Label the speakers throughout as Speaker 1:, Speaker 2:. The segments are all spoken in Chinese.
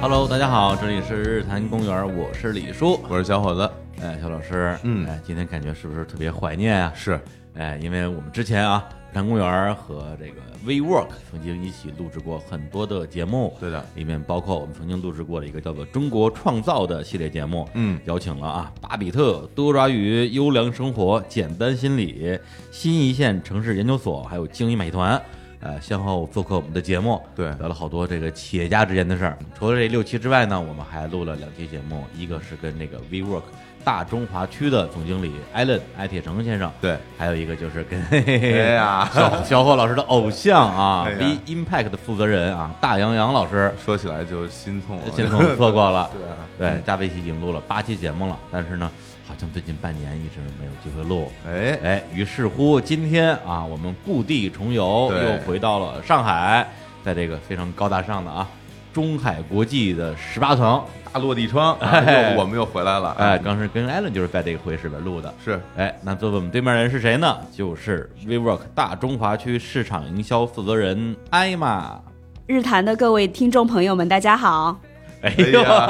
Speaker 1: Hello，大家好，这里是日坛公园，我是李叔。
Speaker 2: 我是小伙子，
Speaker 1: 哎，肖老师，
Speaker 2: 嗯
Speaker 1: 哎，今天感觉是不是特别怀念啊？
Speaker 2: 是
Speaker 1: 哎，因为我们之前啊，日坛公园和这个 WeWork 曾经一起录制过很多的节目，
Speaker 2: 对的
Speaker 1: 里面包括我们曾经录制过的一个叫做《中国创造》的系列节目，
Speaker 2: 嗯
Speaker 1: 邀请了啊巴比特、多抓鱼、优良生活、简单心理、新一线城市研究所，还有精英买团。呃，先后做客我们的节目，
Speaker 2: 对
Speaker 1: 聊了好多这个企业家之间的事儿。除了这六期之外呢，我们还录了两期节目，一个是跟那个 WeWork 大中华区的总经理艾伦艾铁成先生，
Speaker 2: 对，
Speaker 1: 还有一个就是跟
Speaker 2: 哎呀
Speaker 1: 小小霍老师的偶像啊
Speaker 2: 哎呀
Speaker 1: ，V Impact 的负责人啊，大洋洋老师，
Speaker 2: 说起来就心痛啊了，
Speaker 1: 先跟我们错过了。
Speaker 2: 对啊
Speaker 1: 对，加维奇已经录了八期节目了，但是呢，好像最近半年一直没有机会录。
Speaker 2: 哎，
Speaker 1: 哎，于是乎今天啊，我们故地重游，
Speaker 2: 对
Speaker 1: 又回到了上海，在这个非常高大上的啊中海国际的十八层。
Speaker 2: 大落地窗，啊
Speaker 1: 哎
Speaker 2: 又我们又回来了，
Speaker 1: 哎，，当时跟艾伦就是在这个会室里边录的。
Speaker 2: 是
Speaker 1: 哎，那坐在我们对面的人是谁呢？就是 WeWork 大中华区市场营销负责人艾玛。
Speaker 3: 日坛的各位听众朋友们，大家好。
Speaker 1: 哎
Speaker 2: 哎呀
Speaker 1: 呀，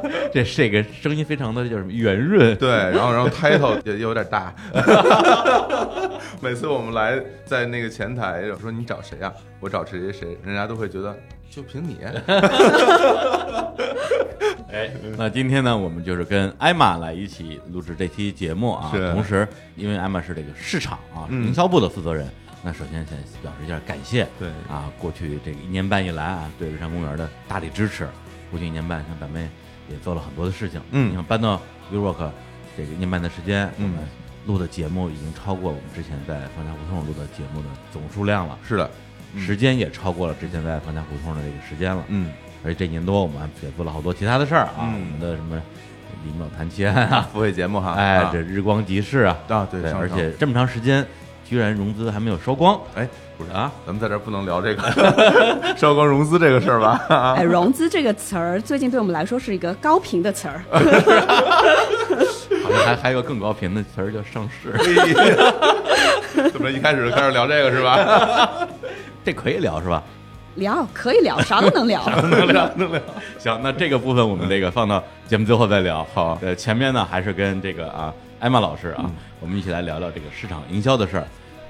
Speaker 1: 这这个声音非常的就是圆润，
Speaker 2: 对，然后然 后 title 也也有点大， 每次我们来在那个前台，我说你找谁啊？我找谁谁谁，人家都会觉得就凭你，
Speaker 1: 哎，那今天呢，我们就是跟艾玛来一起录制这期节目啊。
Speaker 2: 是
Speaker 1: 同时，因为艾玛是这个市场啊、
Speaker 2: 嗯
Speaker 1: 营销部的负责人，那首先先表示一下感谢。
Speaker 2: 对
Speaker 1: 啊，过去这个一年半以来啊，对日山公园的大力支持。过去一年半，像咱们也做了很多的事情。
Speaker 2: 嗯
Speaker 1: 你看搬到 WeWork 这个一年半的时间，
Speaker 2: 嗯
Speaker 1: 我们录的节目已经超过我们之前在方家胡同录的节目的总数量了，
Speaker 2: 是的，嗯
Speaker 1: 时间也超过了之前在方家胡同的这个时间了。
Speaker 2: 嗯，
Speaker 1: 而且这一年多我们也做了好多其他的事儿啊，
Speaker 2: 嗯
Speaker 1: 我们的什么李淼谈奇案 啊，
Speaker 2: 付费节目哈，
Speaker 1: 哎
Speaker 2: 啊，
Speaker 1: 这日光集市啊，
Speaker 2: 啊对上
Speaker 1: 而
Speaker 2: 上
Speaker 1: 且这么长时间，居然融资还没有烧光
Speaker 2: 哎，不是，
Speaker 1: 啊，
Speaker 2: 咱们在这儿不能聊这个 烧光融资这个事 儿吧？
Speaker 1: 啊
Speaker 3: 哎，融资这个词儿最近对我们来说是一个高频的 词儿，
Speaker 1: 好像还还有个更高频的词儿叫上市，
Speaker 2: 怎么一开始就开始聊这个是吧？
Speaker 1: 这可以聊是吧？
Speaker 3: 聊可以聊，啥都能聊。
Speaker 1: 能聊能聊。行，那这个部分我们这个放到节目最后再聊。
Speaker 2: 好
Speaker 1: 呃，前面呢还是跟这个啊艾玛老师啊，我们一起来聊聊这个市场营销的事儿。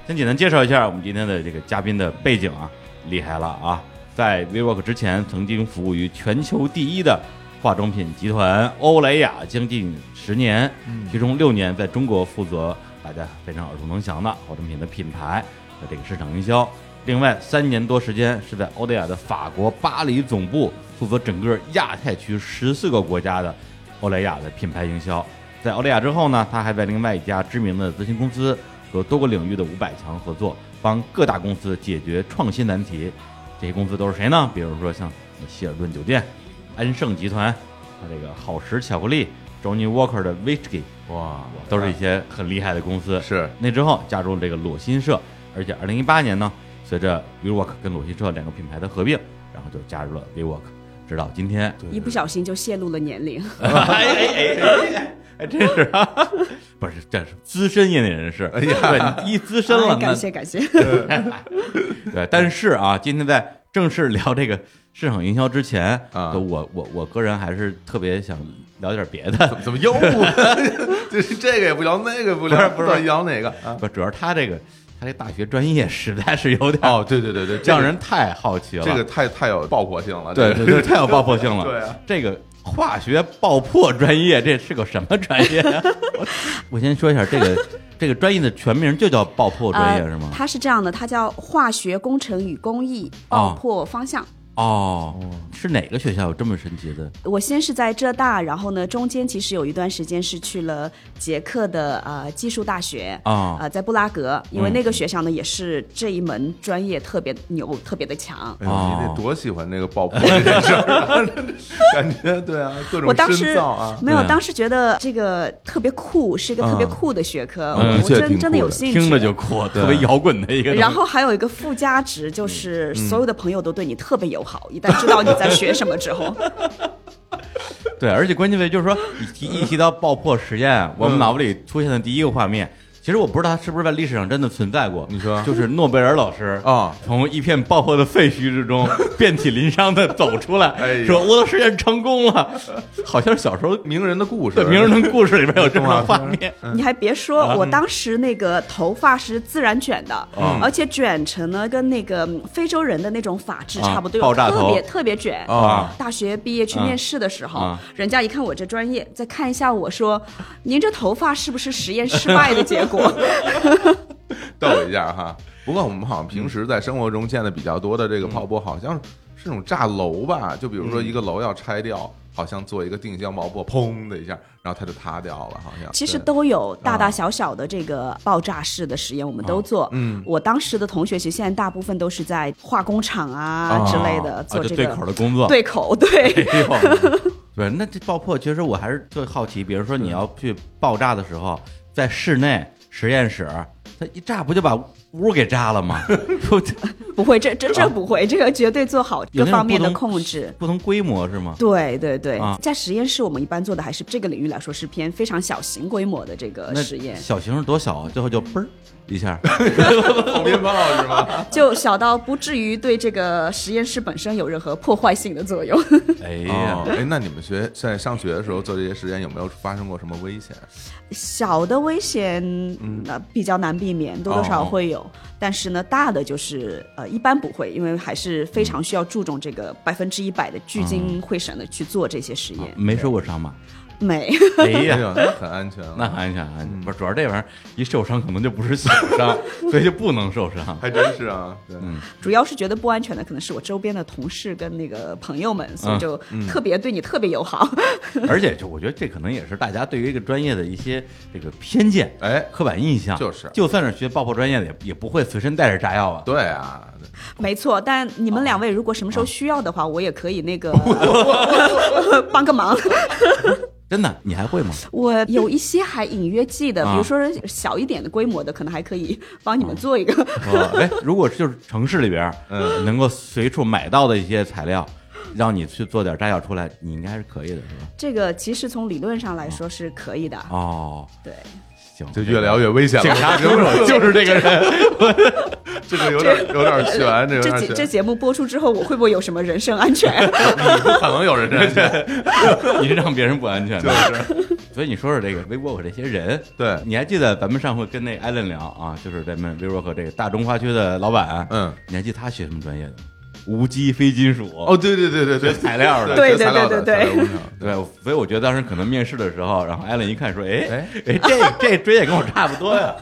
Speaker 1: 先简单介绍一下我们今天的这个嘉宾的背景啊，厉害了啊！在 WeWork 之前，曾经服务于全球第一的化妆品集团欧莱雅将近十年，其中六年在中国负责大家非常耳熟能详的化妆品的品牌的这个市场营销。另外三年多时间是在欧莱雅的法国巴黎总部负责整个亚太区十四个国家的欧莱雅的品牌营销。在欧莱雅之后呢，他还在另外一家知名的咨询公司和多个领域的五百强合作，帮各大公司解决创新难题。这些公司都是谁呢？比如说像希尔顿酒店、安盛集团、啊这个好时巧克力、Johnny Walker 的 Whisky，
Speaker 2: 哇，
Speaker 1: 都是一些很厉害的公司。
Speaker 2: 啊是
Speaker 1: 那之后加入了这个裸心社，而且二零一八年呢，随着 WeWork 跟裸心社两个品牌的合并，然后就加入了 WeWork，直到今天。
Speaker 3: 一不小心就泄露了年龄，
Speaker 1: 哎哎哎哎，哎，真是啊， 不是，这是资深业内人士，哎呀，对，你一资深了，
Speaker 3: 哎
Speaker 1: 那
Speaker 3: 感谢感谢。
Speaker 1: 对，但是啊，今天在正式聊这个市场营销之前
Speaker 2: 啊
Speaker 1: 我我我个人还是特别想聊点别的，
Speaker 2: 怎么又就是这个也不聊，那个也不聊，
Speaker 1: 不是不是
Speaker 2: 知道聊哪个啊？
Speaker 1: 不，主要是他这个他这大学专业实在是有点
Speaker 2: 哦，对对对对，这个
Speaker 1: 让人太好奇了，
Speaker 2: 这个太太有爆破性了，
Speaker 1: 对对
Speaker 2: 这个
Speaker 1: 对，太有爆破性了。
Speaker 2: 啊对啊
Speaker 1: 这个化学爆破专业，这是个什么专业啊？我 我先说一下这 个这个专业的全名就叫爆破专业是吗？
Speaker 3: 呃它是这样的，它叫化学工程与工艺爆破方向。
Speaker 2: 啊
Speaker 1: 哦，是哪个学校有这么神奇的？
Speaker 3: 我先是在浙大，然后呢，中间其实有一段时间是去了捷克的呃技术大学
Speaker 1: 啊
Speaker 3: 呃，在布拉格，因为
Speaker 1: 嗯
Speaker 3: 那个学校呢也是这一门专业特别牛，特别的强。
Speaker 2: 哎呦，你
Speaker 1: 哦
Speaker 2: 得多喜欢这个爆破这件事儿啊！ 感觉对啊，各
Speaker 3: 我
Speaker 2: 种
Speaker 3: 当
Speaker 2: 深
Speaker 3: 时
Speaker 2: 造啊，
Speaker 3: 没有
Speaker 1: 对啊，
Speaker 3: 当时觉得这个特别酷，是一个特别
Speaker 2: 嗯
Speaker 3: 酷的学科，
Speaker 2: 嗯
Speaker 3: 我
Speaker 2: 的确挺
Speaker 3: 真真的
Speaker 2: 酷
Speaker 3: 有
Speaker 2: 的
Speaker 3: 兴趣。
Speaker 1: 听着就酷，特别摇滚的一个东西。
Speaker 3: 然后还有一个附加值，
Speaker 1: 嗯
Speaker 3: 就是所有的朋友都对你特别友好，一旦知道你在学什么 之后，
Speaker 1: 对，而且关键的就是说，一提一提到爆破实验，我们脑子里出现的第一个画面其实我不知道他是不是在历史上真的存在过。
Speaker 2: 你说
Speaker 1: 就是诺贝尔老师
Speaker 2: 啊
Speaker 1: 从一片爆破的废墟之 中遍体鳞伤的走出
Speaker 2: 哎
Speaker 1: 来，
Speaker 2: 呦
Speaker 1: 说我的实验成功了。好像是小时候
Speaker 2: 名人的故事，
Speaker 1: 对《名人的故事》里面有这种画面。
Speaker 2: 嗯
Speaker 3: 你还别说，我当时那个头发是自然卷的，
Speaker 1: 啊
Speaker 2: 啊
Speaker 1: 嗯
Speaker 3: 而且卷成呢跟那个嗯非洲人的那种发质差不多，
Speaker 1: 啊爆炸头
Speaker 3: 特别特别卷。
Speaker 2: 啊
Speaker 3: 大学毕业去面试的时候，
Speaker 1: 啊
Speaker 3: 人家一看我这专业，再看一下我说，您这头发是不是实验失败的结果？
Speaker 2: 逗一下哈。不过我们好像平时在生活中见的比较多的这
Speaker 1: 嗯
Speaker 2: 个爆破，好像是那种炸楼吧？就比如说一个楼要拆掉，好像做一个定向爆破，砰的一下，然后它就塌掉了，好
Speaker 1: 啊
Speaker 2: 像。
Speaker 3: 其实
Speaker 2: 对
Speaker 3: 都有大大小小的这个爆炸式的实验，我们
Speaker 1: 啊
Speaker 3: 都做。
Speaker 2: 嗯
Speaker 3: 我当时的同学其实现在大部分都是在化工厂啊
Speaker 2: 啊
Speaker 3: 之类的
Speaker 1: 啊
Speaker 3: 做
Speaker 1: 就
Speaker 3: 这
Speaker 1: 对
Speaker 3: 个
Speaker 1: 口的工作，
Speaker 3: 对口，对，
Speaker 1: 哎呦， 对，那这爆破，其实我还是特好奇，比如说你要去爆炸的时候，在室内实验室，它一炸不就把屋给炸了 吗？不
Speaker 3: 不会，这这这不会，这个绝对做好
Speaker 1: 啊有
Speaker 3: 各
Speaker 1: 那种
Speaker 3: 方面的
Speaker 1: 不同
Speaker 3: 控制。
Speaker 1: 不同规模是吗？
Speaker 3: 对对对，
Speaker 1: 啊
Speaker 3: 在实验室我们一般做的还是这个领域来说是偏非常小型规模的这个
Speaker 1: 那
Speaker 3: 实验，
Speaker 1: 小型是多小啊？最后就嘣儿一下，
Speaker 2: 放鞭炮
Speaker 1: 啊
Speaker 2: 是吗？
Speaker 3: 就小到不至于对这个实验室本身有任何破坏性的作用。
Speaker 1: 哎
Speaker 2: 哦
Speaker 1: 呀，
Speaker 2: 哎，那你们学在上学的时候做这些实验，有没有发生过什么危险？
Speaker 3: 小的危险呃比较难避免，多多少少
Speaker 2: 嗯哦
Speaker 3: 会有，但是呢，大的就是呃一般不会，因为还是非常需要注重这个百分之一百的聚精会神的去做这些实验。
Speaker 1: 没受过伤吧？
Speaker 2: 嗯
Speaker 3: 美，
Speaker 1: 哎
Speaker 2: 没嗯
Speaker 1: 呀。
Speaker 2: 有，那很安全了。 啊
Speaker 1: 那很安全，很安全不是主要这玩意儿一受伤可能就不是小伤，所以就不能受伤。
Speaker 2: 还真是啊，对，
Speaker 3: 主要是觉得不安全的可能是我周边的同事跟那个朋友们，
Speaker 2: 啊
Speaker 3: 所以就
Speaker 2: 嗯
Speaker 3: 特别对你特别友好。
Speaker 1: 而且就我觉得这可能也是大家对于这个专业的一些这个偏见、
Speaker 2: 哎
Speaker 1: 刻板印象，
Speaker 2: 就是
Speaker 1: 就算是学爆破专业的，也也不会随身带着炸药啊。
Speaker 2: 对啊，对
Speaker 3: 没错，但你们两位如果
Speaker 2: 哦
Speaker 3: 什么时候需要的话，我也可以 那个帮个忙。
Speaker 1: 真的，你还会吗？
Speaker 3: 我 有一些还隐约记得，
Speaker 1: 啊
Speaker 3: 比如说小一点的规模的，可能还 可以帮你们做一个。
Speaker 1: 哎，如果就是城市里边儿，嗯，能够随处买到的一些材料，让你去做点炸药出来，你应该是可以的，是吧？
Speaker 3: 这个其实从理论上来说是可以的，
Speaker 1: 哦，
Speaker 3: 对，
Speaker 1: 行，
Speaker 2: 就越聊越危险了。
Speaker 1: 警察叔叔就是这个人，
Speaker 2: 这个有点有点悬，这有
Speaker 3: 这
Speaker 2: 点
Speaker 3: 节
Speaker 2: 悬。
Speaker 3: 这节目播出之后，我会不会有什么人身 安全？
Speaker 2: 不可能有人这样，
Speaker 1: 你是让别人不安全
Speaker 2: 就
Speaker 1: 的。
Speaker 2: 是
Speaker 1: 所以你说说这个 WeWork 这些人，
Speaker 2: 对
Speaker 1: 你还记得咱们上回跟那艾伦聊啊，就是咱们 WeWork 这个大中华区的老板，
Speaker 2: 嗯，
Speaker 1: 你还记得他学什么专业的？无机非金属
Speaker 2: 哦，对对对对对，
Speaker 1: 材料的。
Speaker 3: 对
Speaker 2: 学材料的
Speaker 3: 对
Speaker 2: 材
Speaker 3: 对对对
Speaker 2: 料工程
Speaker 1: 对，所以我觉得当时可能面试的时候，然后艾伦一看说：“哎
Speaker 2: 哎
Speaker 1: 哎，这这专业跟我差不多呀。”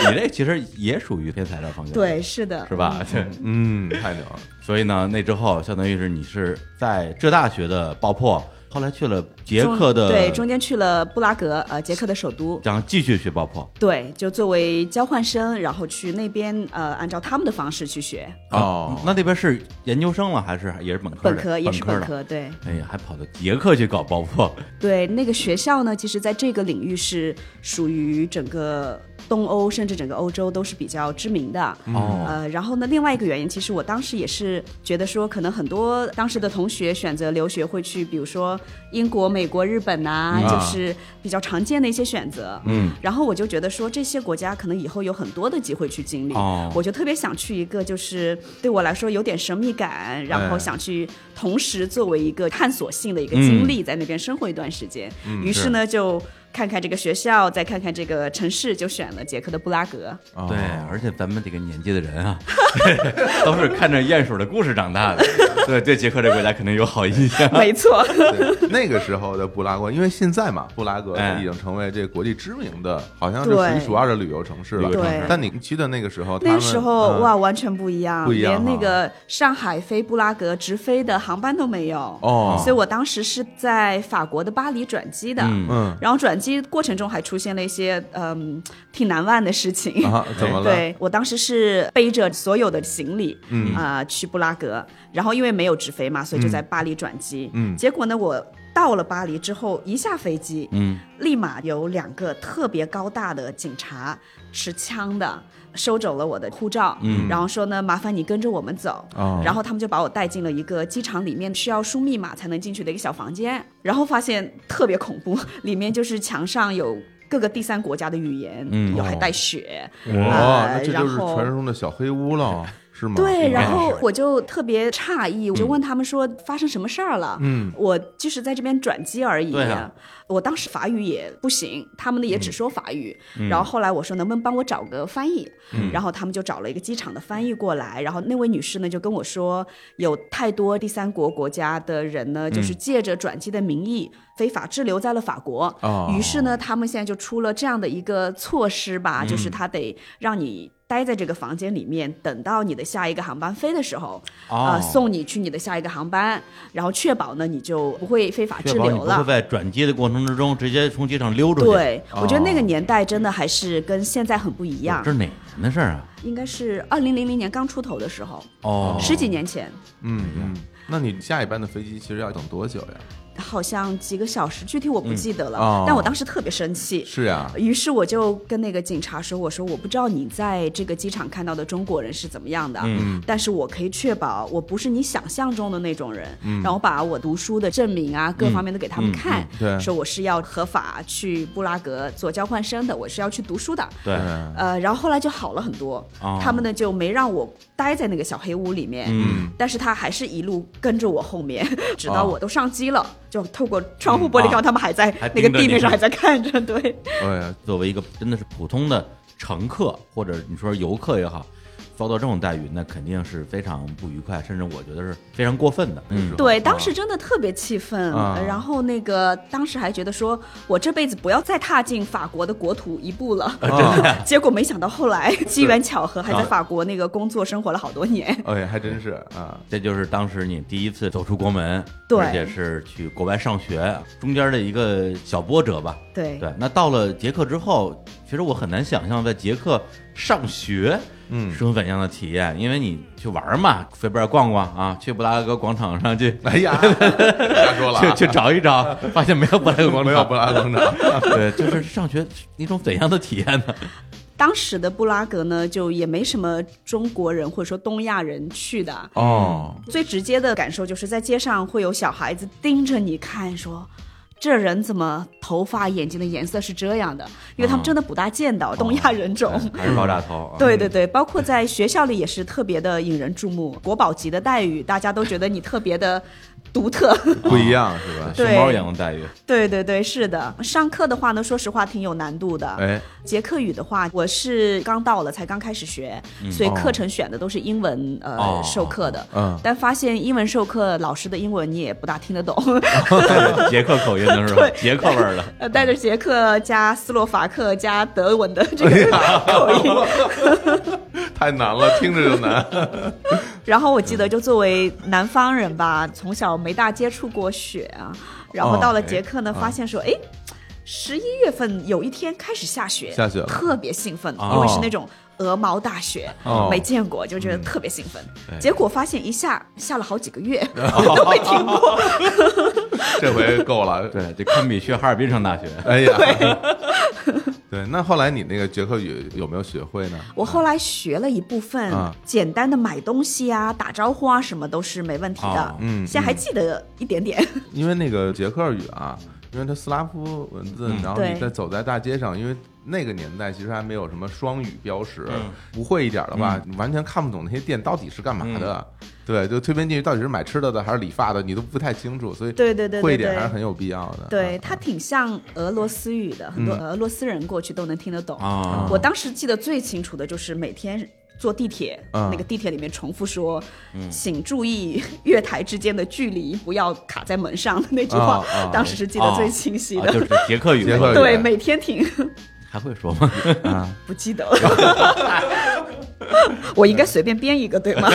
Speaker 1: 你这其实也属于偏材料方向，，
Speaker 3: 对，是的，
Speaker 1: 是？吧？ 对，
Speaker 2: 嗯，太牛了，
Speaker 1: 所以呢，那之后相当于是你是在浙大学的爆破，后来去了捷克的，
Speaker 3: 对，中间去了布拉格，呃，捷克的首都。
Speaker 1: 然后继续学爆破。
Speaker 3: 对，就作为交换生，然后去那边呃，按照他们的方式去学
Speaker 2: 哦
Speaker 1: 啊那那边是研究生了还是也是本科的？
Speaker 3: 本科，也是本
Speaker 1: 的。
Speaker 3: 科，对。
Speaker 1: 哎呀，还跑到捷克去搞爆破，
Speaker 3: 对，那个学校呢，其实在这个领域是属于整个东欧甚至整个欧洲都是比较知名的。
Speaker 1: 哦
Speaker 3: 呃，然后呢，另外一个原因，其实我当时也是觉得说，可能很多当时的同学选择留学会去，比如说英国、美国、日本呐、
Speaker 2: 嗯
Speaker 3: 就是比较常见的一些选择。
Speaker 1: 嗯，
Speaker 3: 然后我就觉得说，这些国家可能以后有很多的机会去经历，
Speaker 1: 哦
Speaker 3: 我就特别想去一个就是对我来说有点神秘感，然后想去同时作为一个探索性的一个经
Speaker 1: 嗯
Speaker 3: 历，在那边生活一段时间。于是呢，就看看这个学校，再看看这个城市，就选了捷克的布拉格。
Speaker 2: 哦
Speaker 1: 对，而且咱们这个年纪的人啊， 都是看着鼹鼠的故事长大 的，对对，捷克这个国家肯定有好印象。
Speaker 3: 没错，
Speaker 2: 对，那个时候的布拉格，因为现在嘛，布拉格
Speaker 1: 哎
Speaker 2: 已经成为这国际知名的，好像是数
Speaker 3: 对
Speaker 2: 一数二的旅游城市了。
Speaker 1: 旅游
Speaker 3: 城市对
Speaker 2: 但你去的那个时候，他
Speaker 3: 那
Speaker 2: 们
Speaker 3: 时候、
Speaker 2: 嗯
Speaker 3: 哇，完全不一样，
Speaker 2: 不一样
Speaker 3: 连那
Speaker 2: 哈
Speaker 3: 个上海飞布拉格直飞的航班都没有。
Speaker 2: 哦
Speaker 3: 所以我当时是在法国的巴黎转机的。
Speaker 1: 嗯
Speaker 2: 嗯
Speaker 3: 然后转机过程中还出现了一些嗯挺难忘的事情。
Speaker 2: 啊，怎么了？
Speaker 3: 对我当时是背着所有的行李，
Speaker 2: 嗯
Speaker 3: 啊、去布拉格，然后因为没有直飞嘛，所以就在巴黎转机。
Speaker 2: 嗯
Speaker 3: 结果呢，我到了巴黎之后，一下飞机，
Speaker 1: 嗯，
Speaker 3: 立马有两个特别高大的警察持枪的收走了我的护照，
Speaker 1: 嗯
Speaker 3: 然后说呢，麻烦你跟着我们走。
Speaker 2: 哦
Speaker 3: 然后他们就把我带进了一个机场里面需要输密码才能进去的一个小房间，然后发现特别恐怖，里面就是墙上有。各个第三国家的语言，
Speaker 1: 嗯
Speaker 2: 哦
Speaker 3: 有还带血，
Speaker 2: 哇，哦那
Speaker 3: 呃
Speaker 2: 这
Speaker 3: 然
Speaker 2: 就是
Speaker 3: 后
Speaker 2: 传说中的小黑屋了，是吗？
Speaker 3: 对，
Speaker 2: 应该
Speaker 3: 然后
Speaker 2: 是
Speaker 3: 我就特别诧异，我就问他们说发生什么事儿了。
Speaker 2: 嗯，
Speaker 3: 我就是在这边转机而已。
Speaker 1: 对啊
Speaker 3: 我当时法语也不行，他们的
Speaker 1: 嗯
Speaker 3: 也只说法语。然后后来我说能不能帮我找个翻译，
Speaker 1: 嗯
Speaker 3: 然后他们就找了一个机场的翻译过来。然后那位女士呢就跟我说，有太多第三国国家的人呢，
Speaker 1: 嗯
Speaker 3: 就是借着转机的名义非法滞留在了法国。
Speaker 2: 哦
Speaker 3: 于是呢，他们现在就出了这样的一个措施吧，
Speaker 1: 嗯
Speaker 3: 就是他得让你。待在这个房间里面，等到你的下一个航班飞的时候，啊、
Speaker 1: 哦
Speaker 3: 送你去你的下一个航班，然后确保呢你就不会非法滞
Speaker 1: 确保你
Speaker 3: 留
Speaker 1: 不会
Speaker 3: 了。
Speaker 1: 在转接的过程之中直接从机场溜出去。
Speaker 3: 对，我觉得那个
Speaker 2: 哦
Speaker 3: 年代真的还是跟现在很不一样
Speaker 1: 这，是哪年的事儿啊？
Speaker 3: 应该是二零零零年刚出头的时候，
Speaker 1: 哦，
Speaker 3: 十几年前，
Speaker 2: 嗯嗯，那你下一班的飞机其实要等多久呀？
Speaker 3: 好像几个小时，具体我不记得了。
Speaker 2: 哦
Speaker 3: 但我当时特别生气，
Speaker 2: 是呀，
Speaker 3: 于是我就跟那个警察说：“我说我不知道你在这个机场看到的中国人是怎么样的，
Speaker 1: 嗯
Speaker 3: 但是我可以确保我不是你想象中的那种人。然后把我读书的证明啊，各方面都给他们看，
Speaker 2: 对
Speaker 3: 说我是要合法去布拉格做交换生的，我是要去读书的。
Speaker 1: 对，
Speaker 2: 嗯
Speaker 3: 呃，然后后来就好了很多，
Speaker 1: 哦
Speaker 3: 他们呢就没让我待在那个小黑屋里面，
Speaker 1: 嗯
Speaker 3: 但是他还是一路跟着我后面， 直到
Speaker 2: 哦
Speaker 3: 我都上机了，就透过窗户玻璃看到他们还在
Speaker 1: 嗯哦还
Speaker 3: 那
Speaker 1: 盯
Speaker 3: 个
Speaker 1: 着
Speaker 3: 地
Speaker 1: 你哦
Speaker 3: 面上
Speaker 1: 看
Speaker 3: 还在看着，对。
Speaker 2: 哎呀，
Speaker 1: 作为一个真的是普通的乘客或者你说游客也好，遭到这种待遇，那肯定是非常不愉快，甚至我觉得是非常过分的。嗯，
Speaker 3: 对，当
Speaker 2: 啊
Speaker 3: 时真的特别气愤，
Speaker 2: 啊
Speaker 3: 然后那个当时还觉得说，我这辈子不要再踏进法国的国土一步了。
Speaker 1: 呃
Speaker 2: 啊
Speaker 3: 结果没想到后来机缘巧合，还在法国那个工作生活了好多 年。
Speaker 2: 哎，还真是啊，
Speaker 1: 这就是当时你第一次走出国门，
Speaker 3: 对
Speaker 1: 而且是去国外上学中间的一个小波折吧。
Speaker 3: 对，
Speaker 1: 对，那到了捷克之后，其实我很难想象在捷克上学，
Speaker 2: 嗯
Speaker 1: 是种怎样的体验，因为你去玩儿嘛，随便逛逛啊，去布拉格广场上去。
Speaker 2: 哎呀， 瞎说了啊，
Speaker 1: 去去找一找，发现没有布拉格广场，
Speaker 2: 没有布拉格广场，
Speaker 1: 对，就是上学一种怎样的体验呢？
Speaker 3: 当时的布拉格呢，就也没什么中国人或者说东亚人去的。
Speaker 2: 哦，
Speaker 3: 最直接的感受就是在街上会有小孩子盯着你看，说。这人怎么头发、眼睛的颜色是这样的？因为他们真的不大见到东亚人种，
Speaker 1: 哦还是爆炸头啊？
Speaker 3: 对对对，包括在学校里也是特别的引人注目，国宝级的待遇，大家都觉得你特别的独特。
Speaker 2: 不一样是吧？
Speaker 1: 熊猫一样的待遇，
Speaker 3: 对对对，是的。上课的话呢，说实话挺有难度的。
Speaker 2: 哎，
Speaker 3: 捷克语的话，我是刚到了，才刚开始学，所以课程选的都是英文、
Speaker 1: 嗯哦
Speaker 3: 呃授课的。
Speaker 2: 嗯
Speaker 3: 但发现英文授课老师的英文你也不大听得懂，
Speaker 1: 捷克口音的是吧？
Speaker 3: 对
Speaker 1: 捷克味儿的，
Speaker 3: 呃，带着捷克加斯洛伐克加德文的
Speaker 2: 哎
Speaker 3: 这个口音，
Speaker 2: 太难了，听着就难。
Speaker 3: 然后我记得，就作为南方人吧，从小没大接触过雪啊，然后到
Speaker 2: 哦
Speaker 3: 了捷克呢，
Speaker 2: 嗯
Speaker 3: 发现说，哎。十一月份有一天开始下雪，
Speaker 2: 下雪了
Speaker 3: 特别兴奋，
Speaker 1: 哦
Speaker 3: 因为是那种鹅毛大雪，
Speaker 2: 哦哎
Speaker 3: 没见过，就觉得特别兴奋。
Speaker 1: 对
Speaker 3: 结果发现一下下了好几个月，都没停过。
Speaker 2: 这回够了，
Speaker 1: 对，这堪比去哈尔滨上大学。
Speaker 2: 哎呀， 对，那后来你那个捷克语有没有学会呢？
Speaker 3: 我后来学了一部分
Speaker 2: 啊，
Speaker 3: 简单的买东西啊、打招呼啊，什么都是没问题
Speaker 1: 哦
Speaker 3: 的。
Speaker 2: 嗯
Speaker 3: 现在还记得一点 点。
Speaker 2: 因为那个捷克语啊，因为它斯拉夫文字，
Speaker 1: 嗯
Speaker 2: 然后你
Speaker 3: 对
Speaker 2: 在走在大街上，因为那个年代其实还没有什么双语标识，
Speaker 1: 嗯
Speaker 2: 不会一点的话，你完全看不懂那些店到底是干嘛的。
Speaker 1: 嗯
Speaker 2: 对，就推边进去到底是买吃的的还是理发的，你都不太清楚，所以
Speaker 3: 对对对对
Speaker 2: 会一点
Speaker 3: 对
Speaker 2: 还是很有必要的。啊
Speaker 3: 对，
Speaker 2: 嗯
Speaker 3: 它挺像俄罗斯语的，很多俄罗斯人过去都能听得懂。
Speaker 1: 啊
Speaker 3: 我当时记得最清楚的就是每天。坐地铁，
Speaker 2: 啊嗯
Speaker 3: 那个地铁里面重复说，请注意 月台之间的距离，不要卡在门上的那句话，
Speaker 2: 啊啊
Speaker 3: 当时是记得最清晰
Speaker 1: 啊
Speaker 3: 的。
Speaker 1: 就是捷克语，
Speaker 2: 捷克语
Speaker 3: 对，每天听，
Speaker 1: 还会说吗？
Speaker 3: 不记得了。 我应该随便编一个，对吗？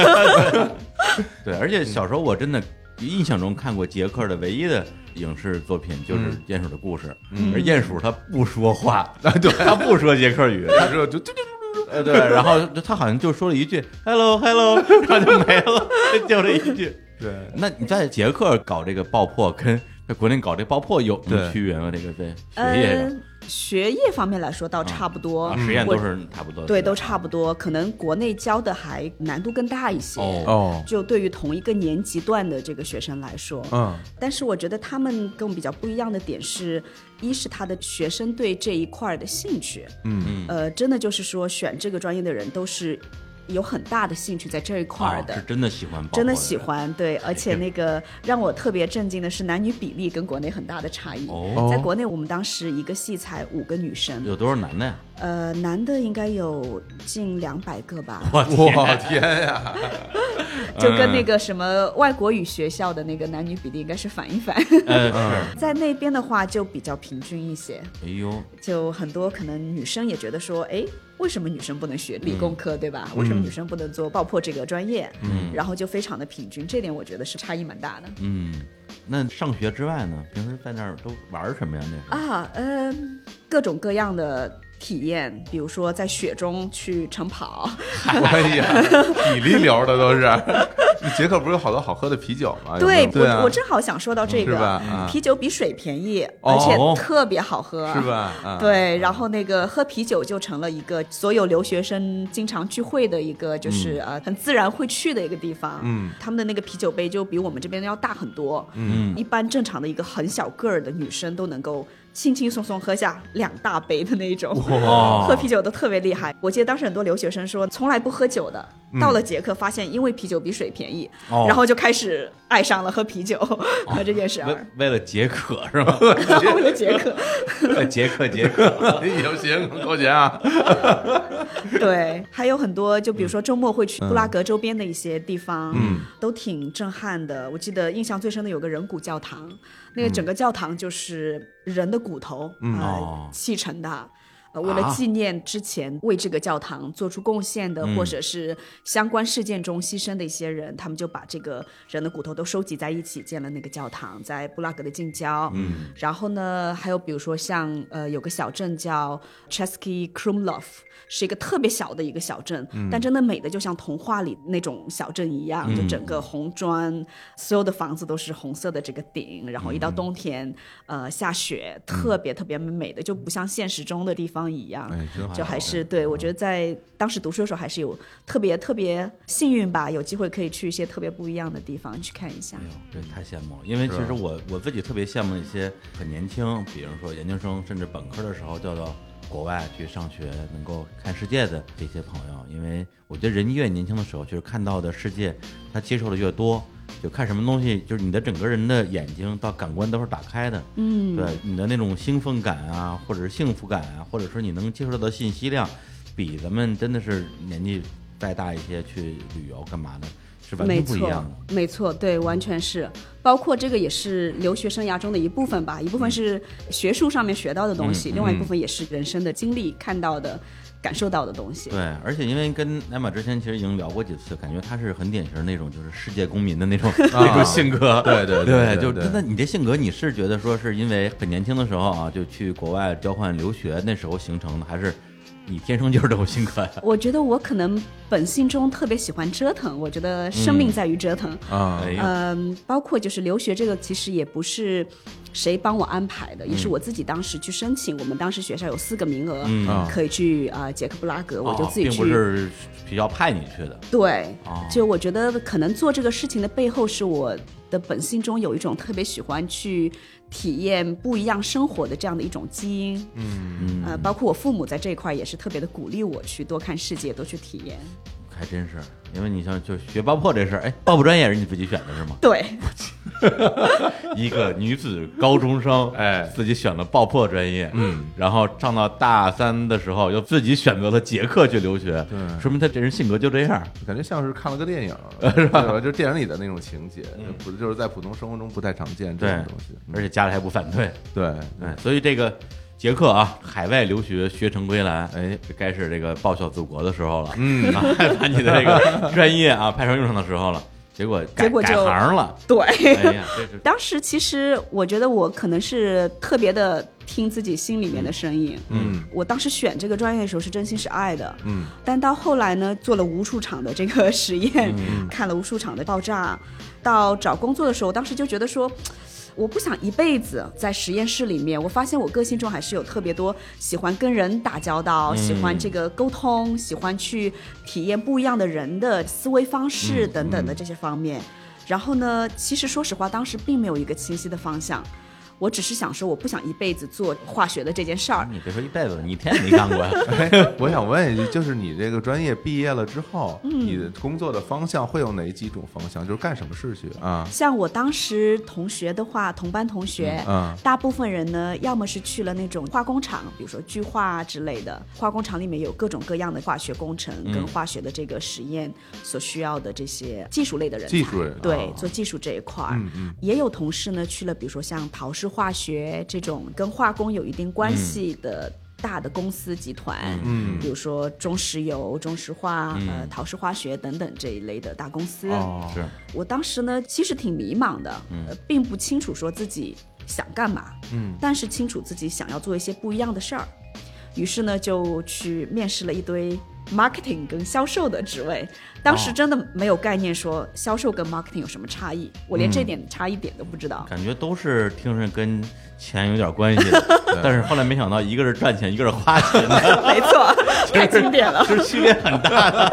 Speaker 1: 对，而且小时候我真的印象中看过捷克的唯一的影视作品就是《鼹鼠的故事》，而鼹鼠它不说话，嗯啊对， 它不说捷克语，
Speaker 2: 他嗯说就就就
Speaker 1: 呃，对， 然后他好像就说了一句 “hello hello”，然后就没了，就这一句。
Speaker 2: 对，
Speaker 1: 那你在捷克搞这个爆破跟在国内搞这爆破有什么
Speaker 2: 对
Speaker 1: 区别吗？这个对 学业
Speaker 3: 呃
Speaker 1: 上，
Speaker 3: 学业方面来说倒差不多，
Speaker 1: 啊，实验
Speaker 3: 我
Speaker 1: 都是差不多的，
Speaker 3: 对都差不多，可能国内教的还难度更大一些。
Speaker 1: 哦
Speaker 2: 哦，
Speaker 3: 就对于同一个年级段的这个学生来说，
Speaker 2: 嗯，
Speaker 3: 但是我觉得他们跟我们比较不一样的点是，一是他的学生对这一块儿的兴趣，
Speaker 2: 嗯，
Speaker 3: 呃，真的就是说选这个专业的人都是有很大的兴趣在这一块儿
Speaker 1: 啊，
Speaker 3: 的。
Speaker 1: 是真的喜欢爆破，
Speaker 3: 真的喜欢，对，而且那个让我特别震惊的是男女比例跟国内很大的差异。
Speaker 1: 哦，
Speaker 3: 在国内，我们当时一个系才五个女生，
Speaker 1: 有多少男的呀？
Speaker 3: 呃，男的应该有近两百个吧，
Speaker 1: 我
Speaker 2: 我天呀，
Speaker 3: 就跟那个什么外国语学校的那个男女比例应该是 反一反。
Speaker 1: 呃是，
Speaker 3: 在那边的话就比较平均一些，
Speaker 1: 哎呦，
Speaker 3: 就很多可能女生也觉得说，哎，为什么女生不能学理工科，对
Speaker 1: 嗯
Speaker 3: 吧？为什么女生不能做爆破这个专业？嗯，然后就非常的平均，这点我觉得是差异蛮大的。
Speaker 1: 嗯，那上学之外呢，平时在那儿都玩儿什么呀？那时候
Speaker 3: 啊，嗯、各种各样的体验，比如说在雪中去晨跑，
Speaker 2: 哎呀，体力流的都是。捷克不是有好多好喝的啤酒吗？有没有对啊
Speaker 3: 我我正好想说到这
Speaker 2: 是
Speaker 3: 个，
Speaker 2: 吧啊
Speaker 3: 啤酒比水便宜，
Speaker 2: 哦
Speaker 3: 而且特别好喝，
Speaker 2: 是？吧？啊，
Speaker 3: 对，然后那个喝啤酒就成了一个所有留学生经常聚会的一个，就是呃很自然会去的一个地方。
Speaker 2: 嗯，
Speaker 3: 他们的那个啤酒杯就比我们这边要大很多。
Speaker 2: 嗯，
Speaker 3: 一般正常的一个很小个儿的女生都能够轻轻松松喝下两大杯的那一种。
Speaker 1: 哇
Speaker 3: 喝啤酒都特别厉害。我记得当时很多留学生说从来不喝酒的，
Speaker 2: 嗯
Speaker 3: 到了捷克发现因为啤酒比水便宜，
Speaker 1: 哦
Speaker 3: 然后就开始爱上了喝啤酒
Speaker 2: 哦
Speaker 3: 和这件事儿。
Speaker 1: 为为了解渴是 吗？
Speaker 3: 为了捷克，
Speaker 1: 为了解渴解渴，
Speaker 2: 有啊哎行，扣 钱啊！
Speaker 3: 对，还有很多，就比如说周末会去布拉格周边的一些地方，
Speaker 2: 嗯，
Speaker 3: 都挺震撼的。我记得印象最深的有个人骨教堂，那个整个教堂就是人的骨头，嗯
Speaker 1: 哦
Speaker 3: 砌成的。呃，为了纪念之前为这个教堂做出贡献的，或者是相关事件中牺牲的一些人，他们就把这个人的骨头都收集在一起，建了那个教堂，在布拉格的近郊。嗯，然后呢，还有比如说像呃，有个小镇叫 Chesky Krumlov，是一个特别小的一个小镇，
Speaker 2: 嗯
Speaker 3: 但真的美的就像童话里那种小镇一样，就整个红砖，所有的房子都是红色的这个顶，然后一到冬天，呃，下雪，特别特别美的，就不像现实中的地方一样。
Speaker 2: 哎，真好
Speaker 3: 就还是对我觉得在当时读书的时候还是有特别特别幸运吧，有机会可以去一些特别不一样的地方去看一下
Speaker 1: 哎。呦，这太羡慕了。因为其实我我自己特别羡慕一些很年轻，比如说研究生甚至本科的时候调到国外去上学，能够看世界的这些朋友。因为我觉得人越年轻的时候，就是看到的世界，他接受的越多。就看什么东西，就是你的整个人的眼睛到感官都是打开的，嗯，对，你的那种兴奋感啊，或者是幸福感啊，或者说你能接受到的信息量，比咱们真的是年纪再大一些去旅游干嘛的，是完
Speaker 3: 没
Speaker 1: 全不一
Speaker 3: 错
Speaker 1: 样的。，
Speaker 3: 没错，对，完全是，包括这个也是留学生涯中的一部分吧，一部
Speaker 1: 嗯
Speaker 3: 分是学术上面学到的东西，另外一部分也是人生的经历看到的、感受到的东西。
Speaker 1: 对，而且因为跟艾玛之前其实已经聊过几次，感觉她是很典型那种就是世界公民的那种那种性格。
Speaker 2: 对啊对
Speaker 1: 对
Speaker 2: 对对
Speaker 1: 就
Speaker 2: 对
Speaker 1: 那你这性格，你是觉得说是因为很年轻的时候啊，就去国外交换留学那时候形成的，还是你天生就是这种性格呀？
Speaker 3: 我觉得我可能本性中特别喜欢折腾，我觉得生命在于折腾。
Speaker 2: 啊
Speaker 1: 哎，呀，
Speaker 3: 嗯，包括就是留学这个，其实也不是谁帮我安排
Speaker 1: 嗯
Speaker 3: 的，也是我自己当时去申请。我们当时学校有四个名额，
Speaker 2: 啊
Speaker 3: 可以去啊、呃捷克布拉格，我就
Speaker 1: 嗯哦
Speaker 3: 自己
Speaker 1: 并
Speaker 3: 去。
Speaker 1: 不是学校派你去的。
Speaker 3: 对
Speaker 1: 哦，
Speaker 3: 就我觉得可能做这个事情的背后，是我的本性中有一种特别喜欢去体验不一样生活的这样的一种基因。嗯，呃，包括我父母在这一块也是特别的鼓励我去多看世界，多去体验。？
Speaker 1: 还真是，因为你像就学爆破这事儿，哎，爆破专业是你自己选的是吗
Speaker 3: 对，
Speaker 1: 一个女子高中生，
Speaker 2: 哎
Speaker 1: 自己选了爆破专业，嗯，然后上到大三的时候又自己选择了捷克去留学，
Speaker 2: 对
Speaker 1: 说明她这人性格就这样。
Speaker 2: 感觉像是看了 个电影，是吧？就电影里的那种情节，不就是在普通生活中不太常见这
Speaker 1: 嗯对
Speaker 2: 种东西。嗯
Speaker 1: 而且家里还不反对，
Speaker 2: 对，
Speaker 1: 哎，所以这个捷克啊，海外留学学成归来，哎，这该是这个报效祖国的时候了，
Speaker 2: 嗯
Speaker 1: 啊， 把你的这个专业啊派上用场的时候了，结果改
Speaker 3: 结果
Speaker 1: 改
Speaker 3: 就
Speaker 1: 行 了，
Speaker 3: 对。
Speaker 1: 哎呀，这是
Speaker 3: 当时其实我觉得我可能是特别的听自己心里面的声音。
Speaker 2: 嗯，
Speaker 3: 我当时选这个专业的时候是真心是爱的。
Speaker 2: 嗯，
Speaker 3: 但到后来呢，做了无数场的这个
Speaker 2: 嗯
Speaker 3: 实验，看了无数场的爆炸，到找工作的时候，当时就觉得说。我不想一辈子在实验室里面。我发现我个性中还是有特别多喜欢跟人打交道，喜欢这个沟通，喜欢去体验不一样的人的思维方式等等的这些方面。然后呢，其实说实话，当时并没有一个清晰的方向。我只是想说，我不想一辈子做化学的这件事儿。
Speaker 1: 你别说一辈子，你一天也没干过呀。
Speaker 2: 哎，我想问一句，就是你这个专业毕业了之后，
Speaker 3: 嗯
Speaker 2: 你的工作的方向会有哪几种方向？就是干什么事去啊？
Speaker 3: 像我当时同学的话，同班同学，
Speaker 2: 嗯
Speaker 3: 大部分人呢，要么是去了那种化工厂，比如说聚化啊之类的。化工厂里面有各种各样的化学工程
Speaker 2: 嗯
Speaker 3: 跟化学的这个实验所需要的这些技术类的人才。
Speaker 2: 技术类的
Speaker 3: 对，
Speaker 2: 哦嗯
Speaker 3: 做技术这一块儿。也有同事呢去了，比如说像陶氏化学这种跟化工有一定关系的。大的公司集团，
Speaker 2: 嗯
Speaker 3: 比如说中石油、中石化、呃陶氏化学等等这一类的大公司，
Speaker 2: 哦，
Speaker 1: 是，
Speaker 3: 我当时呢，其实挺迷茫的，呃并不清楚说自己想干嘛，
Speaker 2: 嗯，
Speaker 3: 但是清楚自己想要做一些不一样的事儿，于是呢，就去面试了一堆 marketing 跟销售的职位。当时真的没有概念说销售跟 marketing 有什么差异，我连这点差异点都不知道。
Speaker 1: 感觉都是听着跟钱有点关系的，但是后来没想到，一个是赚钱，一个是花钱，
Speaker 3: 没错，太经典了。
Speaker 1: 就是区别很大。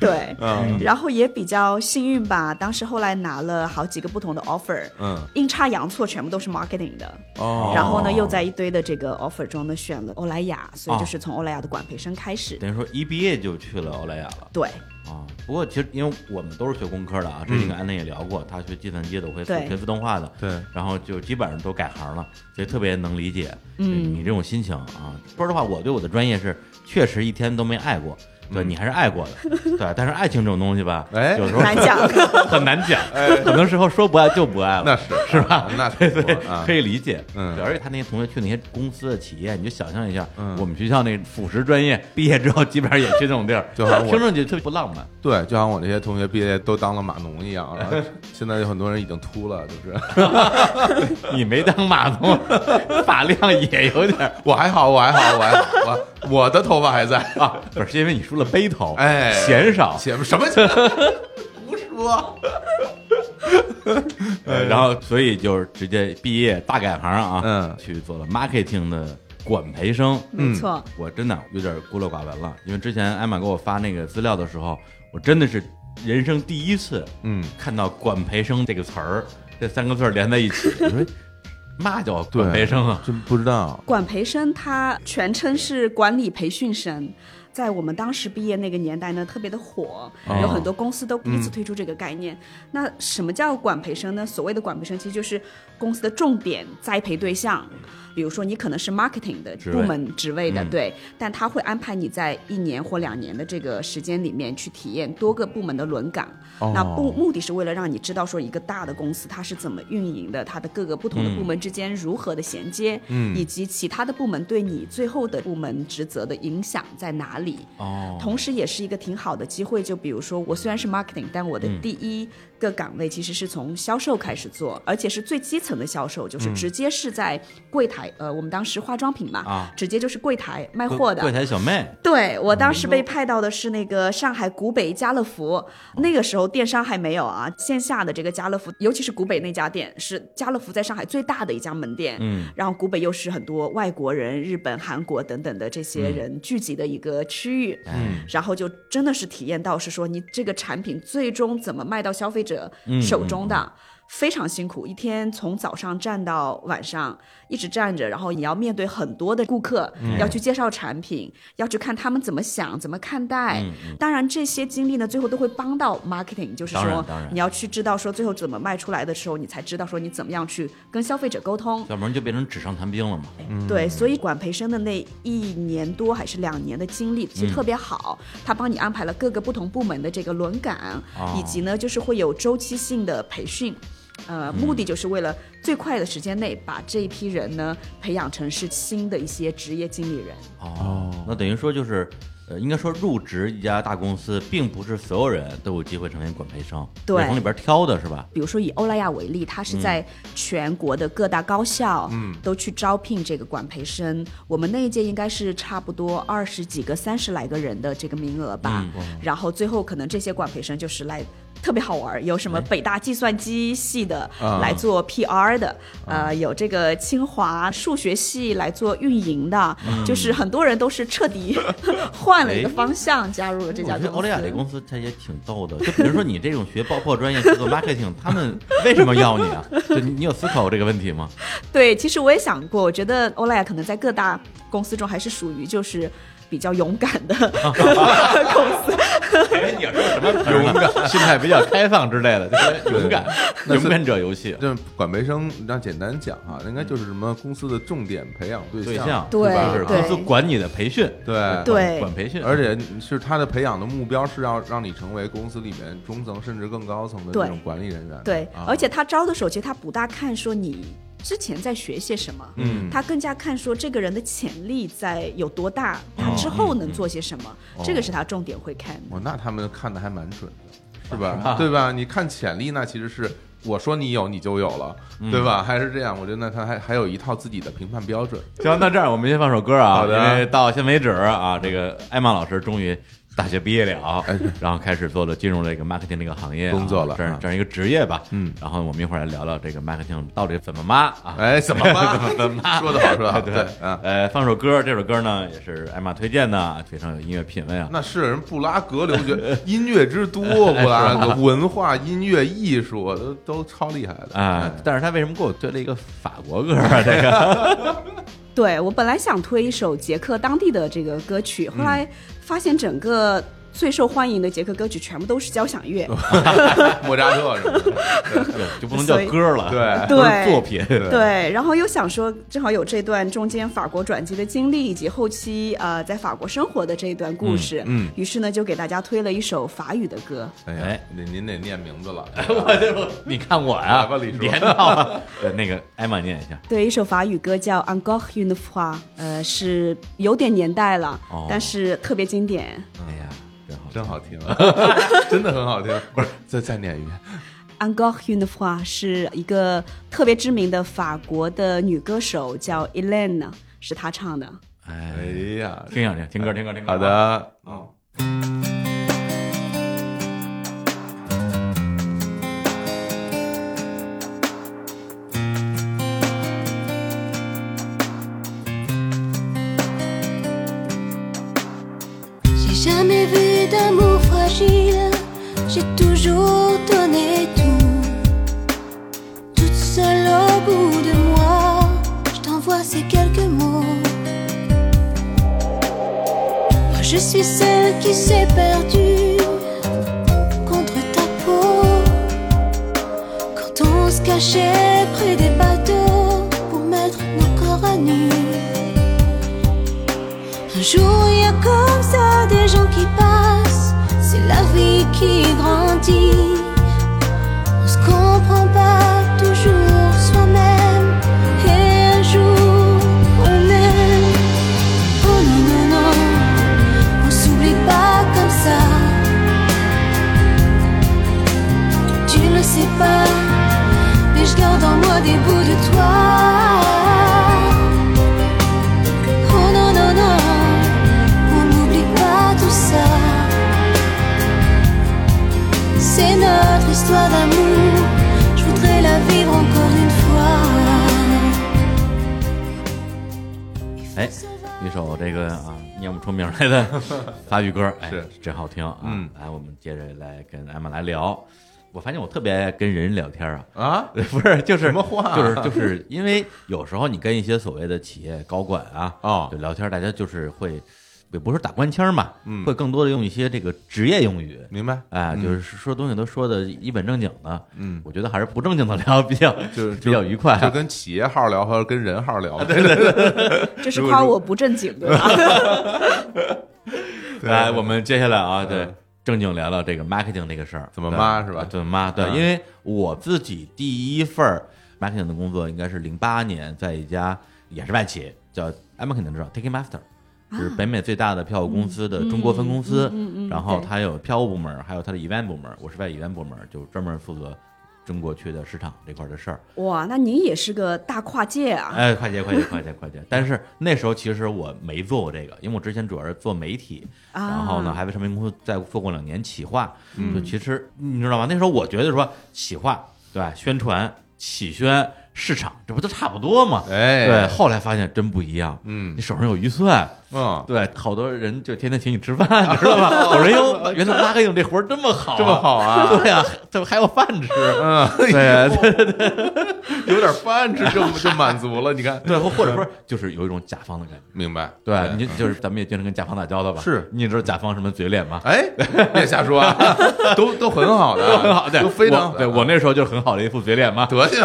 Speaker 3: 对，然后也比较幸运吧，当时后来拿了好几个不同的 offer，
Speaker 2: 嗯，
Speaker 3: 阴差阳错全部都是 marketing 的。
Speaker 2: 哦，
Speaker 3: 然后呢，又在一堆的这个 offer 中呢选了欧莱雅，
Speaker 2: 哦
Speaker 3: 所以就是从欧莱雅的管培生开始。
Speaker 1: 等于说一毕业就去了欧莱雅了
Speaker 3: 对，
Speaker 1: 啊。不过其实因为我们都是学工科的啊，之前跟安娜也聊过，她学计算机的，我会
Speaker 3: 对
Speaker 1: 学自动化的，
Speaker 2: 对，
Speaker 1: 然后就基本上都改行了，所以特别能理解嗯你这种心情啊。说实话，我对我的专业是确实一天都没爱过。对你还是爱过的，对，但是爱情这种东西吧，
Speaker 2: 哎
Speaker 1: 有时候
Speaker 3: 难讲。
Speaker 1: 很难讲，很多时候说不爱就不爱了，
Speaker 2: 那是是吧？那
Speaker 1: 对
Speaker 2: 是
Speaker 1: 对，
Speaker 2: 啊
Speaker 1: 可，以理解。
Speaker 2: 嗯
Speaker 1: 对而且他那些同学去那些公司的企业，你就想象一下，
Speaker 2: 嗯
Speaker 1: 我们学校那辅食专业毕业之后，基本上也去那种地儿，
Speaker 2: 就好像我
Speaker 1: 听上去特别不浪漫。
Speaker 2: 对，就像我这些同学毕业都当了码农一 样，然后现在有很多人已经秃了，就是
Speaker 1: 你没当码农， 发量也有点儿，
Speaker 2: 我还好，我还好，我还好，我我的头发还在啊，
Speaker 1: 不是是因为你梳了背头，
Speaker 2: 哎
Speaker 1: 嫌少。
Speaker 2: 姐什么 姐胡说，
Speaker 1: 呃然后所以就是直接毕业大改行啊，
Speaker 2: 嗯
Speaker 1: 去做了 marketing 的管培生。
Speaker 3: 没错，
Speaker 1: 我真的有点孤陋寡闻了，因为之前艾玛给我发那个资料的时候，我真的是人生第一次
Speaker 2: 嗯，
Speaker 1: 看到“管培生”这个词儿，这三个字儿连在一起，我说嘛叫管培生啊？
Speaker 2: 真不知道，
Speaker 3: 管培生他全称是管理培训生。在我们当时毕业那个年代呢，特别的火，
Speaker 2: 哦
Speaker 3: 有很多公司都第一次推出这个概念。那什么叫管培生呢？所谓的管培生，其实就是公司的重点栽培对象。比如说，你可能是 marketing 的
Speaker 1: 职位嗯
Speaker 3: 部门职位的，对，但他会安排你在一年或两年的这个时间里面去体验多个部门的轮岗。
Speaker 2: 哦
Speaker 3: 那不目的是为了让你知道说一个大的公司它是怎么运营的，它的各个不同的
Speaker 1: 嗯
Speaker 3: 部门之间如何的衔接，以及其他的部门对你最后的部门职责的影响在哪里。
Speaker 1: 哦，
Speaker 3: 同时，也是一个挺好的机会。就比如说，我虽然是 marketing，但我的
Speaker 1: 嗯
Speaker 3: 第一个岗位其实是从销售开始做，而且是最基层的销售，就是
Speaker 1: 嗯
Speaker 3: 直接是在柜台。呃，我们当时化妆品嘛，
Speaker 1: 啊
Speaker 3: 直接就是柜台卖货的。
Speaker 1: 柜台小妹，
Speaker 3: 对我当
Speaker 1: 哦
Speaker 3: 时被派到的是那个上海古北家乐福，那个时候电商还没有啊，线下的这个家乐福，尤其是古北那家店是家乐福在上海最大的一家门店，
Speaker 1: 嗯，
Speaker 3: 然后古北又是很多外国人、日本、韩国等等的这些人聚集的一个区域，
Speaker 1: 嗯，
Speaker 3: 然后就真的是体验到是说你这个产品最终怎么卖到消费者
Speaker 1: 嗯
Speaker 3: 手中的。非常辛苦，一天从早上站到晚上，一直站着，然后你要面对很多的顾客，
Speaker 1: 嗯
Speaker 3: 要去介绍产品，要去看他们怎么想、怎么看待。
Speaker 1: 嗯
Speaker 3: 当然，这些经历呢，最后都会帮到 marketing，就是
Speaker 1: 当然
Speaker 3: 说
Speaker 1: 当然
Speaker 3: 你要去知道说最后怎么卖出来的时候，你才知道说你怎么样去跟消费者沟通。
Speaker 1: 要不然就变成纸上谈兵了嘛。
Speaker 3: 对，所以管培生的那一年多还是两年的经历其实特别好，他帮你安排了各个不同部门的这个轮岗，
Speaker 1: 哦
Speaker 3: 以及呢就是会有周期性的培训。呃，目的就是为了最快的时间内把这一批人呢培养成是新的一些职业经理人。
Speaker 1: 哦，那等于说就是，呃，应该说入职一家大公司，并不是所有人都有机会成为管培生，
Speaker 3: 对
Speaker 1: 是从里边挑的是吧？
Speaker 3: 比如说以欧莱雅为例，它
Speaker 1: 嗯
Speaker 3: 是在全国的各大高校，嗯，都去招聘这个管培生。我们那一届应该是差不多二
Speaker 1: 嗯
Speaker 3: 十几个、三十来个人的这个名额吧。然后最后可能这些管培生就是来。特别好玩儿，有什
Speaker 1: 哎
Speaker 3: 么北大计算机系的
Speaker 2: 啊
Speaker 3: 来做 PR 的，
Speaker 1: 啊
Speaker 3: 呃，有这个清华数学系来做运营的，就是很多人都是彻底 换了一个
Speaker 1: 嗯哎
Speaker 3: 方向，加入了这家
Speaker 1: 我觉
Speaker 3: 公
Speaker 1: 得
Speaker 3: 司。
Speaker 1: 欧莱雅这公司它也挺逗的，就比如说你这种学爆破专业去做 marketing，他们为什么要你啊？ 就你你有思考过这个问题吗？
Speaker 3: 对，其实我也想过，我觉得欧莱雅可能在各大公司中还是属于就是比较勇敢的
Speaker 2: 啊
Speaker 3: 公司。
Speaker 1: 你要说什么勇敢、心态比较开放之类的，就是勇敢、
Speaker 2: 那
Speaker 1: 勇
Speaker 2: 是
Speaker 1: 敢者游戏啊
Speaker 2: 这管培生，那简单讲哈，应该就是什么公司的重点培养对
Speaker 1: 对
Speaker 2: 象，
Speaker 1: 象，
Speaker 3: 对
Speaker 1: 吧？
Speaker 2: 对
Speaker 1: 是公司管你的培训，
Speaker 2: 对
Speaker 3: 对
Speaker 1: 管培训，
Speaker 2: 而且是他的培养的目标是要让你成为公司里面中层甚至更高层的这
Speaker 3: 对
Speaker 2: 种管理人员。
Speaker 3: 对
Speaker 2: 啊，
Speaker 3: 而且他招的时候，其实他不大看说你之前在学些什么，
Speaker 2: 嗯
Speaker 3: 他更加看说这个人的潜力在有多大，他
Speaker 1: 哦
Speaker 3: 之后能做些什么，
Speaker 2: 嗯
Speaker 3: 这个是他重点会看的。
Speaker 2: 哦，那他们看的还蛮准的，是吧？对吧？你看潜力，那其实是我说你有，你就有了，对吧？还是这样，我觉得那他还还有一套自己的评判标准。
Speaker 1: 行，那这样我们先放首歌啊，
Speaker 2: 好的
Speaker 1: 因为到现为止啊，这个艾玛老师终于大学毕业了，然后开始做了进入这个 marketing 这个行业啊、
Speaker 2: 工作了
Speaker 1: 这
Speaker 2: 啊
Speaker 1: 样这样一个职业吧。
Speaker 2: 嗯
Speaker 1: 然后我们一会儿来聊聊这个 marketing 到底怎么抹啊。
Speaker 2: 哎，怎么办？ 怎么办？说的好，说的好，
Speaker 1: 对
Speaker 2: 对啊。
Speaker 1: 呃，放首歌，这首歌呢也是艾玛推荐的，非常有音乐品味啊。
Speaker 2: 那是人布拉格留学音乐之都，布拉格文化、音乐、艺术都都超厉害的
Speaker 1: 啊、
Speaker 2: 哎
Speaker 1: 但是他为什么给我推了一个法国歌啊？这 个
Speaker 3: 对我本来想推一首捷克当地的这个歌曲，
Speaker 2: 嗯
Speaker 3: 后来发现整个最受欢迎的捷克歌曲全部都是交响
Speaker 2: 哦
Speaker 3: 乐。
Speaker 2: 莫扎特什么的，
Speaker 1: 就不能叫歌了，
Speaker 2: 对
Speaker 1: 不是
Speaker 3: 对
Speaker 1: 作品，对
Speaker 3: 对，然后又想说，正好有这段中间法国转机的经历，以及后期呃在法国生活的这一段故事，
Speaker 2: 嗯嗯
Speaker 3: 于是呢就给大家推了一首法语的歌。
Speaker 2: 哎呀
Speaker 1: 哎，
Speaker 2: 您您得念名字 了。
Speaker 1: 我就你看我呀、
Speaker 2: 来吧李叔
Speaker 1: 连到 了，对那个艾玛念一下，
Speaker 3: 对，一首法语歌叫《Encore une fois》，呃，是有点年代了，
Speaker 1: 哦
Speaker 3: 但是特别经典。
Speaker 2: 嗯
Speaker 1: 哎呀，真好，
Speaker 2: 真好听，啊 真的很好听。不是，再再念一遍。
Speaker 3: Encore une fois 是一个特别知名的法国的女歌手叫 Elaine，是她唱的。
Speaker 1: 哎
Speaker 2: 哎呀，
Speaker 1: 听一下，听听歌，听歌，听歌。
Speaker 2: 好，的，
Speaker 1: 嗯，
Speaker 4: J'ai jamais vu d'amour fragile, j'ai toujours donné tout. Toute seule au bout de moi, je t'envoie ces quelques mots. Moi, je suis celle qui s'est perdue contre ta peau. Quand on se cachait près des bateaux pour mettre nos corps à nu. Un jour, il y a comme ça des gens qui passent. C'est la vie qui grandit. On se comprend pas toujours soi-même. Et un jour, on aime. Oh non, non, non. On s'oublie pas comme ça. Tu le sais pas. Mais je garde en moi des bouts de toi. Oh non, non, non, on n'oublie pas tout ça. C'est notre histoire d'amour, je voudrais la vivre encore une fois.
Speaker 1: 哎，一首这个啊念不出名来 的法语歌，哎
Speaker 2: 是，
Speaker 1: 真好听啊。
Speaker 2: 嗯
Speaker 1: 来，我们接着来跟艾玛来聊。我发现我特别爱跟人聊天啊，
Speaker 2: 啊，
Speaker 1: 不是，就是
Speaker 2: 什么话啊
Speaker 1: 就是就是因为有时候你跟一些所谓的企业高管啊，
Speaker 2: 哦
Speaker 1: 就聊天，大家就是会也不是打官腔嘛，
Speaker 2: 嗯
Speaker 1: 会更多的用一些这个职业用语，
Speaker 2: 明白？
Speaker 1: 哎，
Speaker 2: 嗯
Speaker 1: 就是说东西都说的一本正经的，
Speaker 2: 嗯
Speaker 1: 我觉得还是不正经的聊比较
Speaker 2: 就是
Speaker 1: 比较愉快啊
Speaker 2: 就跟企业号聊和跟人号聊。对
Speaker 3: 这是夸我不正经，对吧？
Speaker 1: 来，我们接下来啊，对
Speaker 2: 嗯，
Speaker 1: 正经聊聊这个 marketing 这个事儿，
Speaker 2: 怎么
Speaker 1: 对呃
Speaker 2: 抹是吧
Speaker 1: 怎么抹？对，
Speaker 2: 嗯
Speaker 1: 因为我自己第一份儿 marketing 的工作应该是零八年，在一家也是外企，叫 Emma 肯定知道，Ticket Master。是
Speaker 3: 啊
Speaker 1: 北美最大的票务公
Speaker 3: 嗯
Speaker 1: 司的中国分公司，然后
Speaker 3: 对
Speaker 1: 它有票务部门，还有它的 event 部门，我是在 event 部门，就专门负责中国区的市场这块的事儿。
Speaker 3: 哇，那您也是个大跨界啊！
Speaker 1: 哎，快捷，快捷，快捷，快捷！但是那时候其实我没做过这个，因为我之前主要是做媒体，
Speaker 3: 啊
Speaker 1: 然后呢还为唱片公司在做过两年企划，
Speaker 2: 嗯
Speaker 1: 就其实你知道吗？那时候我觉得说企划对吧宣传、企宣、市场，这不都差不多吗？
Speaker 2: 哎
Speaker 1: 对。后来发现真不一样，
Speaker 2: 嗯
Speaker 1: 你手上有预算，
Speaker 2: 嗯，
Speaker 1: 对，好多人就天天请你吃饭，你知道吗？ 我说哟，原来拉个影这活儿这么好，
Speaker 2: 这么，好啊，
Speaker 1: 对呀、怎么还有饭吃？
Speaker 2: 嗯，
Speaker 1: 对对
Speaker 2: 有点饭吃就就满足了，你看，
Speaker 1: 对，或或者说就是有一种甲方的感觉。
Speaker 2: 明白？
Speaker 1: 对，你就是咱们也经常跟甲方打交道吧？
Speaker 2: 哎是
Speaker 1: 你也知道甲方什么嘴脸吗？
Speaker 2: 哎，别瞎说啊，都都很好的，
Speaker 1: 都很好，对，
Speaker 2: 都非常啊
Speaker 1: 我对我那时候就是很好的一副嘴脸嘛。
Speaker 2: 德行，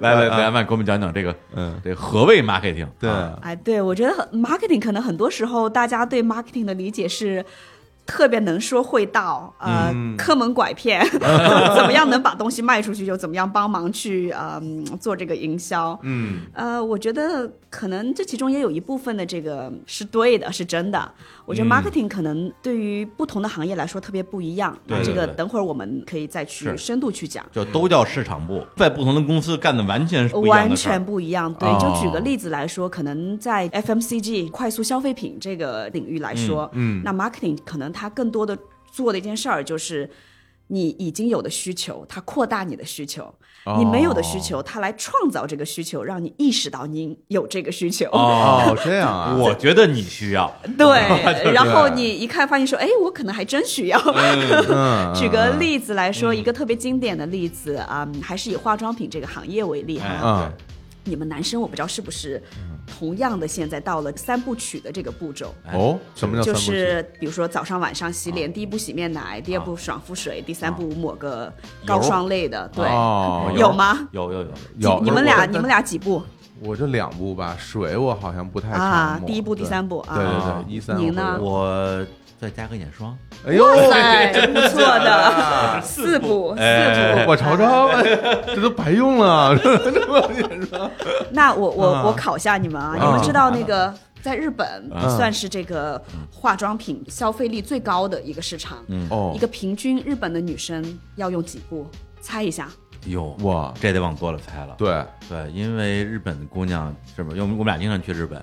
Speaker 1: 来来，来，曼给我们讲讲这个，
Speaker 2: 嗯，
Speaker 1: 这何谓 marketing？
Speaker 2: 对，
Speaker 1: 啊
Speaker 3: 哎，对，我觉得很 marketing 可能很多时候大家对 marketing 的理解是。特别能说会道，呃，
Speaker 2: 嗯
Speaker 3: 坑蒙拐 骗，怎么样能把东西卖出去，就怎么样帮忙去呃嗯做这个营销。
Speaker 2: 嗯，
Speaker 3: 呃，我觉得可能这其中也有一部分的这个是对的，是真的。我
Speaker 1: 嗯
Speaker 3: 觉得 marketing 可能对于不同的行业来说特别不一样。
Speaker 1: 对
Speaker 3: 那这
Speaker 1: 对
Speaker 3: 个
Speaker 1: 对
Speaker 3: 等会儿我们可以再去
Speaker 1: 是
Speaker 3: 深度去讲。
Speaker 1: 就都叫市场部，在不同的公司干的完全是不一样
Speaker 3: 完
Speaker 1: 的事儿
Speaker 3: 全不一样，对，
Speaker 1: 哦
Speaker 3: 就举个例子来说，可能在 FMCG 快速消费品这个领域来说，
Speaker 2: 嗯嗯
Speaker 3: 那 marketing 可能它更多的做的一件事儿就是，你已经有的需求，它扩大你的需求，
Speaker 1: 哦
Speaker 3: 你没有的需求，它来创造这个需求，让你意识到你有这个需求。
Speaker 1: 哦。
Speaker 2: 哦，这样啊，
Speaker 1: 我觉得你需要，
Speaker 3: 对，然后你一看发现说，哎，我可能还真需要。
Speaker 2: 嗯，
Speaker 3: 举个例子来
Speaker 1: 嗯
Speaker 3: 说，一个特别经典的例子啊、嗯还是以化妆品这个行业为例哈。
Speaker 1: 哎
Speaker 2: 嗯，
Speaker 3: 你们男生我不知道是不是同样的，现在到了三部曲的这个步骤，
Speaker 1: 哎
Speaker 2: 哦，什么叫三
Speaker 3: 就
Speaker 2: 部曲？啊
Speaker 3: 是比如说早上晚上洗脸，第一步洗面奶，第二步爽肤水，第三步抹个膏霜类的，对，
Speaker 2: 哦，
Speaker 3: 有吗？
Speaker 1: 有有有，
Speaker 3: 几
Speaker 2: 有，
Speaker 3: 你们俩
Speaker 2: 我
Speaker 3: 你们，俩几步
Speaker 2: 我这两步吧，水我好像不太常
Speaker 3: 啊？
Speaker 2: 摸
Speaker 3: 第一步、第，三步
Speaker 2: 对对
Speaker 3: 啊？
Speaker 2: 对对，一三，
Speaker 3: 您呢
Speaker 1: 我再加个眼霜，
Speaker 2: 哎呦，
Speaker 3: 哎，不错 的，
Speaker 2: 啊
Speaker 3: 四步，四
Speaker 1: 哎
Speaker 3: 步。
Speaker 2: 我 瞅瞅，哎这都白用了， 这么点说，
Speaker 3: 那我我
Speaker 2: 啊
Speaker 3: 我考一下你们啊，
Speaker 2: 啊
Speaker 3: 你们知道那个在日本
Speaker 2: 啊
Speaker 3: 算是这个化妆品消费力最高的一个市场，
Speaker 1: 嗯
Speaker 2: 哦
Speaker 3: 一个平均日本的女生要用几步？猜一下，
Speaker 1: 哟，
Speaker 2: 哇，
Speaker 1: 这得往多了猜了。
Speaker 2: 对，啊
Speaker 1: 对，因为日本的姑娘是吧？因为我们我们俩经常去日本，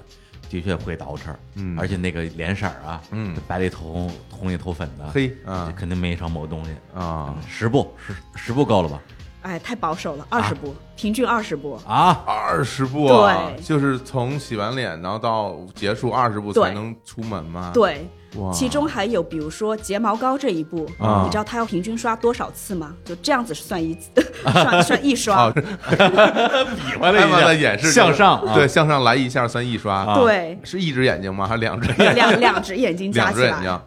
Speaker 1: 的确会捯饬，
Speaker 2: 嗯
Speaker 1: 而且那个脸色儿啊，
Speaker 2: 嗯
Speaker 1: 白里透红，红里透粉的，
Speaker 2: 嘿啊
Speaker 1: 肯定没少抹东西。
Speaker 2: 啊，
Speaker 1: 十步，十十步够了吧？
Speaker 3: 哎，太保守了，
Speaker 2: 啊
Speaker 3: 二十步，平均二十步。
Speaker 1: 啊，
Speaker 2: 二十步啊，
Speaker 3: 对
Speaker 2: 就是从洗完脸然后到结束二十步
Speaker 3: 对
Speaker 2: 才能出门吗？，
Speaker 3: 对，
Speaker 2: 哇，
Speaker 3: 其中还有比如说睫毛膏这一步，
Speaker 2: 啊
Speaker 3: 你知道它要平均刷多少次吗？就这样子算一， 算算一刷
Speaker 2: 啊。，
Speaker 1: 比划
Speaker 2: 艾玛的演示
Speaker 1: 向上，啊
Speaker 2: 对，，向上来一下算一刷，
Speaker 1: 啊
Speaker 3: 对，
Speaker 2: 是一只眼睛吗？还是两只眼？
Speaker 3: 两两只眼睛加
Speaker 2: 两
Speaker 3: 起
Speaker 2: 只眼睛
Speaker 3: 来，，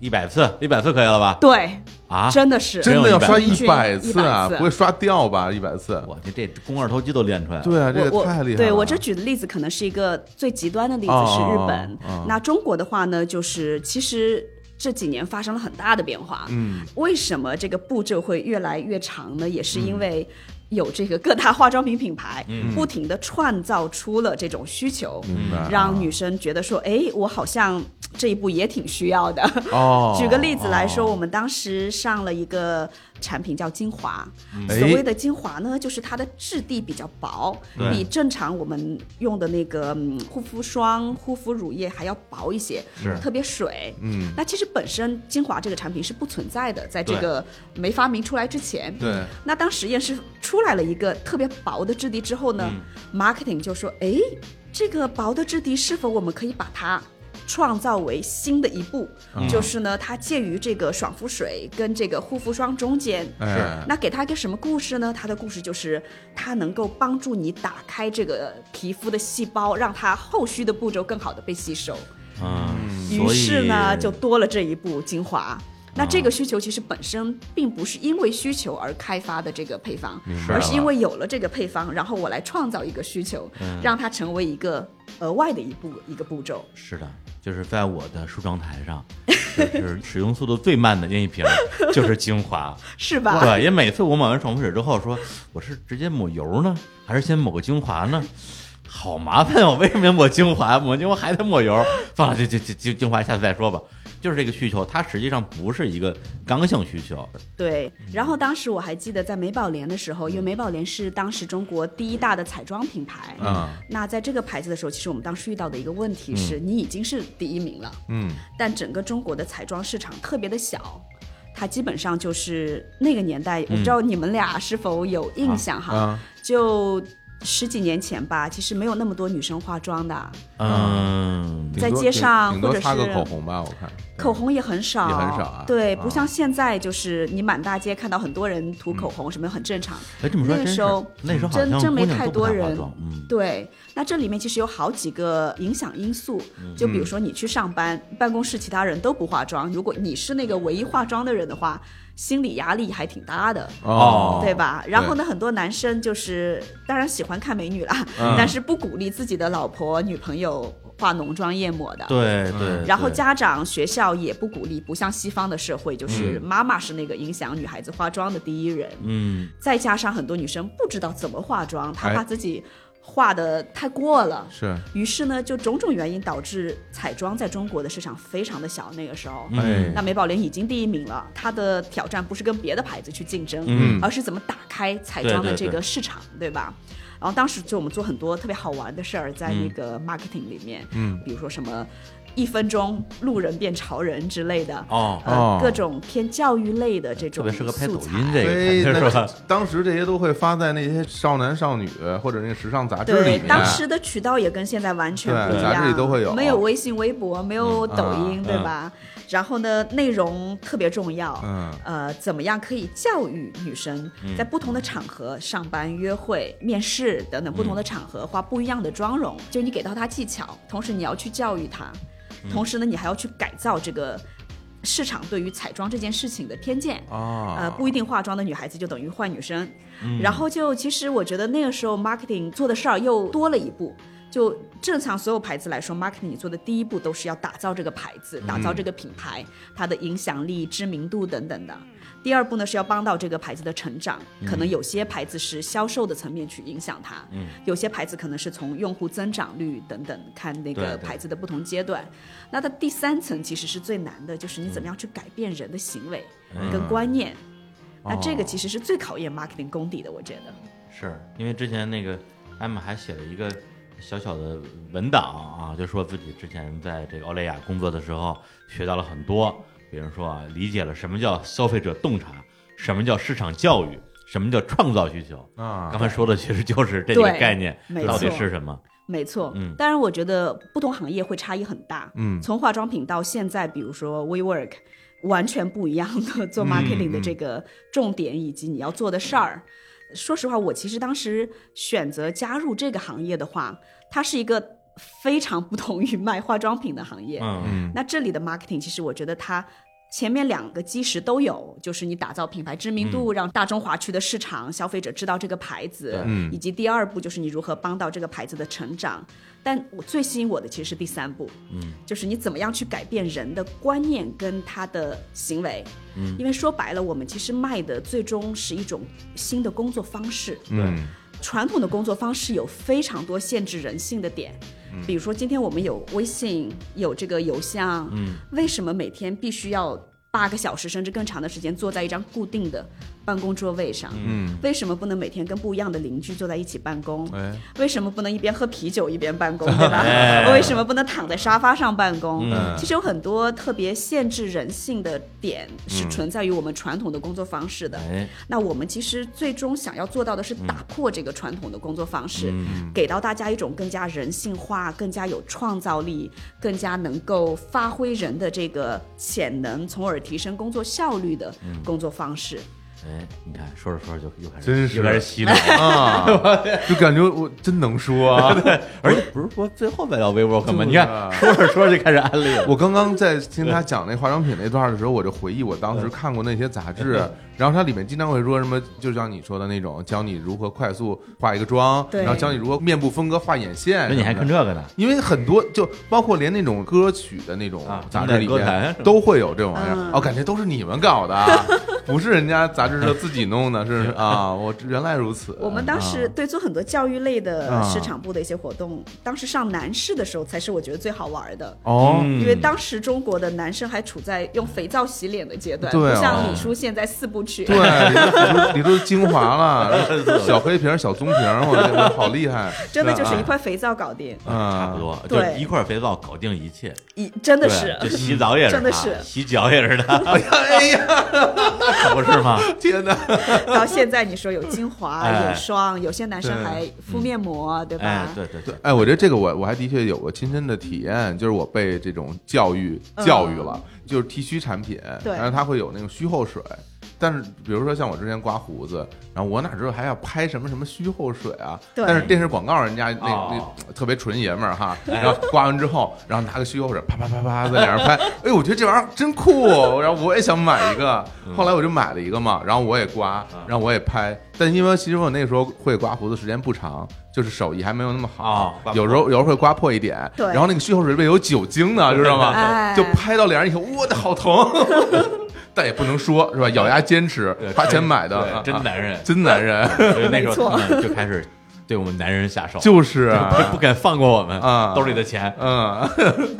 Speaker 1: 一百次，一百次可以了吧？
Speaker 3: 对，
Speaker 1: 啊，
Speaker 3: 真的是
Speaker 2: 真的要刷一
Speaker 3: 100
Speaker 2: 百
Speaker 3: 次
Speaker 2: 次啊，
Speaker 3: 100次
Speaker 2: 不会刷掉吧？一百次，
Speaker 1: 我这这肱二头肌都练出来了。
Speaker 2: 对啊，这
Speaker 3: 我
Speaker 2: 个
Speaker 3: 我
Speaker 2: 太厉害了。
Speaker 3: 对我这举的例子可能是一个最极端的例子，是日本
Speaker 2: 哦哦哦哦。
Speaker 3: 那中国的话呢，就是其实这几年发生了很大的变化。
Speaker 2: 嗯，
Speaker 3: 为什么这个步骤会越来越长呢？也是
Speaker 2: 嗯
Speaker 3: 因为有这个各大化妆品品牌不停的创造出了这种需求，
Speaker 2: 明白。啊
Speaker 3: 让女生觉得说，哎，我好像这一步也挺需要的。
Speaker 2: 哦，
Speaker 3: 举个例子来说，我们当时上了一个产品叫精华，
Speaker 2: 哎
Speaker 3: 所谓的精华呢，就是它的质地比较薄，
Speaker 1: 对
Speaker 2: 哎
Speaker 3: 比正常我们用的那个、嗯护肤霜、护肤乳液还要薄一些，
Speaker 1: 是
Speaker 3: 特别水。
Speaker 2: 嗯，
Speaker 3: 那其实本身精华这个产品是不存在的，在这个没发明出来之前，
Speaker 2: 对，
Speaker 3: 那当实验室出来了一个特别薄的质地之后呢、m a r k e t i n g 就说：“哎，这个薄的质地是否我们可以把它创造为新的一步？就是呢，它介于这个爽肤水跟这个护肤霜中间。
Speaker 2: 哎，
Speaker 3: 那给它一个什么故事呢？它的故事就是它能够帮助你打开这个皮肤的细胞，让它后续的步骤更好的被吸收。
Speaker 1: 嗯，
Speaker 3: 于是呢，
Speaker 1: 所
Speaker 3: 就
Speaker 1: 以啊
Speaker 3: 多了这一步精华。那这个需求其实本身并不是因为需求而开发的这个配方，
Speaker 1: 白
Speaker 3: 而
Speaker 1: 了
Speaker 3: 是因为有了这个配方，然后我来创造一个需求，
Speaker 1: 嗯
Speaker 3: 让它成为一个额外的一步一个步骤。
Speaker 1: 是的，就是在我的梳妆台上，就是 使用速度最慢的那一瓶儿就是精华。
Speaker 3: 是吧？
Speaker 1: 对，因为每次我抹完爽肤水之后说，我是直接抹油呢，还是先抹个精华呢？好麻烦哦，为什么要抹精华？抹精华还得抹油，算了，这这这精精华下次再说吧。就是这个需求，它实际上不是一个刚性需求，
Speaker 3: 对，
Speaker 1: 嗯
Speaker 3: 然后当时我还记得在美宝莲的时候，因为美宝莲是当时中国第一大的彩妆品牌。
Speaker 2: 嗯
Speaker 3: 那在这个牌子的时候，其实我们当时遇到的一个问
Speaker 1: 嗯
Speaker 3: 题是，你已经是第一名了，
Speaker 2: 嗯
Speaker 3: 但整个中国的彩妆市场特别的小。它基本上就是那个年代，我不知道你们俩是否有印象哈？
Speaker 2: 嗯啊
Speaker 3: 就十几年前吧，其实没有那么多女生化妆的，
Speaker 2: 嗯
Speaker 1: 嗯，
Speaker 2: 顶
Speaker 3: 在
Speaker 2: 多
Speaker 3: 街
Speaker 2: 顶
Speaker 3: 上
Speaker 2: 顶
Speaker 3: 或
Speaker 2: 多
Speaker 3: 者
Speaker 2: 擦个
Speaker 3: 是
Speaker 2: 口红吧，我看
Speaker 3: 口红也很少，
Speaker 2: 也很少啊
Speaker 3: 对，
Speaker 2: 啊
Speaker 3: 不像现在，就是你满大街看到很多人涂口
Speaker 2: 嗯
Speaker 3: 红，什么很正常。
Speaker 1: 哎，这么说
Speaker 3: 那
Speaker 1: 真
Speaker 3: 个
Speaker 1: 是
Speaker 3: 时候
Speaker 1: 那时候好
Speaker 3: 真
Speaker 1: 像
Speaker 3: 真没
Speaker 1: 姑娘
Speaker 3: 太
Speaker 1: 都不
Speaker 3: 多
Speaker 1: 敢化
Speaker 3: 人
Speaker 1: 妆嗯，
Speaker 3: 对，那这里面其实有好几个影响因素，
Speaker 2: 嗯
Speaker 3: 就比如说你去上班，办公室其他人都不化妆，如果你是那个唯一化妆的人的话，心理压力还挺大的。
Speaker 1: 哦
Speaker 3: 对吧？然后呢，很多男生就是当然喜欢看美女啦，
Speaker 1: 嗯
Speaker 3: 但是不鼓励自己的老婆、女朋友化浓妆艳抹的。
Speaker 1: 对嗯对。
Speaker 3: 然后
Speaker 1: 对
Speaker 3: 家长、学校也不鼓励，不像西方的社会，就是妈妈是那个影响女孩子化妆的第一人。
Speaker 1: 嗯，
Speaker 3: 再加上很多女生不知道怎么化妆，她
Speaker 2: 哎
Speaker 3: 怕自己化的太过了，
Speaker 2: 是，
Speaker 3: 于是呢，就种种原因导致彩妆在中国的市场非常的小。那个时
Speaker 1: 嗯
Speaker 3: 候，
Speaker 2: 哎
Speaker 3: 那，美宝莲已经第一名了，它的挑战不是跟别的牌子去竞争，
Speaker 1: 嗯
Speaker 3: 而是怎么打开彩妆
Speaker 1: 对
Speaker 3: 的
Speaker 1: 对对
Speaker 3: 这个市场，对吧？然后当时就我们做很多特别好玩的事儿，在那个 marketing 里面，
Speaker 2: 嗯，
Speaker 3: 比如说什么一分钟路人变潮人之类的，
Speaker 1: 哦
Speaker 3: 呃，
Speaker 2: 哦
Speaker 3: 各种偏教育类的这
Speaker 1: 特
Speaker 3: 种
Speaker 1: 别适合拍抖
Speaker 3: 素材
Speaker 1: 音这
Speaker 2: 对，
Speaker 1: 个，
Speaker 2: 那
Speaker 1: 是吧？
Speaker 2: 当时这些都会发在那些少男少女或者那个时尚杂志里
Speaker 3: 对
Speaker 2: 面。，
Speaker 3: 当时的渠道也跟现在完全
Speaker 2: 对
Speaker 3: 不一样，
Speaker 2: 杂志里都会有
Speaker 3: 没有微信、微博，没有抖
Speaker 2: 嗯
Speaker 3: 音，对吧？然后呢，内容特别重要。
Speaker 2: 嗯
Speaker 3: 呃，怎么样可以教育女生，在不同的场合，上班、约会、面试等等不同的场合，化不一样的妆容，就你给到她技巧，同时你要去教育她，同时呢，你还要去改造这个市场对于彩妆这件事情的偏见。
Speaker 2: 啊，
Speaker 3: 呃，不一定化妆的女孩子就等于坏女生。然后就其实我觉得那个时候 marketing 做的事儿又多了一步。就正常所有牌子来说，marketing 你做的第一步都是要打造这个牌子，打造这个品牌，它的影响力、知名度等等的。第二步呢是要帮到这个牌子的成长，可
Speaker 1: 嗯
Speaker 3: 能有些牌子是销售的层面去影响它，有些牌子可能是从用户增长率等等看
Speaker 1: 对
Speaker 3: 那
Speaker 1: 对
Speaker 3: 个牌子的不同阶段。那它第三层其实是最难的，就是你
Speaker 1: 嗯
Speaker 3: 怎么样去改变人的行为跟观念。
Speaker 1: 嗯
Speaker 3: 那这个
Speaker 1: 哦
Speaker 3: 其实是最考验 marketing 功底的，我觉得。
Speaker 1: 是因为之前那个艾玛还写了一个小小的文档啊，就说自己之前在这个欧莱雅工作的时候学到了很多，比如说啊，理解了什么叫消费者洞察，什么叫市场教育，什么叫创造需求。
Speaker 2: 啊
Speaker 1: 刚才说的其实就是这几个
Speaker 3: 对
Speaker 1: 概念
Speaker 3: 没
Speaker 1: 到底
Speaker 3: 错
Speaker 1: 是什么？
Speaker 3: 没错，
Speaker 1: 嗯
Speaker 3: 当然我觉得不同行业会差异很大，
Speaker 2: 嗯
Speaker 3: 从化妆品到现在，比如说 WeWork，完全不一样
Speaker 1: 嗯
Speaker 3: 的做 marketing 的这个重点以及你要做的事儿。说实话，我其实当时选择加入这个行业的话，它是一个非常不同于卖化妆品的行业，
Speaker 1: 嗯，
Speaker 2: 嗯
Speaker 3: 那这里的 marketing 其实我觉得它前面两个基石都有，就是你打造品牌知名度，让大中华区的市场消费者知道这个牌子，
Speaker 2: 嗯
Speaker 3: 以及第二步就是你如何帮到这个牌子的成长。但我最吸引我的其实是第三步，嗯，就是你怎么样去改变人的观念跟他的行为，嗯，因为说白了，我们其实卖的最终是一种新的工作方式，
Speaker 2: 嗯
Speaker 3: 传统的工作方式有非常多限制人性的点，
Speaker 2: 嗯
Speaker 3: 比如说今天我们有微信，有这个邮箱，嗯，为什么每天必须要八个小时甚至更长的时间坐在一张固定的办公桌位上？
Speaker 2: 嗯，
Speaker 3: 为什么不能每天跟不一样的邻居坐在一起办公？
Speaker 2: 哎，
Speaker 3: 为什么不能一边喝啤酒一边 办公，对吧？为什么不能躺在沙发上办公？
Speaker 2: 嗯
Speaker 3: 其实有很多特别限制人性的点是存在于我们传统的工作方式的。
Speaker 1: 哎，
Speaker 3: 那我们其实最终想要做到的是
Speaker 2: 嗯
Speaker 3: 打破这个传统的工作方式，给到大家一种更加人性化、更加有创造力、更加能够发挥人的这个潜能，从而提升工作效率的
Speaker 2: 嗯
Speaker 3: 工作方式。
Speaker 1: 哎，你看，说着说着就又开始，
Speaker 2: 真是
Speaker 1: 又开始洗脑了。
Speaker 2: 啊，就感觉我真能说 啊。
Speaker 1: 而且啊不是说最后再聊 WeWork 吗？
Speaker 2: 就是
Speaker 1: 你看，说着说着就开始安利了。
Speaker 2: 我刚刚在听他讲那化妆品那段的时候，我就回忆我当时看过那些杂志，然后它里面经常会说什么，就像你说的那种，教你如何快速化一个妆，
Speaker 3: 对
Speaker 2: 然后教你如何面部分割、画眼线。
Speaker 1: 那你还
Speaker 2: 看
Speaker 1: 看这个呢？
Speaker 2: 因为很多就包括连那种歌曲的那种
Speaker 1: 啊
Speaker 2: 杂志里
Speaker 1: 歌坛
Speaker 2: 边
Speaker 1: 是吧
Speaker 2: 都会有这种玩意儿
Speaker 3: 嗯，
Speaker 2: 哦，感觉都是你们搞的啊，不是人家杂志社自己弄 的，是啊，我原来如此。
Speaker 3: 我们当时
Speaker 2: 啊
Speaker 3: 对做很多教育类的
Speaker 2: 啊
Speaker 3: 市场部的一些活动，当时上男士的时候才是我觉得最好玩的。
Speaker 2: 哦，
Speaker 1: 嗯
Speaker 3: 因为当时中国的男生还处在用肥皂洗脸的阶段，
Speaker 2: 对啊
Speaker 3: 不像李叔现在四部曲。
Speaker 2: 对，你都你 都精华 了，小黑瓶、小棕瓶，我觉得好厉害，
Speaker 3: 真的就是一块肥皂搞定，
Speaker 1: 啊差不
Speaker 2: 嗯，
Speaker 1: 多，就
Speaker 3: 对
Speaker 1: 一块肥皂搞定一切。
Speaker 3: 一真的
Speaker 1: 对
Speaker 3: 是
Speaker 1: 就洗澡也是它，
Speaker 3: 真的是
Speaker 1: 洗脚也是 它，
Speaker 2: 哎呀，
Speaker 1: 可不是吗？
Speaker 2: 天哪！
Speaker 3: 到现在你说有精华、
Speaker 1: 哎
Speaker 3: 有霜，有些男生
Speaker 2: 对嗯
Speaker 3: 还敷面膜， 对
Speaker 1: 哎
Speaker 3: 吧？，
Speaker 1: 对对对，
Speaker 2: 哎，我觉得这个我我还的确有过亲身的体验，就是我被这种教育
Speaker 3: 嗯
Speaker 2: 教育了，就是剃须产品，
Speaker 3: 对
Speaker 2: 然后它会有那种须后水。但是，比如说像我之前刮胡子，然后我哪知道还要拍什么什么须后水啊？
Speaker 3: 对
Speaker 2: 但是电视广告人家那、
Speaker 1: 哦
Speaker 2: 那特别纯爷们儿哈，然后刮完之后，然后拿个须后水啪啪啪啪在脸上拍，哎呦，我觉得这玩意儿真酷、然后我也想买一个，后来我就买了一个嘛，然后我也刮，然后我也拍，但因为其实我那时候会刮胡子时间不长，就是手艺还没有那么好。
Speaker 1: 哦刮破
Speaker 2: 啊有时候有时候会刮破一点，
Speaker 3: 对
Speaker 2: 然后那个蓄后水里面有酒精呢，知道吗？
Speaker 3: 哎
Speaker 2: 就拍到脸上以后，我的好疼， 但也不能说是吧？咬牙坚持，花钱买的，啊
Speaker 1: 对真男人
Speaker 2: 啊，真男人，
Speaker 1: 所以那时
Speaker 3: 没
Speaker 1: 候
Speaker 3: 错
Speaker 1: 他们就开始对我们男人下手，
Speaker 2: 就是
Speaker 1: 不
Speaker 2: 啊
Speaker 1: 不，敢放过我们
Speaker 2: 啊
Speaker 1: 兜里的钱。
Speaker 2: 嗯，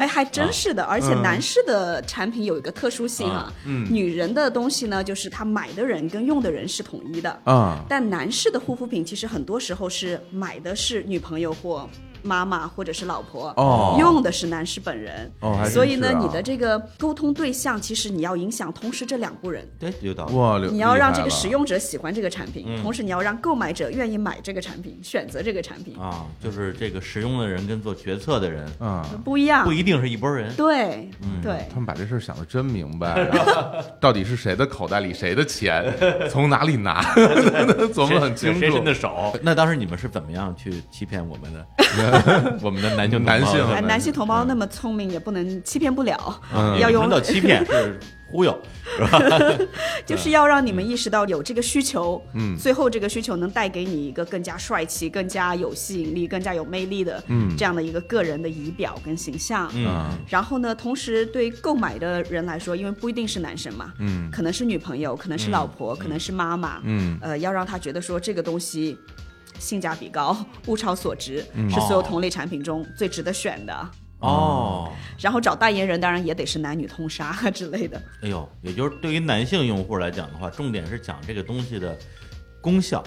Speaker 3: 哎，还真是的，而且男士的产品有一个特殊性啊，
Speaker 2: 嗯
Speaker 3: 女人的东西呢，就是他买的人跟用的人是统一的，
Speaker 2: 啊，
Speaker 3: 但男士的护肤品其实很多时候是买的是女朋友或妈妈或者是老婆，
Speaker 2: 哦
Speaker 3: 用的是男士本人，
Speaker 2: 哦还真
Speaker 3: 所以呢，
Speaker 2: 是啊
Speaker 3: 你的这个沟通对象其实你要影响同时这两拨人。
Speaker 1: 对，有道理。
Speaker 2: 哇，
Speaker 3: 你要让
Speaker 2: 厉害
Speaker 3: 这个
Speaker 2: 了
Speaker 3: 使用者喜欢这个产品，同时你要让购买者愿意买这个产品，选择这个产品，
Speaker 1: 啊，就是这个使用的人跟做决策的人
Speaker 2: 啊。
Speaker 3: 不一样
Speaker 1: 不。一定是一拨人。
Speaker 3: 对，对，
Speaker 2: 他们把这事儿想得真明白，到底是谁的口袋里谁的钱，从哪里 拿， 琢磨得很
Speaker 1: 谁
Speaker 2: 清
Speaker 1: 谁
Speaker 2: 楚
Speaker 1: 伸。的手？那当时你们是怎么样去欺骗我们的？ 我们的男性同胞
Speaker 2: 男性
Speaker 3: 哎，
Speaker 2: 嗯
Speaker 3: 男性同胞那么聪明，也不能欺骗不了，
Speaker 2: 嗯
Speaker 3: 要
Speaker 1: 也不
Speaker 3: 用
Speaker 1: 能叫欺骗，是忽悠。
Speaker 3: 就是要让你们意识到有这个需求，
Speaker 2: 嗯
Speaker 3: 最后这个需求能带给你一个更加帅气、更加有吸引力、更加有魅力的，
Speaker 2: 嗯
Speaker 3: 这样的一个个人的仪表跟形象，
Speaker 1: 嗯，
Speaker 3: 然后呢，同时对购买的人来说，因为不一定是男生嘛，
Speaker 2: 嗯
Speaker 3: 可能是女朋友，可能是老婆，可能是妈妈，
Speaker 2: 嗯
Speaker 3: 呃，要让他觉得说这个东西。性价比高， 物超所值，
Speaker 2: 嗯
Speaker 3: 是所有同类产品中最值得选的。
Speaker 1: 哦，
Speaker 3: 然后找代言人，当然也得是男女通杀啊之类的。
Speaker 1: 哎呦，也就是对于男性用户来讲的话，重点是讲这个东西的功效，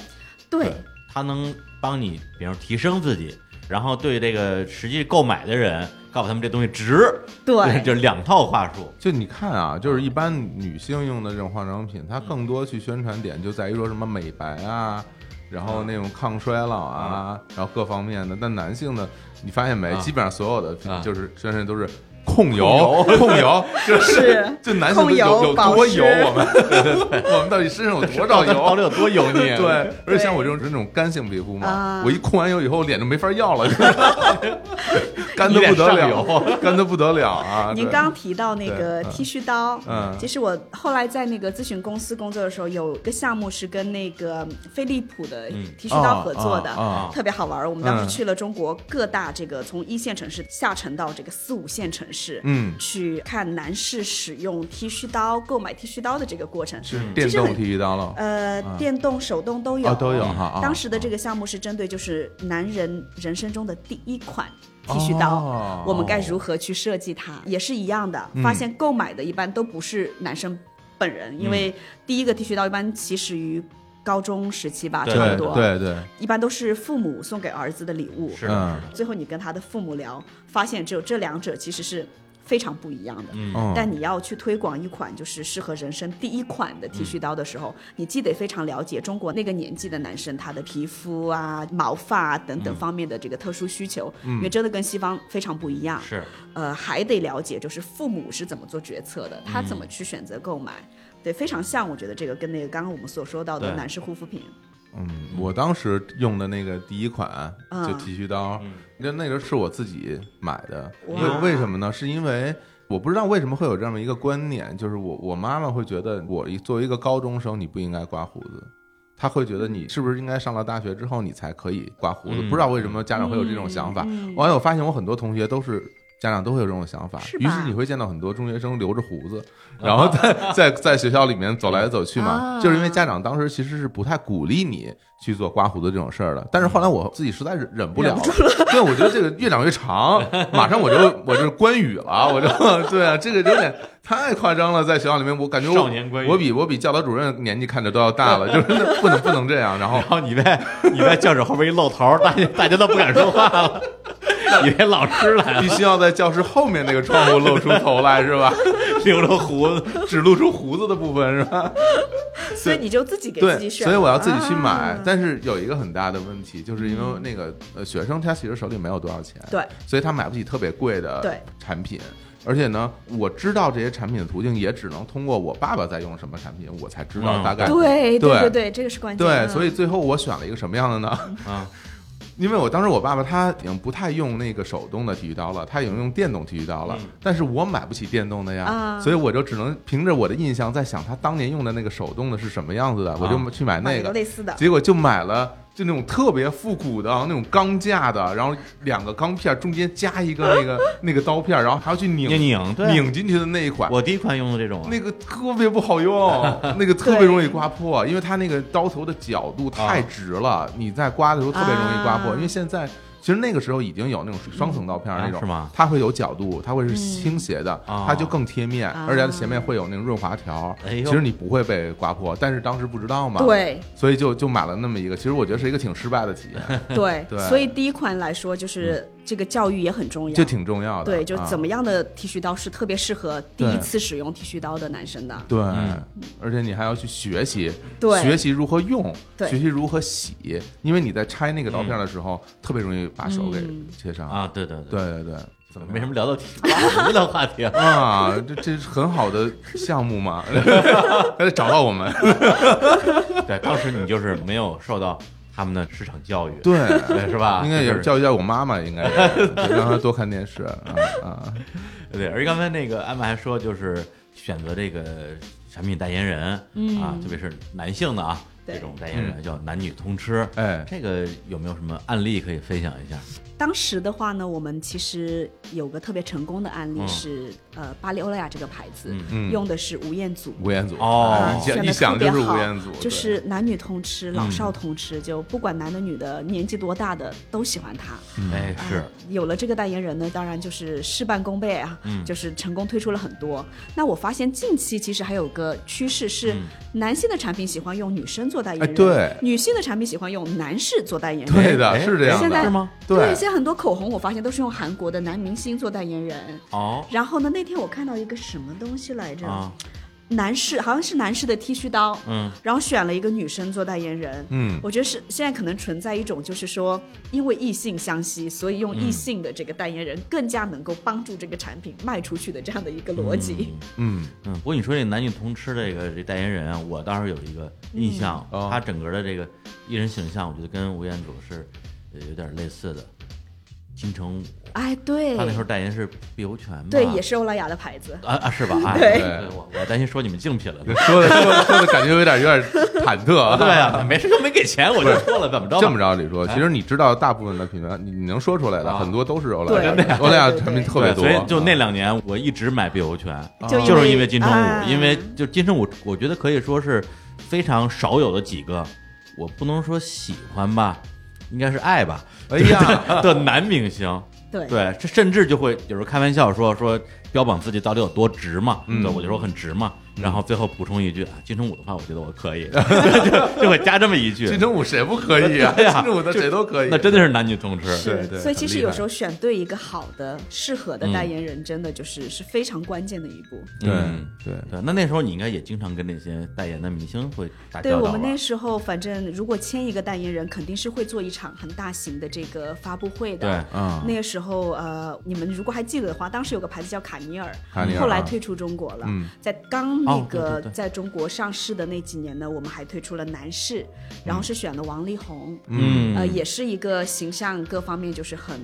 Speaker 3: 对，
Speaker 1: 它能帮你，比如提升自己，然后对这个实际购买的人告诉他们这东西值，
Speaker 3: 对
Speaker 1: 就是两套话术。
Speaker 2: 就你看啊，就是一般女性用的这种化妆品，它更多去宣传点就在于说什么美白啊，然后那种抗衰老啊，然后各方面的。但男性的，你发现没？
Speaker 1: 啊
Speaker 2: 基本上所有
Speaker 1: 啊
Speaker 2: 的就是宣传都是控油，控 油，就是就男性的
Speaker 3: 控油
Speaker 2: 有有
Speaker 3: 保
Speaker 2: 多
Speaker 3: 湿
Speaker 2: 油？我们 我们到底身上有多少油？
Speaker 1: 到底有多油腻？
Speaker 2: 对，而且像我这种这种干性皮肤嘛
Speaker 3: 啊，
Speaker 2: 我一控完油以后，脸就没法要了， 干
Speaker 1: 一
Speaker 2: 的
Speaker 1: 脸
Speaker 2: 不得
Speaker 1: 上
Speaker 2: 了，干的不得了啊！
Speaker 3: 您
Speaker 2: 对
Speaker 3: 刚刚提到那个
Speaker 2: 对嗯
Speaker 3: 剃须刀，
Speaker 2: 嗯
Speaker 3: 其实我后来在那个咨询公司工作的时候，有一个项目是跟那个飞利浦的剃须刀合作的，
Speaker 2: 嗯哦哦哦
Speaker 3: 特别好玩儿。我们当时
Speaker 2: 嗯
Speaker 3: 去了中国各大这个从一线城市下沉到这个四五线城市，
Speaker 2: 嗯
Speaker 3: 去看男士使用剃须刀、购买剃须刀的这个过程，
Speaker 2: 是电
Speaker 3: 其实
Speaker 2: 动
Speaker 3: 很
Speaker 2: 剃须刀了，
Speaker 3: 呃，电动、手动都有，
Speaker 2: 哦都有哈哦
Speaker 3: 当时的这个项目是针对就是男人人生中的第一款剃须刀，
Speaker 2: 哦
Speaker 3: 我们该如何去设计它，也是一样的。发现购买的一般都不是男生本人，因为第一个剃须刀一般起始于高中时期吧，
Speaker 1: 对
Speaker 3: 差
Speaker 2: 对
Speaker 3: 不多，
Speaker 2: 对对，
Speaker 3: 一般都是父母送给儿子的礼物。
Speaker 1: 是
Speaker 2: 嗯
Speaker 1: 的，
Speaker 3: 最后你跟他的父母聊，发现只有这两者其实是非常不一样的。
Speaker 2: 嗯
Speaker 3: 但你要去推广一款就是适合人生第一款的剃须刀的时候，你既得非常了解中国那个年纪的男生他的皮肤啊、毛发、啊、等等方面的这个特殊需求，
Speaker 2: 嗯
Speaker 3: 因为真的跟西方非常不一样。
Speaker 1: 是
Speaker 3: 呃，还得了解就是父母是怎么做决策的，他怎么去选择购买。对，非常像，我觉得这个跟那个刚刚我们所说到的
Speaker 1: 对
Speaker 3: 男士护肤品，
Speaker 2: 嗯，我当时用的那个第一款
Speaker 3: 嗯
Speaker 2: 就剃须刀，那那个是我自己买的，
Speaker 3: 哇
Speaker 2: 为为什么呢？是因为我不知道为什么会有这么一个观念，就是我我妈妈会觉得我一作为一个高中生，你不应该刮胡子，她会觉得你是不是应该上了大学之后你才可以刮胡子？
Speaker 1: 嗯
Speaker 2: 不知道为什么家长会有这种想法。
Speaker 3: 嗯嗯
Speaker 2: 完了，我发现我很多同学都是。家长都会有这种想法，
Speaker 3: 是吧
Speaker 2: 于是你会见到很多中学生留着胡子，然后在在在学校里面走来走去嘛，
Speaker 3: 啊
Speaker 2: 就是因为家长当时其实是不太鼓励你去做刮胡子这种事儿的。但是后来我自己实在忍忍不了了，对，我觉得这个越长越长，马上我就我就是关羽了，我就对啊，这个有点太夸张了，在学校里面，我感觉
Speaker 1: 少年关羽
Speaker 2: 我我比我比教导主任年纪看着都要大了，就是那不能不能这样。然后
Speaker 1: 然后你在你在教室后边一露头，大家大家都不敢说话了，以为老师来
Speaker 2: 必
Speaker 1: 了，
Speaker 2: 须要在教室后面那个窗户露出头来，是吧？
Speaker 1: 留着胡子。
Speaker 2: 只露出胡子的部分，是吧？
Speaker 3: 所以你就自己给自
Speaker 2: 对，
Speaker 3: 己选，
Speaker 2: 所以我要自己去买。
Speaker 3: 啊
Speaker 2: 但是有一个很大的问题，就是因为那个呃学生他其实手里没有多少钱，
Speaker 3: 对，
Speaker 2: 所以他买不起特别贵的
Speaker 3: 对
Speaker 2: 产品。而且呢，我知道这些产品的途径也只能通过我爸爸在用什么产品，我才知道
Speaker 1: 嗯
Speaker 2: 大概。
Speaker 3: 对
Speaker 2: 对
Speaker 3: 对对，这个是关键。
Speaker 2: 对，
Speaker 3: 嗯
Speaker 2: 所以最后我选了一个什么样的呢？
Speaker 1: 啊，
Speaker 2: 因为我当时我爸爸他已经不太用那个手动的剃须刀了，他已经用电动剃须刀了，
Speaker 1: 嗯
Speaker 2: 但是我买不起电动的呀，
Speaker 3: 啊
Speaker 2: 所以我就只能凭着我的印象在想他当年用的那个手动的是什么样子的，我就去买
Speaker 3: 买
Speaker 2: 那
Speaker 3: 一
Speaker 2: 个，
Speaker 3: 类似的，
Speaker 2: 结果就买了。就那种特别复古的那种钢架的，然后两个钢片中间加一个那个那个刀片，然后还要去拧
Speaker 1: 拧拧对
Speaker 2: 拧进去的那一款，
Speaker 1: 我第一款用的这种啊，
Speaker 2: 那个特别不 好用，那个特别容易刮破，因为它那个刀头的角度太直
Speaker 1: 啊
Speaker 2: 了，你在刮的时候特别容易刮破。
Speaker 3: 啊
Speaker 2: 因为现在其实那个时候已经有那种双层刀片儿那种，
Speaker 1: 啊是吗
Speaker 2: 它会有角度，它会是倾斜的，
Speaker 1: 嗯
Speaker 2: 它就更贴面，
Speaker 3: 啊
Speaker 2: 而且它前面会有那种润滑条，
Speaker 1: 哎呦
Speaker 2: 其实你不会被刮破，但是当时不知道嘛，，
Speaker 3: 对
Speaker 2: 所以就就买了那么一个，其实我觉得是一个挺失败的体 验，
Speaker 3: 对
Speaker 2: 对嗯
Speaker 3: 所以第一款来说，就是这个教育也很重要，
Speaker 2: 就挺重要的，
Speaker 3: 对，就怎
Speaker 2: 啊
Speaker 3: 么样的剃须刀是特别适合第
Speaker 2: 对
Speaker 3: 一次使用剃须刀的男生的。
Speaker 2: 对，
Speaker 1: 嗯
Speaker 2: 而且你还要去学习，
Speaker 3: 对
Speaker 2: 学习如何用，
Speaker 3: 对
Speaker 2: 学习如何洗，因为你在拆那个刀片的时
Speaker 3: 嗯
Speaker 2: 候，特别容易把手给切伤。
Speaker 1: 啊，对对对，
Speaker 2: 对对对，怎么
Speaker 1: 没什
Speaker 2: 样
Speaker 1: 么聊到题，无聊话题啊。
Speaker 2: 啊？这这是很好 的项目嘛，还得找到我们。
Speaker 1: 对，当时你就是没有受到他们的市场教育，
Speaker 2: 对。
Speaker 1: 对，是吧？
Speaker 2: 应该也
Speaker 1: 就是
Speaker 2: 教育教育我妈妈，应该也是让她多看电视啊啊！
Speaker 1: 对，而刚才那个安曼还说，就是选择这个产品代言人、啊，特别是男性的啊，
Speaker 3: 嗯对
Speaker 1: 这种代言人叫男女通吃。
Speaker 2: 嗯哎
Speaker 1: 这个有没有什么案例可以分享一下？
Speaker 3: 当时的话呢，我们其实有个特别成功的案例
Speaker 1: 嗯
Speaker 3: 是，呃，巴黎欧莱雅这个牌子、
Speaker 2: 嗯
Speaker 3: 用的是吴彦祖。
Speaker 2: 吴彦祖
Speaker 1: 哦
Speaker 2: 啊一
Speaker 3: 选
Speaker 2: 想
Speaker 3: 的
Speaker 2: 一想
Speaker 3: 特别
Speaker 2: 就是
Speaker 3: 好，
Speaker 2: 吴彦祖，
Speaker 3: 就
Speaker 2: 对嗯
Speaker 3: 是男女通吃，老少通吃，就不管男的女的，年纪多大的都喜欢他。
Speaker 2: 嗯
Speaker 1: 哎，是
Speaker 3: 啊，有了这个代言人呢，当然就是事半功倍啊，
Speaker 2: 嗯
Speaker 3: 就是成功推出了很多。那我发现近期其实还有个趋势是，男性的产品喜欢用女生做代言人，
Speaker 2: 嗯哎对
Speaker 3: 女性的产品喜欢用男士做代言人。
Speaker 2: 对的，
Speaker 1: 哎
Speaker 2: 是这样的，
Speaker 3: 现在
Speaker 1: 是吗？
Speaker 2: 对
Speaker 3: 现在很多口红我发现都是用韩国的男明星做代言人。
Speaker 1: 哦
Speaker 3: 然后呢，那天我看到一个什么东西来着？
Speaker 1: 啊，
Speaker 3: 男士好像是男士的剃须刀，
Speaker 1: 嗯，
Speaker 3: 然后选了一个女生做代言人，
Speaker 2: 嗯
Speaker 3: 我觉得是现在可能存在一种就是说，因为异性相吸，所以用异性的这个代言人更加能够帮助这个产品卖出去的这样的一个逻辑。
Speaker 2: 嗯，
Speaker 1: 嗯，不过你说这男女通吃这个这代言人啊，我倒是有一个印象，
Speaker 2: 嗯哦
Speaker 1: 他整个的这个艺人形象，我觉得跟吴彦祖是呃有点类似的。金城武，
Speaker 3: 哎，对
Speaker 1: 他，那时候代言是碧欧泉吧？
Speaker 3: 对，也是欧莱雅的牌子。
Speaker 1: 啊啊，是吧？啊，
Speaker 3: 对
Speaker 1: 我我担心说你们竞品了。
Speaker 2: 说的说的说的感觉有点有点忐忑啊，
Speaker 1: 对啊，没事就没给钱，我就说了，怎么着吧？
Speaker 2: 这么着，李叔，其实你知道大部分的品牌，你你能说出来的
Speaker 1: 哎啊
Speaker 2: 很多都是欧莱雅
Speaker 3: 对
Speaker 2: 的，
Speaker 3: 对
Speaker 2: 欧莱雅
Speaker 3: 对对
Speaker 2: 产品特别
Speaker 1: 对，
Speaker 2: 多啊
Speaker 1: 所，以就那两年我一直买碧欧泉，
Speaker 3: 哦
Speaker 1: 就
Speaker 3: 就因
Speaker 1: 是
Speaker 3: 为
Speaker 1: 因为金城
Speaker 3: 啊
Speaker 1: 武，因为就金城武，我觉得可以说是非常少有的几个，我不能说喜欢吧，应该是爱吧。
Speaker 2: 哎呀，
Speaker 1: 的 男明星，
Speaker 3: 对
Speaker 1: 对，这甚至就会有时候开玩笑说说标榜自己到底有多直嘛，
Speaker 2: 嗯
Speaker 1: 对我就说很直嘛，然后最后补充一句啊，金城武的话，我觉得我可 以，就就会加这么一句
Speaker 2: 金，城武谁不可以啊？
Speaker 1: 对
Speaker 2: 金
Speaker 1: 啊
Speaker 2: 城武的谁都可以，
Speaker 1: 那真的是男女通吃，
Speaker 2: 对对
Speaker 3: 所以其
Speaker 2: 很
Speaker 3: 实
Speaker 2: 厉害
Speaker 3: 有时候选对一个好的、适合的代言人，真的就是是非常关键的一步。
Speaker 2: 对
Speaker 1: 嗯
Speaker 2: 对
Speaker 1: 对，那那时候你应该也经常跟那些代言的明星会打
Speaker 3: 对
Speaker 1: 交
Speaker 3: 我
Speaker 1: 道
Speaker 3: 们
Speaker 1: 吧
Speaker 3: 那？时候，反正如果签一个代言人，肯定是会做一场很大型的这个发布会的。
Speaker 1: 对，
Speaker 2: 啊，
Speaker 3: 那个时候，呃，你们如果还记得的话，当时有个牌子叫卡尼尔，
Speaker 2: 卡尼尔
Speaker 3: 后来退出中国了。
Speaker 2: 嗯
Speaker 3: 在刚那
Speaker 1: 哦对
Speaker 3: 个
Speaker 1: 对对
Speaker 3: 在中国上市的那几年呢，我们还推出了男士，然后是选了王力宏，
Speaker 1: 嗯
Speaker 3: 呃，也是一个形象各方面就是很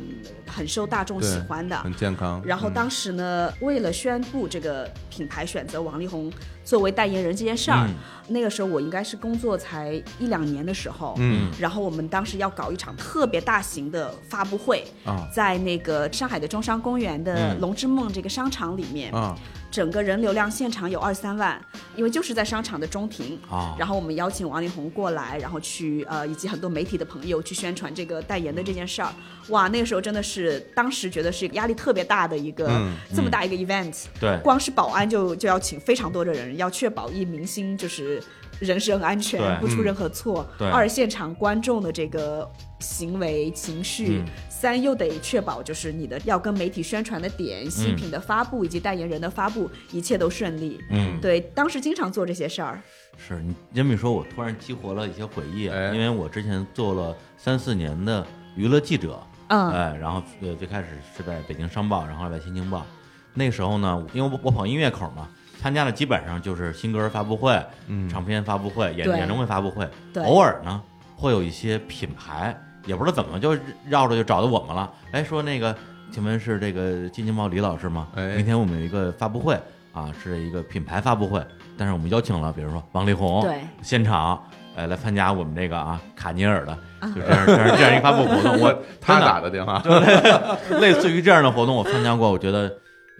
Speaker 3: 很受大众
Speaker 2: 对
Speaker 3: 喜欢的，
Speaker 2: 很健康。
Speaker 3: 然后当时呢，为了宣布这个品牌选择王力宏作为代言人这件事儿，
Speaker 1: 嗯
Speaker 3: 那个时候我应该是工作才一两年的时候，
Speaker 2: 嗯，
Speaker 3: 然后我们当时要搞一场特别大型的发布会，
Speaker 2: 啊
Speaker 3: 在那个上海的中山公园的龙之梦这个商场里面，
Speaker 2: 啊，
Speaker 3: 整个人流量现场有二三万，因为就是在商场的中庭。
Speaker 1: 啊
Speaker 3: 然后我们邀请王力宏过来，然后去呃，以及很多媒体的朋友去宣传这个代言的这件事儿。哇，那个时候真的是，当时觉得是一个压力特别大的一个、
Speaker 2: 嗯
Speaker 3: 这么大一个 event，、
Speaker 1: 对
Speaker 3: 光是保安就就要请非常多的人，要确保一明星就是人身安
Speaker 1: 对嗯
Speaker 3: 全，不出任何错。
Speaker 1: 对
Speaker 3: 二现场观众的这个行为情绪，
Speaker 1: 嗯
Speaker 3: 三又得确保就是你的要跟媒体宣传的点、新品的发布以及代言人的发布，一切都顺利。
Speaker 1: 嗯
Speaker 3: 对，当时经常做这些事儿。
Speaker 1: 是你这么一说，我突然激活了一些回忆啊，
Speaker 2: 哎
Speaker 1: 因为我之前做了三四年的娱乐记者，
Speaker 3: 嗯
Speaker 1: 哎，然后呃最开始是在北京商报，然后来新京报，那时候呢，因为我我跑音乐口嘛，参加的基本上就是新歌发布会、唱片发布会、演
Speaker 3: 嗯对
Speaker 1: 演唱会发布会，
Speaker 3: 对
Speaker 1: 偶尔呢会有一些品牌，也不知道怎么就绕着就找到我们了，哎，说那个，请问是这个金京报李老师吗？
Speaker 2: 哎
Speaker 1: 明天我们有一个发布会啊，是一个品牌发布会，但是我们邀请了，比如说王力宏，
Speaker 3: 对，
Speaker 1: 现场。呃，来参加我们这个啊卡尼尔的，就这样这样这样一个发布活 动， 我
Speaker 2: 嗯他
Speaker 1: 真的
Speaker 2: 打的电话
Speaker 1: 类似于这样的活动，我参加过，我觉得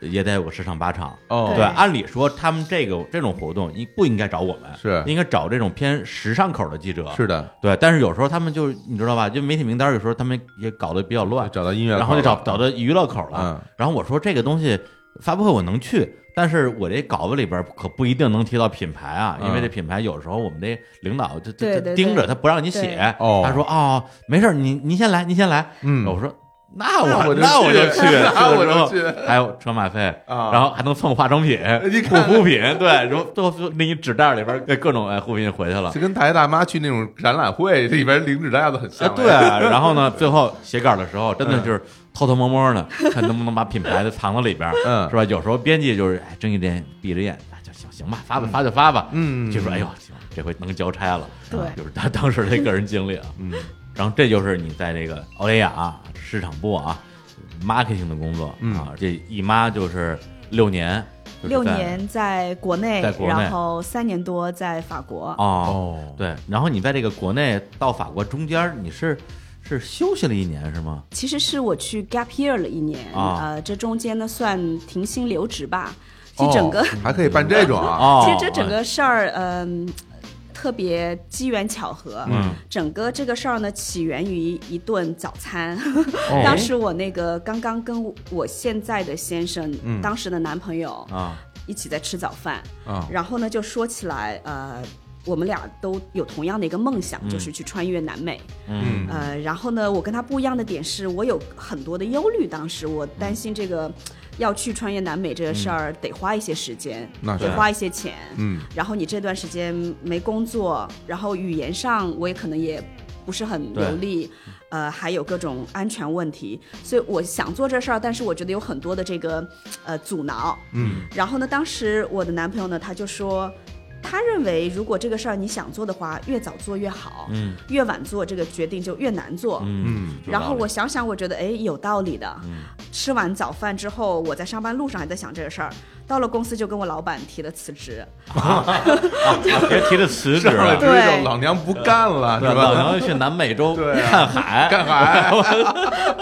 Speaker 1: 也得有个十场八场。
Speaker 2: 哦，
Speaker 1: 对，按理说他们这个这种活动应不应该找我们？
Speaker 2: 是
Speaker 1: 应该找这种偏时尚口的记者。
Speaker 2: 是的，
Speaker 1: 对，但是有时候他们就你知道吧，就媒体名单有时候他们也搞得比较乱，
Speaker 2: 找到音乐口了，
Speaker 1: 然后就找找到娱乐口了。
Speaker 2: 嗯
Speaker 1: 然后我说这个东西发布会我能去，但是我这稿子里边可不一定能提到品牌啊，
Speaker 2: 嗯
Speaker 1: 因为这品牌有时候我们这领导就就
Speaker 3: 对
Speaker 1: 就
Speaker 3: 对
Speaker 1: 盯着
Speaker 3: 对
Speaker 1: 他不让你写
Speaker 3: 对，
Speaker 2: 哦
Speaker 1: 他说哦没事儿，您您先来，您先来。
Speaker 2: 嗯
Speaker 1: 我说那我
Speaker 2: 我就
Speaker 1: 那我就
Speaker 2: 去
Speaker 1: 去，
Speaker 2: 那我就
Speaker 1: 去了之后，还有车马费
Speaker 2: 啊
Speaker 1: 然后还能蹭化妆品、
Speaker 2: 你
Speaker 1: 护
Speaker 2: 看
Speaker 1: 肤品，对，然后最后那一纸袋里边各种哎护肤品回去了。
Speaker 2: 就跟大爷大妈去那种展览会里边领纸大家都很
Speaker 1: 啊，
Speaker 2: 像，哎
Speaker 1: 对，然后呢，最后写稿的时候，真的就是偷偷摸摸的，看能不能把品牌的藏到里边儿，
Speaker 2: 嗯
Speaker 1: 是吧？有时候编辑就是哎睁一只眼闭着眼，哎就行行吧，发吧发就发吧，
Speaker 2: 嗯
Speaker 1: 就说哎呦，行，这回能交差了，
Speaker 3: 对
Speaker 1: 就是他当时的个人经历啊，嗯，然后这就是你在这个欧莱雅、市场部啊，marketing 的工作、
Speaker 2: 嗯
Speaker 1: 啊，这一妈就是六年，就是
Speaker 3: 六
Speaker 1: 在
Speaker 3: 年在国内，
Speaker 1: 在国内
Speaker 3: 然后三年多在法国。
Speaker 1: 哦，
Speaker 2: 哦，
Speaker 1: 对，然后你在这个国内到法国中间儿，你是是休息了一年是吗？
Speaker 3: 其实是我去 gap year 了一年，
Speaker 1: 啊
Speaker 3: 呃，这中间呢算停薪留职吧。其
Speaker 2: 哦
Speaker 3: 实整个、
Speaker 2: 还可以办这种啊，
Speaker 1: 哦，
Speaker 3: 其实这整个事儿，嗯、特别机缘巧合。
Speaker 1: 嗯，
Speaker 3: 整个这个事儿呢，起源于一顿早餐。
Speaker 1: 哦
Speaker 3: 当时我那个刚刚跟我现在的先生，当时的男朋友
Speaker 1: 嗯啊，
Speaker 3: 一起在吃早饭，
Speaker 1: 哦
Speaker 2: 啊
Speaker 3: 然后呢就说起来，呃。我们俩都有同样的一个梦想，就是去穿越南美。
Speaker 1: 嗯
Speaker 3: 呃，然后呢，我跟他不一样的点是我有很多的忧虑，当时
Speaker 1: 嗯
Speaker 3: 我担心这个、要去穿越南美这个事儿、得花一些时间，
Speaker 2: 那是
Speaker 1: 啊
Speaker 3: 得花一些钱，
Speaker 2: 嗯，
Speaker 3: 然后你这段时间没工作，然后语言上我也可能也不是很流利，呃，还有各种安全问题，所以我想做这事儿，但是我觉得有很多的这个呃阻挠，
Speaker 2: 嗯，
Speaker 3: 然后呢，当时我的男朋友呢，他就说。他认为，如果这个事儿你想做的话，越早做越好，
Speaker 1: 嗯，
Speaker 3: 越晚做这个决定就越难做，
Speaker 1: 嗯，有
Speaker 3: 然后
Speaker 1: 道理嗯
Speaker 3: 我想想，我觉得哎，有道理的。吃完早饭之后，我在上班路上还在想这个事儿，到了公司就跟我老板提了辞职。
Speaker 1: 啊别提这 辞职
Speaker 2: 上来
Speaker 1: 了，
Speaker 2: 之
Speaker 3: 对
Speaker 2: 后老娘不干了，
Speaker 1: 对
Speaker 2: 是
Speaker 1: 老
Speaker 2: 吧？
Speaker 1: 娘去南美洲
Speaker 2: 对啊
Speaker 1: 看海，
Speaker 2: 干啥？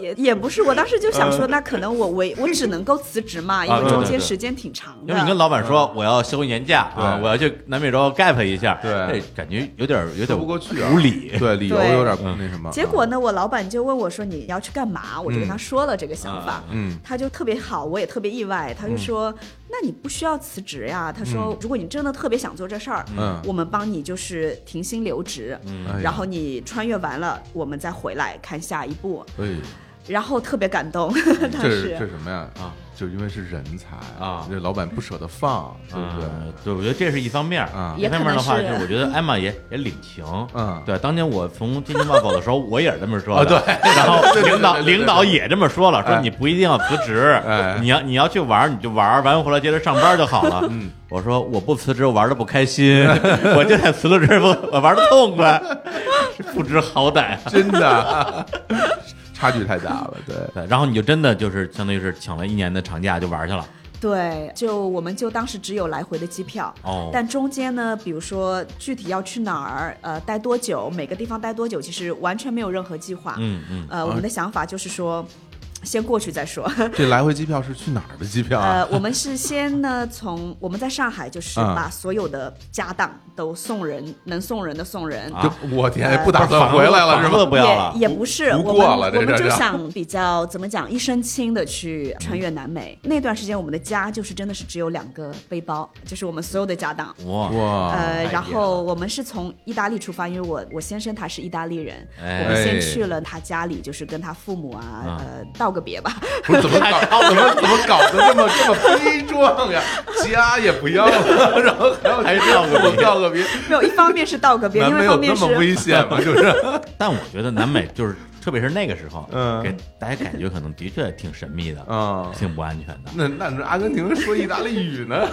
Speaker 3: 也也不是，我当时就想说，那可能我唯我只能够辞职嘛，
Speaker 1: 嗯
Speaker 3: 因
Speaker 1: 啊对
Speaker 3: 为中
Speaker 1: 对
Speaker 3: 间
Speaker 1: 对
Speaker 3: 时间挺长
Speaker 1: 因为你跟
Speaker 3: 的。
Speaker 1: 老板说我要休年假啊，
Speaker 2: 嗯对
Speaker 1: 我要去南美洲 gap 一下，
Speaker 2: 对
Speaker 1: 这感觉有点有
Speaker 2: 说
Speaker 1: 点
Speaker 2: 不过去啊，
Speaker 1: 无理，
Speaker 2: 对，理由
Speaker 3: 对
Speaker 2: 有点那什么。
Speaker 3: 结果呢，我老板就问我说你要去干嘛？我就
Speaker 1: 嗯
Speaker 3: 跟他说了这个想
Speaker 1: 啊
Speaker 3: 法，
Speaker 2: 嗯
Speaker 3: 他就特别好，我也特别意外，他就
Speaker 1: 嗯
Speaker 3: 说那你不需要辞职呀。他说如果你真的特别想做这事儿，
Speaker 2: 嗯
Speaker 3: 我们帮你就是停薪留职，
Speaker 2: 哎
Speaker 1: 嗯
Speaker 2: 呀
Speaker 3: 然后你穿越完了，我们再回来看下一步。
Speaker 2: 哎，
Speaker 3: 然后特别感动，当
Speaker 2: 这是这
Speaker 3: 时
Speaker 2: 什么呀？
Speaker 1: 啊，
Speaker 2: 就因为是人才
Speaker 1: 啊
Speaker 2: 这老板不舍得放，对不对？
Speaker 1: 嗯对，我觉得这是一方面儿
Speaker 2: 啊
Speaker 1: 一方面儿的话，
Speaker 3: 也可
Speaker 1: 就是
Speaker 3: 能是嗯
Speaker 1: 我觉得艾玛也也领情。
Speaker 2: 嗯
Speaker 1: 对，当年我从《天津晚报》的时候，我也是这么说的。
Speaker 2: 啊对
Speaker 1: 然后
Speaker 2: 对对对对
Speaker 1: 领导
Speaker 2: 对对对
Speaker 1: 领导也这么说了，说
Speaker 2: 哎
Speaker 1: 你不一定要辞职
Speaker 2: 哎，
Speaker 1: 你要你要去玩儿你就玩儿，玩完回来接着上班就好了。嗯，我说我不辞职，我玩的不开 心，我就得辞了职，我我玩的痛快，不知好歹啊。
Speaker 2: 真的 差距太大了，对。
Speaker 1: 对，然后你就真的就是相当于是请了一年的长假就玩儿去了。
Speaker 3: 对，就我们就当时只有来回的机票，
Speaker 1: 哦
Speaker 3: 但中间呢，比如说具体要去哪儿，呃，待多久，每个地方待多久，其实完全没有任何计划。
Speaker 1: 嗯嗯，
Speaker 3: 呃，我们的想法就是说，先过去再说。
Speaker 1: 啊
Speaker 2: 这来回机票是去哪儿的机票啊
Speaker 3: 呃？，我们是先呢从我们在上海，就是
Speaker 1: 啊
Speaker 2: 嗯
Speaker 3: 把所有的家当都送人，能送人的送人。
Speaker 1: 啊
Speaker 2: 就我天，不打
Speaker 1: 房
Speaker 2: 算
Speaker 1: 子
Speaker 2: 回来了是
Speaker 1: 房子
Speaker 2: 吗？
Speaker 1: 不要了
Speaker 3: 也也不是，
Speaker 2: 不
Speaker 3: 我
Speaker 2: 过
Speaker 3: 们
Speaker 2: 了这
Speaker 3: 我们
Speaker 2: 这
Speaker 3: 就
Speaker 2: 这
Speaker 3: 想比较怎么讲，一身轻的去穿越南美。那段时间，我们的家就是真的是只有两个背包，就是我们所有的家
Speaker 2: 哦
Speaker 3: 当。
Speaker 1: 哇
Speaker 2: 哇，
Speaker 1: 太
Speaker 3: 呃，然
Speaker 1: 厉害了
Speaker 3: 后我们是从意大利出发，因为我我先生他是意大利人，
Speaker 1: 哎
Speaker 3: 我们先去了他家里，就是跟他父母啊，
Speaker 1: 嗯
Speaker 3: 呃，道个别吧。
Speaker 2: 不是怎么搞，怎么怎么搞得这么这么悲壮呀？家也不 要了，然后然后
Speaker 1: 还要个
Speaker 2: 我
Speaker 1: 别
Speaker 2: 要个别，
Speaker 3: 没有，一方面是道个别，
Speaker 2: 难
Speaker 3: 另外
Speaker 2: 没
Speaker 3: 一
Speaker 2: 有那
Speaker 3: 方面
Speaker 2: 么危
Speaker 3: 是
Speaker 2: 险吗？就是
Speaker 1: 但我觉得南美就是，特别是那个时候，
Speaker 2: 嗯
Speaker 1: 给大家感觉可能的确挺神秘的，
Speaker 2: 啊，
Speaker 1: 挺不安全的。
Speaker 2: 那那那阿根廷说意大利语呢？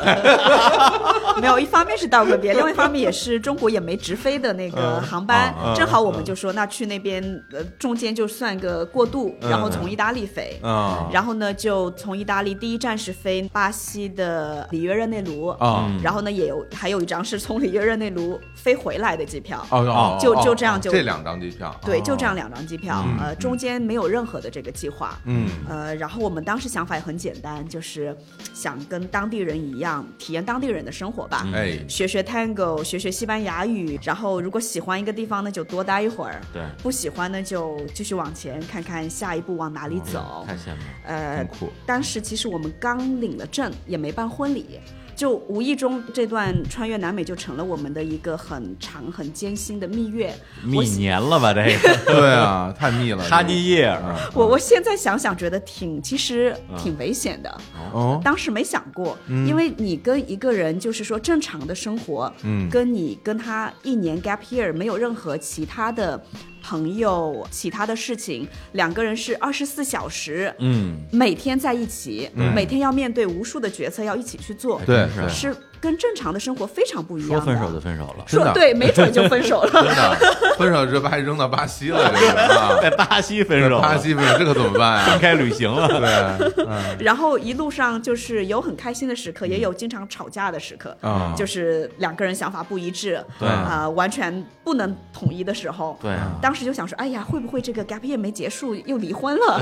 Speaker 3: 没有，一方面是道个别，另外一方面也是中国也没直飞的那个
Speaker 2: 嗯
Speaker 3: 航班
Speaker 1: 嗯，
Speaker 3: 正好我们就说那去那边，呃，中间就算个过渡，然后从意大利飞。
Speaker 2: 啊
Speaker 3: 然后呢，就从意大利第一站是飞巴西的里约热内卢，
Speaker 2: 啊
Speaker 3: 然后呢，也有还有一张是从里约热内卢飞回来的机票，
Speaker 2: 哦哦，
Speaker 3: 就
Speaker 2: 哦
Speaker 3: 就这样
Speaker 2: 哦
Speaker 3: 就
Speaker 2: 这两张机票，
Speaker 3: 对，就
Speaker 2: 哦
Speaker 3: 这样两张机票，
Speaker 1: 嗯
Speaker 3: 呃，中间没有任何的这个计划。
Speaker 2: 嗯
Speaker 3: 呃，然后我们当时想法也很简单，就是想跟当地人一样，体验当地人的生活吧，
Speaker 2: 哎
Speaker 1: 嗯
Speaker 3: 学学 tango，学学西班牙语，然后如果喜欢一个地方呢，就多待一会儿；
Speaker 1: 对，
Speaker 3: 不喜欢呢，就继续往前看看下一步往哪里走。
Speaker 1: 嗯太羡慕了。
Speaker 3: 呃
Speaker 2: 很，酷，
Speaker 3: 当时其实我们刚领了证，也没办婚礼，就无意中这段穿越南美就成了我们的一个很长、很艰辛的蜜月。
Speaker 1: 密
Speaker 3: 我
Speaker 1: 年了吧这 个
Speaker 2: 对啊，太密了，
Speaker 1: 哈尼叶尔
Speaker 2: 啊
Speaker 3: 我我现在想想觉得挺，其实挺危险的。
Speaker 2: 哦，
Speaker 3: 当时没想过，因为你跟一个人就是说正常的生活，
Speaker 2: 嗯
Speaker 3: 跟你跟他一年 gap year 没有任何其他的朋友、其他的事情，两个人是二十四小时，
Speaker 1: 嗯，
Speaker 3: 每天在一起，每天要面对无数的决策要一起去做，
Speaker 2: 嗯对
Speaker 1: 真
Speaker 2: 对
Speaker 1: 是
Speaker 3: 是跟正常的生活非常不一样
Speaker 1: 说
Speaker 3: 的。
Speaker 1: 分手就分手了，
Speaker 2: 真的啊
Speaker 3: 说对，没准就分手了。
Speaker 2: 真的，分手之后还扔到巴西了，这个啊，
Speaker 1: 在巴西分手了，
Speaker 2: 巴西分手这可怎么办
Speaker 1: 分
Speaker 2: 呀？
Speaker 1: 开旅行了。
Speaker 2: 对，啊
Speaker 3: 然后一路上就是有很开心的时刻，也有经常吵架的时刻，
Speaker 2: 啊
Speaker 3: 就是两个人想法不一致，
Speaker 1: 对
Speaker 3: 啊、完全不能统一的时候，
Speaker 1: 对啊
Speaker 3: 当时就想说，哎呀，会不会这个 gap year 没结束又离婚了？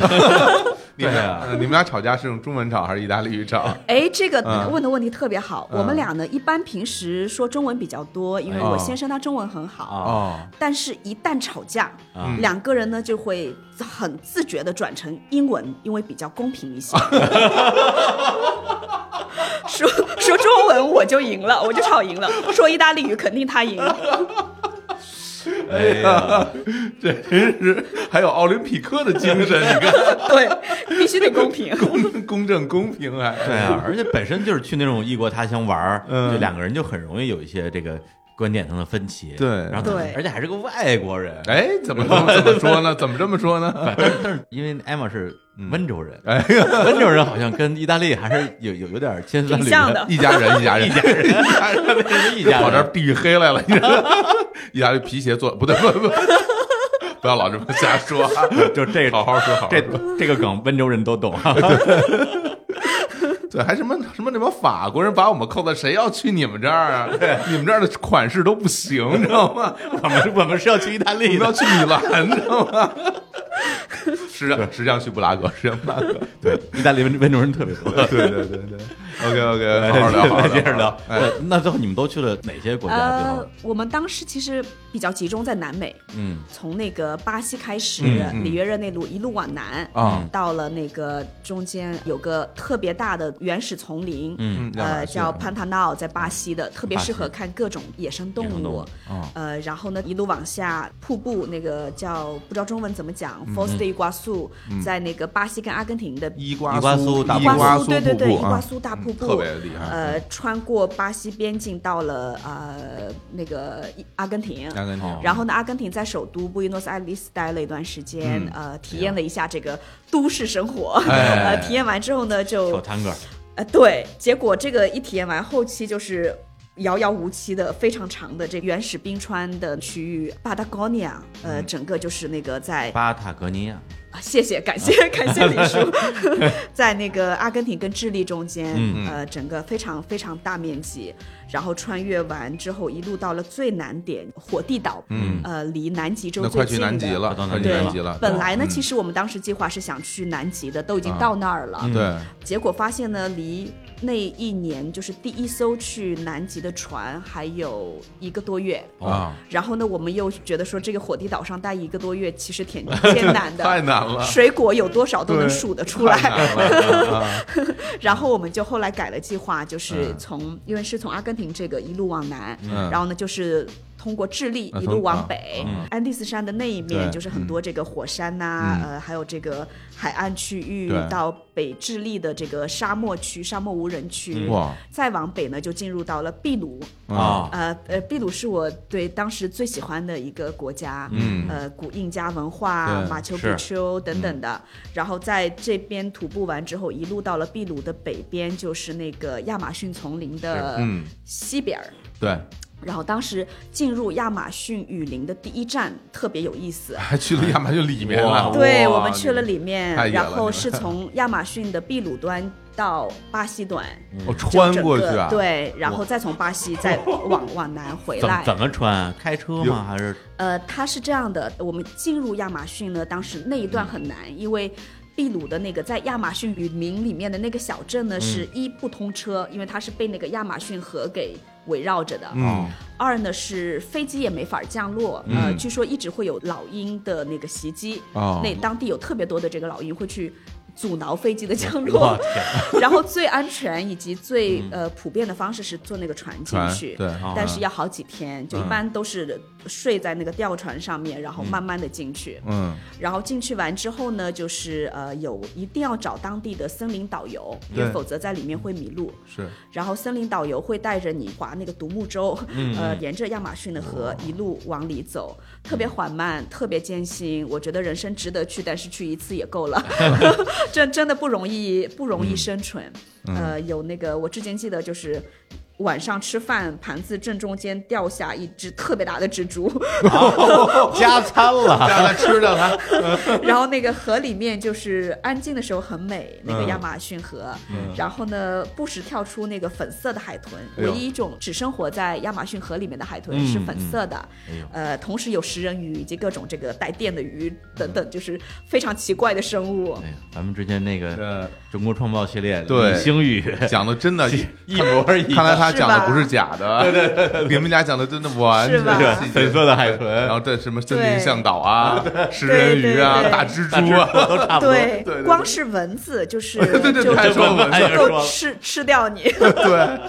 Speaker 2: 你们
Speaker 1: 对啊
Speaker 2: 俩呃你们俩吵架是用中文吵还是意大利语吵？
Speaker 3: 哎，这个
Speaker 2: 嗯
Speaker 3: 问的问题特别好。
Speaker 2: 嗯
Speaker 3: 我们俩呢，一般平时说中文比较多，因为
Speaker 2: 哦
Speaker 3: 我先生他中文很好，
Speaker 1: 啊
Speaker 2: 哦，
Speaker 3: 但是一旦吵架，
Speaker 1: 嗯
Speaker 3: 两个人呢就会很自觉的转成英文，因为比较公平一些。 说说中文我就赢了，我就吵赢了；说意大利语肯定他赢。
Speaker 1: 哎呀，
Speaker 2: 这真是还有奥林匹克的精神，你看
Speaker 3: 对，必须得公平。
Speaker 2: 公公正公平还
Speaker 1: 对啊，而且本身就是去那种异国他乡玩儿，
Speaker 2: 嗯
Speaker 1: 就两个人就很容易有一些这个观点上的分歧。
Speaker 2: 对
Speaker 1: 然后
Speaker 3: 对
Speaker 1: 而且还是个外国人。
Speaker 2: 哎，怎么怎么怎么说呢？怎么这么说呢？
Speaker 1: 但是但是因为艾玛是温州人，
Speaker 2: 哎
Speaker 1: 温州人好像跟意大利还是有有有点千丝万
Speaker 3: 挺
Speaker 1: 缕
Speaker 3: 像的
Speaker 2: 一家 人，一家人，
Speaker 1: 一家人，一家人
Speaker 2: 跑这儿避黑来了，你知道吗意大利皮鞋做不对，不不，不要老这么瞎说啊，
Speaker 1: 就这
Speaker 2: 好好说，好好
Speaker 1: 这
Speaker 2: 说。
Speaker 1: 这个梗温州人都懂。啊
Speaker 2: 对，还什么什么什么法国人把我们扣在，谁要去你们这儿啊？你们这儿的款式都不行，你知道吗？
Speaker 1: 我们我们是要去意大
Speaker 2: 你
Speaker 1: 利
Speaker 2: 们要
Speaker 1: 的，
Speaker 2: 去米兰，你知道吗？啊实际上实际上去布拉格，实际上布拉格。
Speaker 1: 对，意大利温温州人特别多。
Speaker 2: 对对对对， OK OK，好好聊，好好
Speaker 1: 接着聊。
Speaker 2: 哎，
Speaker 1: 呃那最后你们都去了哪些国家？最后
Speaker 3: 呃，，我们当时其实比较集中在南美，
Speaker 1: 嗯
Speaker 3: 从那个巴西开始，
Speaker 1: 嗯
Speaker 2: 嗯
Speaker 3: 里约热内卢一路往南，
Speaker 2: 啊，
Speaker 3: 到了那个中间有个特别大的原始丛林，
Speaker 1: 嗯，
Speaker 2: 嗯
Speaker 3: 呃，叫潘塔纳，在巴西的，特别适合
Speaker 2: 巴
Speaker 3: 看各种野生动
Speaker 1: 野生动
Speaker 3: 物
Speaker 1: 物。
Speaker 2: 啊
Speaker 3: 呃，然后呢，一路往下瀑布，那个叫不知道中文怎么讲，Foz de Iguaçu，在那个巴西跟阿根廷的
Speaker 2: 伊瓜
Speaker 1: 伊瓜苏
Speaker 2: 苏
Speaker 1: 大
Speaker 2: 伊
Speaker 1: 瀑布
Speaker 2: 瓜
Speaker 3: 苏，对对
Speaker 2: 瀑
Speaker 3: 对，伊
Speaker 2: 布
Speaker 3: 瓜
Speaker 2: 啊，
Speaker 3: 苏大瀑布，
Speaker 2: 嗯特别厉害
Speaker 3: 呃，穿过巴西边境到了呃那个伊阿根廷。
Speaker 2: 阿根廷，
Speaker 3: 然后呢，阿根廷在首都布宜诺斯艾利斯待了一段时间，
Speaker 2: 嗯
Speaker 3: 呃，体验了一下这个都市生活。
Speaker 2: 哎
Speaker 3: 呃，体验完之后呢，
Speaker 1: 跳
Speaker 3: 就
Speaker 1: 探戈，
Speaker 3: 呃对，结果这个一体验完，后期就是遥遥无期的非常长的这原始冰川的区域巴达 a 尼亚，呃，
Speaker 2: 嗯
Speaker 3: 整个就是那个在
Speaker 1: 巴塔哥尼亚，
Speaker 3: 啊，谢谢，感谢感谢李叔， 在那个阿根廷跟智利中间，
Speaker 1: 嗯
Speaker 3: 呃，整个非常非常大面积，然后穿越完之后，一路到了最南点火地岛，
Speaker 2: 嗯
Speaker 3: 呃，离南极洲
Speaker 2: 那
Speaker 3: 最
Speaker 2: 快去
Speaker 3: 近的。
Speaker 2: 南极了，快去
Speaker 1: 对
Speaker 2: 南极了。
Speaker 3: 本来呢，其
Speaker 2: 实
Speaker 3: 实我们当时计划是想去南极的，都已经
Speaker 2: 啊
Speaker 3: 到那儿了，
Speaker 2: 对，
Speaker 1: 嗯
Speaker 3: 结果发现呢，离那一年就是第一艘去南极的船还有一个多月。
Speaker 1: 哦
Speaker 2: 啊，
Speaker 3: 然后呢，我们又觉得说这个火地岛上待一个多月其实 挺艰难的，
Speaker 2: 太难了，
Speaker 3: 水果有多少都能
Speaker 2: 啊对
Speaker 3: 数得出
Speaker 2: 太
Speaker 3: 来。
Speaker 2: 难了啊
Speaker 3: 然后我们就后来改了计划，就是
Speaker 2: 嗯
Speaker 3: 从、因为是从阿根廷这个一路往南，
Speaker 2: 嗯
Speaker 3: 然后呢就是。通过智利
Speaker 2: 啊
Speaker 3: 一
Speaker 2: 从
Speaker 3: 路往
Speaker 2: 啊
Speaker 3: 北，
Speaker 1: 嗯
Speaker 3: 安第斯山的那一
Speaker 2: 对
Speaker 3: 面就是很多这个火山呐、
Speaker 2: 嗯
Speaker 3: 呃，还有这个海岸区域
Speaker 2: 对
Speaker 3: 到北智利的这个沙漠区、沙漠无人区，
Speaker 2: 嗯哇嗯
Speaker 3: 再往北呢就进入到了秘鲁，
Speaker 1: 啊
Speaker 3: 呃呃，秘鲁是我对当时最喜欢的一个国家，
Speaker 2: 嗯
Speaker 3: 呃，古印加文化、
Speaker 2: 对嗯
Speaker 3: 马丘比
Speaker 1: 是
Speaker 3: 丘等等的。然后在这边徒步完之后，一路到了秘鲁的北边，就是那个亚马逊丛林的
Speaker 2: 嗯
Speaker 3: 西边儿。
Speaker 2: 对，
Speaker 3: 然后当时进入亚马逊雨林的第一站特别有意思，
Speaker 2: 还去了亚马逊里面了，
Speaker 1: 哇
Speaker 3: 对
Speaker 2: 嗯哇
Speaker 3: 我们去了，里面
Speaker 2: 太，野
Speaker 3: 然
Speaker 2: 了
Speaker 3: 后
Speaker 2: 你
Speaker 3: 是从亚马逊的秘鲁端到巴西端。
Speaker 2: 我
Speaker 3: 就
Speaker 2: 哦穿
Speaker 3: 整
Speaker 2: 过去
Speaker 3: 个
Speaker 2: 啊，，
Speaker 3: 对，然后再从巴西再往往南回
Speaker 1: 怎
Speaker 3: 来，
Speaker 1: 怎么穿？开车
Speaker 2: 有
Speaker 1: 吗？还是
Speaker 3: 呃，它是这样的，我们进入亚马逊呢，当时那一段很难，因为。秘鲁的那个在亚马逊雨林里面的那个小镇呢，是一不通车，因为它是被那个亚马逊河给围绕着的。
Speaker 2: 嗯
Speaker 3: 二呢是飞机也没法降落，呃，据说一直会有老鹰的那个袭击，
Speaker 2: 哦
Speaker 3: 那当地有特别多的这个老鹰会去阻挠飞机的降
Speaker 1: 我
Speaker 3: 落。
Speaker 1: 天，
Speaker 3: 然后最安全以及最、呃普遍的方式是坐那个船进
Speaker 2: 嗯船
Speaker 3: 去，
Speaker 2: 对哦嗯
Speaker 3: 但是要好几天，就一般都是睡在那个吊船上面，然后慢慢的进去。
Speaker 2: 嗯
Speaker 3: 然后进去完之后呢，就是呃有一定要找当地的森林导游，因为
Speaker 2: 对
Speaker 3: 否则在里面会迷路。
Speaker 2: 是，
Speaker 3: 然后森林导游会带着你划那个独木舟，呃，沿着亚马逊的河一路往里走，特别缓慢，特别艰辛。我觉得人生值得去，但是去一次也够了，真真的不容易，不容易生存。呃，有那个我至今记得就是。晚上吃饭，盘子正中间掉下一只特别大的蜘蛛，
Speaker 1: 加餐了。
Speaker 2: 让他吃着它，
Speaker 3: 然后那个河里面就是安静的时候很美，那
Speaker 2: 嗯
Speaker 3: 个亚马逊河。然后呢，不时跳出那个粉色的海豚，
Speaker 2: 哎呦
Speaker 3: 唯一一种只生活在亚马逊河里面的海豚
Speaker 1: 嗯
Speaker 3: 是粉色的。
Speaker 1: 哎呦
Speaker 3: 呃，同时有食人鱼以及各种这个带电的鱼等
Speaker 2: 嗯
Speaker 3: 等，就是非常奇怪的生物。
Speaker 1: 哎呀，咱们之前那个
Speaker 2: 呃，
Speaker 1: 中国创造系列，
Speaker 2: 对
Speaker 1: 李星宇，
Speaker 2: 讲的真的
Speaker 1: 一模一样
Speaker 2: 看来他讲的
Speaker 3: 是吧
Speaker 2: 不是假的，对对对，你们俩讲的真的完
Speaker 3: 是 吧
Speaker 2: 全细节
Speaker 1: 粉色的海豚
Speaker 2: 然后这什么森林
Speaker 3: 对
Speaker 2: 向导啊，食人鱼啊，
Speaker 3: 对对 对
Speaker 2: 大蜘蛛啊，
Speaker 1: 都差不多。
Speaker 3: 对，
Speaker 2: 对对
Speaker 3: 光是蚊子就 是
Speaker 2: 对对
Speaker 3: 就
Speaker 2: 太
Speaker 3: 就
Speaker 2: 多蚊子
Speaker 1: 了
Speaker 3: 够吃吃掉你。
Speaker 2: 对，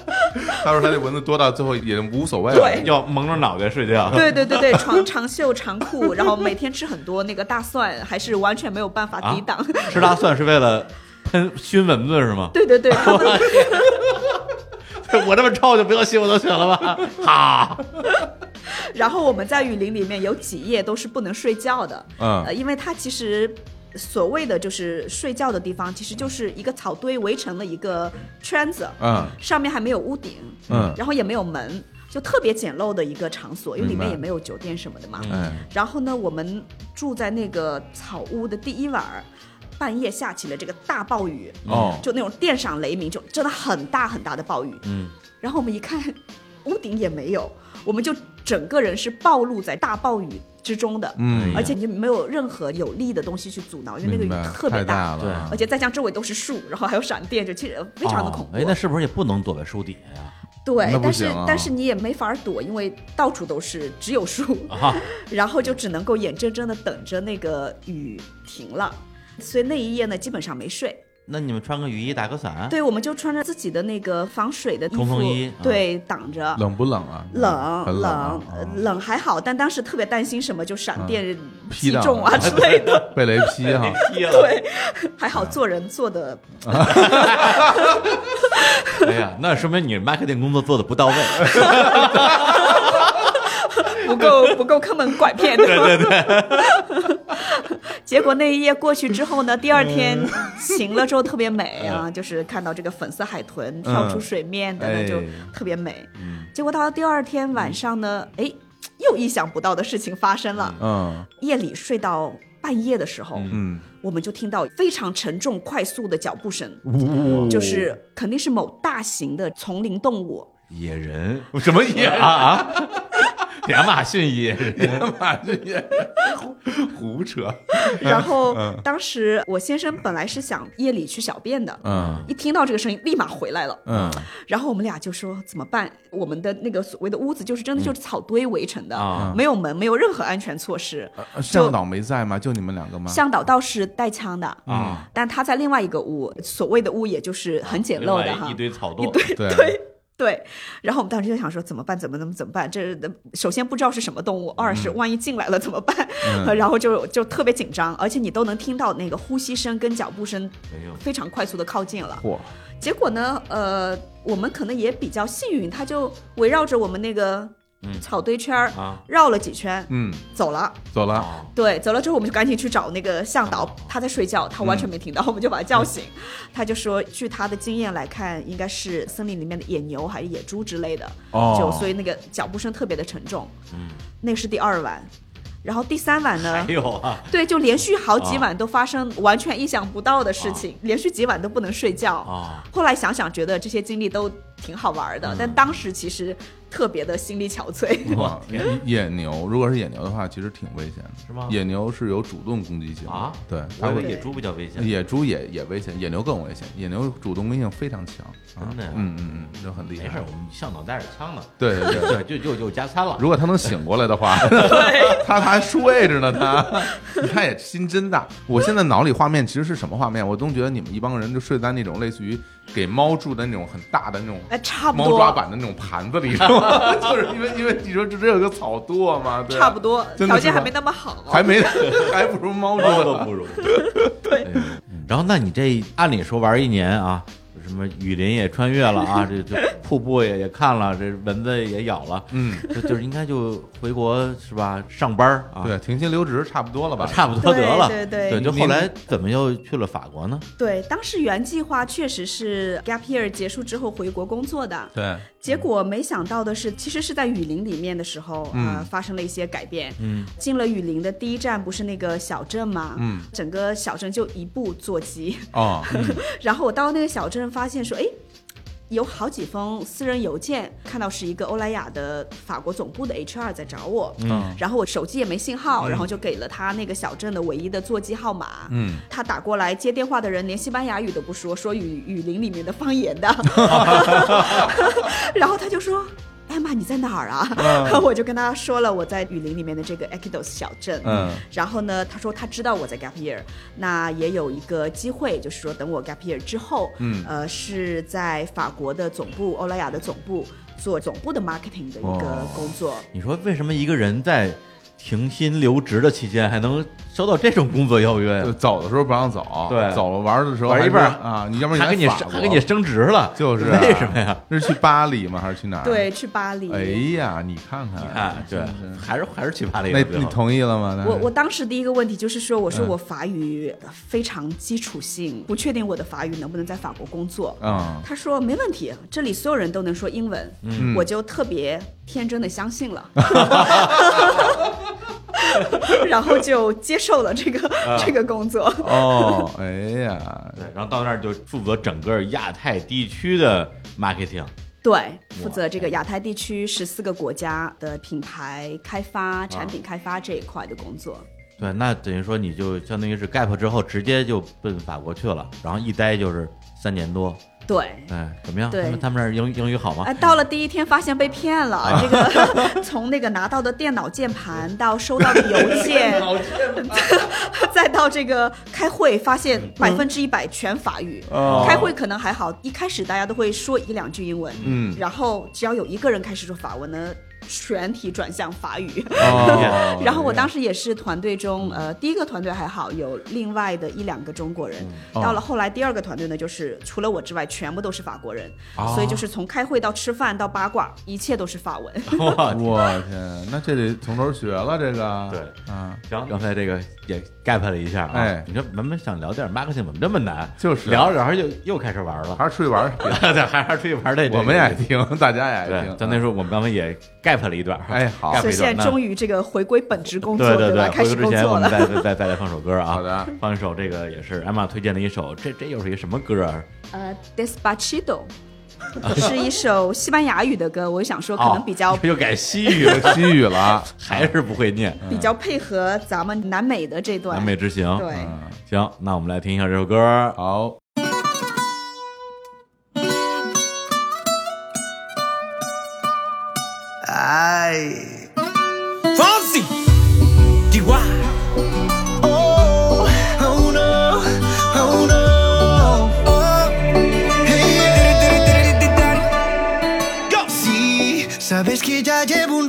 Speaker 2: 他说他这蚊子多到最后也无所谓了，
Speaker 3: 对
Speaker 1: 要蒙着脑袋睡觉。
Speaker 3: 对对对对，长长袖长裤，然后每天吃很多那个大蒜，还是完全没有办法
Speaker 2: 啊
Speaker 3: 抵挡。
Speaker 1: 吃大蒜是为了喷熏蚊子是 吗？
Speaker 3: 对对对，他们
Speaker 1: 我这么臭就不要吸我的血了 吧？哈，
Speaker 3: 然后我们在雨林里面有几夜都是不能睡觉的，
Speaker 2: 嗯
Speaker 3: 呃，因为它其实。所谓的就是睡觉的地方，其实就是一个草堆围成了一个圈子，
Speaker 2: 嗯
Speaker 3: 上面还没有屋顶，
Speaker 2: 嗯
Speaker 3: 然后也没有门，就特别简陋的一个场所，因为里
Speaker 2: 明
Speaker 3: 面
Speaker 2: 白
Speaker 3: 也没有酒店什么的嘛。
Speaker 2: 哎，
Speaker 3: 然后呢，我们住在那个草屋的第一晚儿，半夜下起了这个大暴雨，
Speaker 2: 哦
Speaker 3: 就那种电闪雷鸣，就真的很大很大的暴雨。
Speaker 1: 嗯，
Speaker 3: 然 后我们一看，屋顶也没有，我们就整个人是暴露在大暴雨之中的，
Speaker 2: 嗯
Speaker 3: 而且你没有任何有力的东西去阻挠，因为那个
Speaker 2: 明白
Speaker 3: 雨特别
Speaker 2: 太大了啊，
Speaker 3: 而且再加上周围都是树，然后还有闪电，就其实非常的恐怖。
Speaker 1: 哎，那是不是也不能躲在树底下呀？
Speaker 3: 对
Speaker 2: 哦那，不
Speaker 3: 但是、
Speaker 2: 行啊
Speaker 3: 但是你也没法躲，因为到处都是，只有树，
Speaker 1: 啊，
Speaker 3: 然后就只能够眼睁睁的等着那个雨停了。所以那一夜呢，基本上没睡。
Speaker 1: 那你们穿个雨衣，打个伞，
Speaker 3: 对，我们就穿着自己的那个防水的衣服，
Speaker 1: 冲锋衣啊
Speaker 3: 对，挡着。
Speaker 2: 冷不冷啊？
Speaker 3: 冷
Speaker 2: 很啊嗯
Speaker 3: 冷呃冷还好，但当时特别担心什么，就闪电
Speaker 2: 劈
Speaker 3: 击
Speaker 2: 到
Speaker 3: 中啊
Speaker 2: 了
Speaker 3: 之类 的。
Speaker 2: 被雷劈 哈，
Speaker 1: 贴了。
Speaker 3: 还好做人做
Speaker 2: 嗯
Speaker 3: 的
Speaker 1: 哎呀，那说明你 marketing 工作做的不到位。
Speaker 3: 不够不够坑蒙拐骗，对对对。 结果那一夜过去之后
Speaker 2: 嗯
Speaker 3: 呢，第二天晴了之后特别美啊，就是看到这个粉色海豚跳出水面等
Speaker 2: 嗯哎嗯
Speaker 3: 等，就特别美。结果到了第二天晚上呢，哎，又意想不到的事情发生了。
Speaker 2: 嗯
Speaker 3: 夜里睡到半夜的时候，
Speaker 2: 嗯，
Speaker 3: 我们就听到非常沉重、快速的脚步声，
Speaker 2: 呜
Speaker 3: 就是肯定是某大型的丛林动物。
Speaker 1: 野人什么野啊啊？ 亚马逊野人，
Speaker 2: 妈这也胡胡扯，
Speaker 1: 嗯
Speaker 3: 然后当时我先生本来是想夜里去小便的，
Speaker 2: 嗯
Speaker 3: 一听到这个声音立马回来了。
Speaker 2: 嗯，
Speaker 3: 然后我们俩就说怎么办？我们的那个所谓的屋子就是真的就是草堆围成的，
Speaker 1: 啊
Speaker 3: 没有门，没有任何安全措施。
Speaker 2: 呃向导没在吗？就你们两个吗？
Speaker 3: 向导倒是带枪的，嗯
Speaker 1: 啊
Speaker 3: 但他在另外一个屋，所谓的屋也就是很简陋的
Speaker 1: 另
Speaker 3: 哈
Speaker 1: 外一，堆草垛，
Speaker 2: 对
Speaker 3: 对，然后我们当时就想说怎么办？怎么怎么怎么办？这首先不知道是什么动物，二是万一进来了怎么办？ 然后就就特别紧张，而且你都能听到那个呼吸声跟脚步声
Speaker 1: 哎呦
Speaker 3: 非常快速的靠近了。
Speaker 2: 嚯，
Speaker 3: 结果呢，呃，我们可能也比较幸运，它就围绕着我们那个草堆圈儿、
Speaker 1: 啊
Speaker 3: 绕了几圈，
Speaker 2: 嗯，
Speaker 3: 走了。
Speaker 2: 走了，
Speaker 1: 啊
Speaker 3: 对，走了之后我们就赶紧去找那个向导，他在睡觉，他完全没听到，我们就把他叫醒。他就说，据他的经验来看，应该是森林里面的野牛还是野猪之类的，
Speaker 2: 哦
Speaker 3: 就所以那个脚步声特别的沉重。嗯，那是第二晚，然后第三晚呢
Speaker 1: 还？有啊
Speaker 3: 对，就连续好几晚都发生完全意想不到的事
Speaker 2: 哦
Speaker 3: 情，连续几晚都不能睡觉。
Speaker 1: 啊，
Speaker 3: 后来想想，觉得这些经历都挺好玩
Speaker 2: 嗯
Speaker 3: 的，但当时其实特别的心力憔悴。
Speaker 2: 哇
Speaker 1: 我，天
Speaker 2: 嗯野牛如果是野牛的话，其实挺危险的，
Speaker 1: 是吗
Speaker 2: 野牛是有主动攻击性的
Speaker 1: 啊
Speaker 2: 对，它
Speaker 1: 我以
Speaker 2: 会
Speaker 1: 为野猪比较危险，
Speaker 2: 野猪也也危险，野牛更危险，野牛主动攻击性非常强，啊
Speaker 1: 真的呀
Speaker 2: 嗯嗯嗯，就很厉
Speaker 1: 没
Speaker 2: 害
Speaker 1: 事，我。们向导带着枪呢，
Speaker 2: 对对对，
Speaker 1: 对，就就就加餐了。
Speaker 2: 如果他能醒过来的 话，他他还睡着呢，他，你看也心真大。我现在脑里画面其实是什么画面？我总觉得你们一帮人就睡在那种类似于给猫住的那种很大的那种
Speaker 3: 哎，差不
Speaker 2: 猫抓
Speaker 3: 多，
Speaker 2: 板的那种盘子 里，是吗？就是因为因为你说这只有个草垛嘛，对
Speaker 3: 差不多，
Speaker 2: 真的
Speaker 3: 条
Speaker 2: 是
Speaker 3: 件还
Speaker 2: 吧
Speaker 3: 没那么好。
Speaker 2: 还没还不如猫住
Speaker 1: 都
Speaker 2: 呢。
Speaker 1: 不如。 对，哎嗯然后那你这按理说玩一年啊，什么雨林也穿越了 啊，这这瀑布也也看了，这蚊子也咬了，
Speaker 2: 嗯，
Speaker 1: 就就是应该就回国是吧？上班儿啊，
Speaker 2: 对，停薪留职差不多了吧？
Speaker 1: 差不多得了。
Speaker 3: 对对对
Speaker 1: 就后来怎么又去了法国呢？
Speaker 3: 对，当时原计划确实是 gap year 结束之后回国工作的，
Speaker 2: 对，
Speaker 3: 结果没想到的是，其实是在雨林里面的时候，
Speaker 2: 嗯
Speaker 3: 呃，发生了一些改变。嗯，进了雨林的第一站不是那个小镇吗？
Speaker 2: 嗯，
Speaker 3: 整个小镇就一部座机。
Speaker 2: 哦，
Speaker 1: 嗯
Speaker 3: 然后我到那个小镇，发现说，哎，有好几封私人邮件，看到是一个欧莱雅的法国总部的 HR 在找我，
Speaker 2: 嗯
Speaker 3: 然后我手机也没信号，然后就给了他那个小镇的唯一的座机号码，
Speaker 2: 嗯，
Speaker 3: 他打过来接电话的人连西班牙语都不说，说雨雨林里面的方言 的，然后他就说。艾玛，你在哪儿啊？
Speaker 2: 嗯
Speaker 3: 我就跟他说了我在雨林里面的这个 Equidos 小镇。
Speaker 2: 嗯
Speaker 3: 然后呢，他说他知道我在 Gap Year，那也有一个机会，就是说等我 Gap Year 之后，
Speaker 2: 嗯
Speaker 3: 呃，是在法国的总部欧莱雅的总部做总部的 marketing 的一个
Speaker 2: 哦
Speaker 3: 工作。
Speaker 1: 你说为什么一个人在停薪留职的期间还能收到这种工作邀约啊
Speaker 2: 就
Speaker 1: 呀？
Speaker 2: 走的时候不让走，
Speaker 1: 对
Speaker 2: 走了玩的时候
Speaker 1: 玩一
Speaker 2: 还是
Speaker 1: 半儿
Speaker 2: 啊，你要不然
Speaker 1: 还给你
Speaker 2: 来法
Speaker 1: 升
Speaker 2: 国
Speaker 1: 还给你升职了，
Speaker 2: 就是啊
Speaker 1: 为什么呀？？
Speaker 2: 这是去巴黎吗？还是去哪儿？
Speaker 3: 对，，去巴黎。
Speaker 2: 哎呀，你看看，
Speaker 1: 啊，对，还是还是去巴黎了。
Speaker 2: 那
Speaker 1: 最
Speaker 2: 你
Speaker 1: 后
Speaker 2: 同意了吗？那
Speaker 3: 我我当时第一个问题就是说，我说
Speaker 2: 嗯
Speaker 3: 我法语非常基础性，不确定我的法语能不能在法国工作。
Speaker 2: 嗯
Speaker 3: 他说没问题，这里所有人都能说英文，
Speaker 2: 嗯
Speaker 3: 我就特别天真的相信 了， 然后就接受了这个、
Speaker 2: 啊
Speaker 3: 这个工作。
Speaker 2: 哦，哎呀，
Speaker 1: 对，然后到那儿就负责整个亚太地区的 marketing，
Speaker 3: 对，负责这个亚太地区十四个国家的品牌开发、产品开发这一块的工作。
Speaker 1: 对，那等于说你就相当于是 gap 之后直接就奔法国去了，然后一待就是三年多。
Speaker 3: 对，
Speaker 1: 哎，怎么样？
Speaker 3: 对
Speaker 1: 他们他们那儿英英语好吗
Speaker 3: 哎，？到了第一天发现被骗
Speaker 2: 啊
Speaker 3: 了，这个 从那个拿到的电脑键盘到收到的邮件， 再到这个开会，发现百分之一百全法语。
Speaker 2: 嗯哦
Speaker 3: 开会可能还好，一开始大家都会说一两句英文，
Speaker 2: 嗯
Speaker 3: 然后只要有一个人开始说法文呢，全体转向法语。
Speaker 2: 哦
Speaker 3: 然后我当时也是团队中，呃，第一个团队还好，有另外的一两个中国人。
Speaker 1: 嗯
Speaker 2: 哦
Speaker 3: 到了后来第二个团队呢，就是除了我之外，全部都是法国人，
Speaker 2: 哦
Speaker 3: 所以就是从开会到吃饭到八卦，一切都是法 文。
Speaker 1: 哇
Speaker 2: 我天，那这得从头学了这个。
Speaker 1: 对
Speaker 2: 啊，
Speaker 1: 行，刚才这个也 gap 了一下啊。
Speaker 2: 哎
Speaker 1: 你说咱们想聊点 marketing 怎么这么难？
Speaker 2: 就是啊
Speaker 1: 聊着聊着又又开始玩了，
Speaker 2: 还是出去玩儿去。
Speaker 1: 对，还是出去玩的。
Speaker 2: 我们也爱听，大家也爱
Speaker 1: 对
Speaker 2: 听。，
Speaker 1: 咱那时候我们刚才也 gap 了一段。
Speaker 2: 哎好
Speaker 1: gap
Speaker 3: 所以
Speaker 1: 一段
Speaker 3: 现在
Speaker 1: 那
Speaker 3: 终于这个回归本职工作，
Speaker 1: 对
Speaker 3: 吧？
Speaker 1: 对，
Speaker 3: 开始
Speaker 1: 回头
Speaker 3: 工
Speaker 1: 之前
Speaker 3: 作
Speaker 1: 我们
Speaker 3: 了。
Speaker 1: 再再再再来放首歌啊。
Speaker 2: 好的
Speaker 1: 放一首这个也是艾玛推荐的一首，这这又是一什么歌啊？
Speaker 3: 呃，Despacito 是一首西班牙语的歌，我想说可能比较
Speaker 1: 哦 又改西语 了，
Speaker 2: 西语了，
Speaker 1: 还是不会念。
Speaker 3: 比较配合咱们南美的这段。
Speaker 1: 南美之行，
Speaker 3: 对
Speaker 2: 嗯，
Speaker 1: 行，那我们来听一下这首歌。
Speaker 2: 好，
Speaker 5: Ay. Fonsi. Diwa. Oh, oh no. Oh no. Oh. Hey, yeah. Go. Sí, sabes que ya llevo un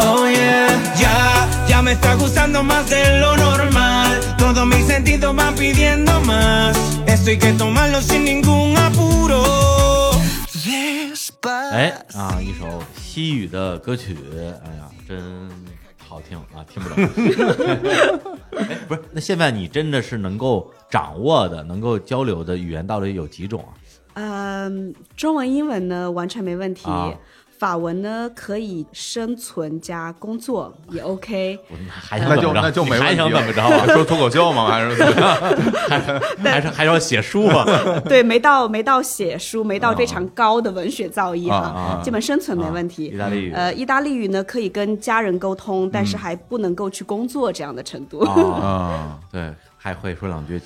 Speaker 5: Oh yeah, ya, ya me está gustando más de lo normal. Todos mis sentidos van pidiendo más. Esto hay que tomarlo sin ningún apuro. Despacio.
Speaker 1: 哎啊，一首西语的歌曲，哎呀，真好听啊，听不懂。 哎，不是，那现在你真的是能够掌握的、能够交流的语言到底有几种啊？
Speaker 3: 嗯，中文、英文呢完全没问题。
Speaker 1: 啊
Speaker 3: 法文呢可以生存加工作也 OK，
Speaker 1: 我还想
Speaker 2: 那
Speaker 1: 怎么
Speaker 2: 就
Speaker 1: 着？
Speaker 2: 那就没
Speaker 1: 你
Speaker 2: 问
Speaker 1: 还
Speaker 2: 题了。
Speaker 1: 想怎么着啊？
Speaker 2: 说脱口秀吗？还是怎么样
Speaker 1: 还是还要写书 啊？
Speaker 3: 对，没到没到写书，没到非常高的文学造诣哈，
Speaker 2: 啊啊
Speaker 3: 基本生存没问
Speaker 1: 啊
Speaker 3: 题。
Speaker 1: 意大利语
Speaker 3: 呃，意大利语呢可以跟家人沟通，但是还不能够去工作这样的程度。
Speaker 1: 啊，
Speaker 2: 啊？
Speaker 1: 对，还会说两句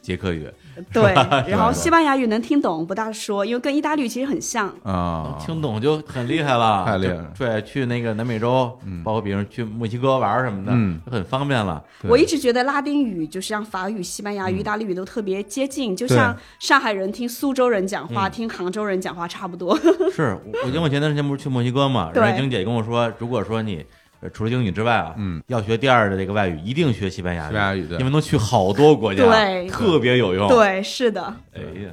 Speaker 1: 捷克语，
Speaker 3: 对，然后西班牙语能听懂，不大说，因为跟意大利语其实很像。
Speaker 2: 啊，
Speaker 1: 听懂就很厉害了，
Speaker 2: 太厉害了
Speaker 1: 就对，去那个南美洲，包括比如去墨西哥玩什么的，
Speaker 2: 嗯
Speaker 1: 就很方便了。
Speaker 3: 我一直觉得拉丁语就像法语、西班牙语、意大利语都特别接近，就
Speaker 2: 嗯对嗯
Speaker 3: 像上海人听苏州人讲话、听杭州人讲话差不多。
Speaker 2: 哦
Speaker 1: 是我，我因为我前段时间不是去墨西哥嘛，
Speaker 3: 对
Speaker 1: 然后英姐跟我说，如果说你呃除了英语之外啊，
Speaker 2: 嗯，
Speaker 1: 要学第二的这个外语，一定学西班牙语，
Speaker 2: 西班牙语对
Speaker 1: 因为能去好多国家，
Speaker 3: 对
Speaker 1: 特别有用。，
Speaker 3: 对，是的。
Speaker 1: 哎呀，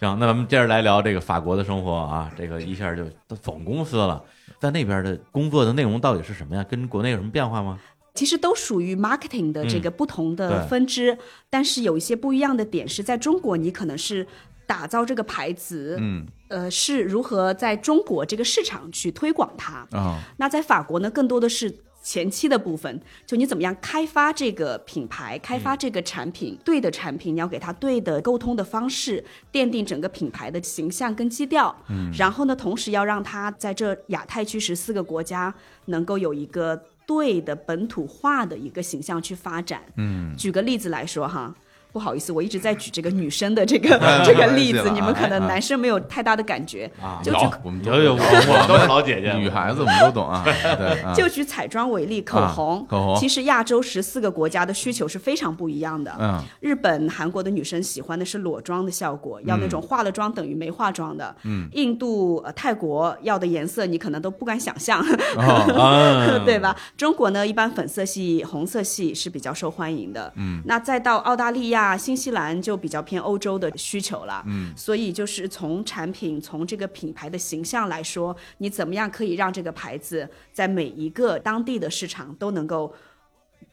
Speaker 1: 行，那咱们接着来聊这个法国的生活啊，这个一下就都总公司了，在那边的工作的内容到底是什么呀？跟国内有什么变化吗？
Speaker 3: 其实都属于 marketing
Speaker 2: 嗯
Speaker 3: 的这个不同的
Speaker 1: 对
Speaker 3: 分支，但是有一些不一样的点是在中国，你可能是打造这个牌子，
Speaker 2: 嗯
Speaker 3: 呃，是如何在中国这个市场去推广它。
Speaker 2: 啊，
Speaker 3: 那在法国呢，更多的是前期的部分，就你怎么样开发这个品
Speaker 2: 嗯
Speaker 3: 牌，开发这个产品，对的产品，你要给它对的沟通的方式，奠定整个品牌的形象跟基调。嗯，然后呢，同时要让它在这亚太区十四个国家能够有一个对的本土化的一个形象去发展。嗯，举个例子来说哈。不好意思，我一直在举这个女生的这 个这个
Speaker 2: 没关系
Speaker 3: 例子
Speaker 2: 了，
Speaker 3: 你们可
Speaker 2: 哎
Speaker 3: 能
Speaker 2: 哎
Speaker 3: 男生没有太大的感觉
Speaker 1: 啊
Speaker 3: 就
Speaker 1: 有
Speaker 3: 举
Speaker 2: 我们都
Speaker 1: 有有，我我都是老姐姐，
Speaker 2: 女孩子我们都懂啊。对，啊
Speaker 3: 就举彩妆为例，口
Speaker 2: 啊
Speaker 3: 红，
Speaker 2: 口红
Speaker 3: 其实亚洲十四个国家的需求是非常不一样的。
Speaker 2: 嗯
Speaker 3: 日本、韩国的女生喜欢的是裸妆的效果，要那种化了妆等于没化妆的。嗯，印度、呃、泰国要的颜色你可能都不敢想象，，
Speaker 2: 哦
Speaker 1: 啊
Speaker 3: 对吧？中国呢，一般粉色系、红色系是比较受欢迎的。嗯，那再到澳大利亚、亚、新西兰就比较偏欧洲的需求了。嗯，所以就是从产品、从这个品牌的形象来说，你怎么样可以让这个牌子在每一个当地的市场都能够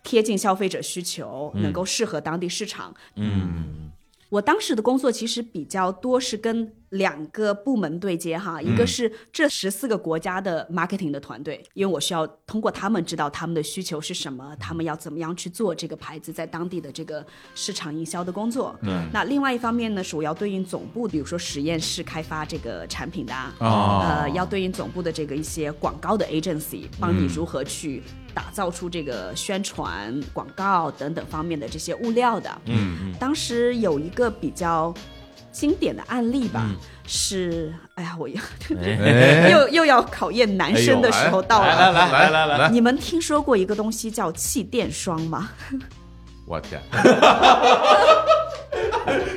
Speaker 3: 贴近消费者需求，能够适合当地市场？
Speaker 1: 嗯
Speaker 3: 我当时的工作其实比较多是跟两个部门对接哈，
Speaker 1: 嗯
Speaker 3: 一个是这十四个国家的 marketing 的团队，因为我需要通过他们知道他们的需求是什
Speaker 1: 嗯
Speaker 3: 么，他们要怎么样去做这个牌子在当地的这个市场营销的工作。
Speaker 1: 嗯
Speaker 3: 那另外一方面呢，是我要对应总部，比如说实验室开发这个产品的啊，
Speaker 1: 哦
Speaker 3: 呃，要对应总部的这个一些广告的 agency，帮
Speaker 1: 嗯
Speaker 3: 你如何去打造出这个宣传、广告等等方面的这些物料的。
Speaker 1: 嗯
Speaker 3: 当时有一个比较经典的案例吧，
Speaker 1: 嗯
Speaker 3: 是哎呀，我又、
Speaker 2: 哎
Speaker 3: 又又要考验男生的时候到了。
Speaker 1: 哎来来来来来
Speaker 2: 来，
Speaker 3: 你们听说过一个东西叫气垫霜吗？
Speaker 2: 我 天，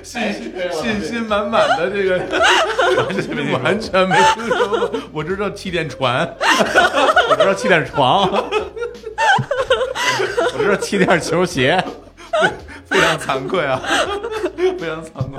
Speaker 2: 信心信心满满的这个， 完全没听说 过。我知道气垫船，
Speaker 1: 我知道气垫床，我知道气垫球 鞋，
Speaker 2: 非常惭愧啊，非常惭愧。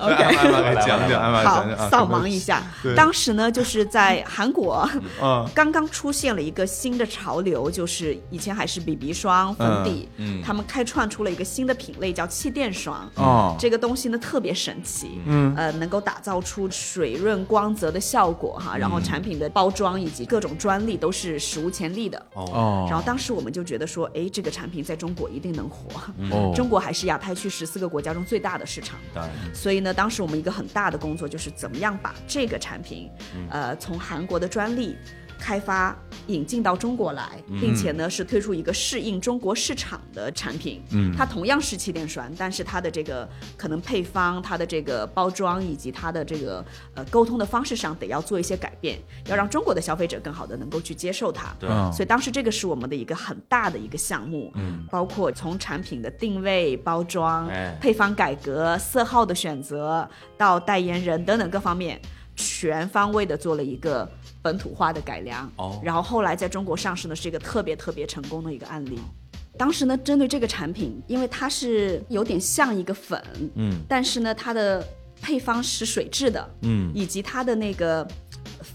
Speaker 2: 来，安安安，给讲讲，安安
Speaker 3: 好
Speaker 2: 讲讲，啊，
Speaker 3: 扫盲一下
Speaker 2: 对。
Speaker 3: 当时呢，就是在韩国，
Speaker 1: 嗯
Speaker 2: 啊，
Speaker 3: 刚刚出现了一个新的潮流，就是以前还是 BB 霜、粉底，
Speaker 1: 嗯嗯
Speaker 3: 他们开创出了一个新的品类叫气垫霜。
Speaker 2: 哦，
Speaker 3: 这个东西呢特别神奇，
Speaker 2: 嗯
Speaker 3: 呃，能够打造出水润光泽的效果
Speaker 2: 嗯
Speaker 3: 哈，然后产品的包装以及各种专利都是史无前例的。
Speaker 1: 哦，
Speaker 2: 哦，
Speaker 3: 然后当时我们就觉得说，哎，这个产品在中国一定能火，
Speaker 2: 哦
Speaker 3: 中国还是亚太区十四个国家中最大的市场。
Speaker 1: 当然，
Speaker 3: 所以呢，当时我们一个很大的工作就是怎么样把这个产品，呃，从韩国的专利开发引进到中国来，并且呢是推出一个适应中国市场的产品。嗯，它同样是气垫栓，但是它的这个可能配方、它的这个包装以及它的这个呃沟通的方式上得要做一些改变，要让中国的消费者更好的能够去接受它。
Speaker 1: 对
Speaker 2: 嗯
Speaker 3: 所以当时这个是我们的一个很大的一个项目，嗯，包括从产品的定位、包装、
Speaker 1: 哎
Speaker 3: 配方改革、色号的选择，到代言人等等各方面，全方位的做了一个本土化的改良。
Speaker 1: 哦
Speaker 3: 然后后来在中国上市呢，是一个特别特别成功的一个案例。当时呢，针对这个产品，因为它是有点像一个粉，
Speaker 1: 嗯
Speaker 3: 但是呢，它的配方是水质的，
Speaker 1: 嗯
Speaker 3: 以及它的那个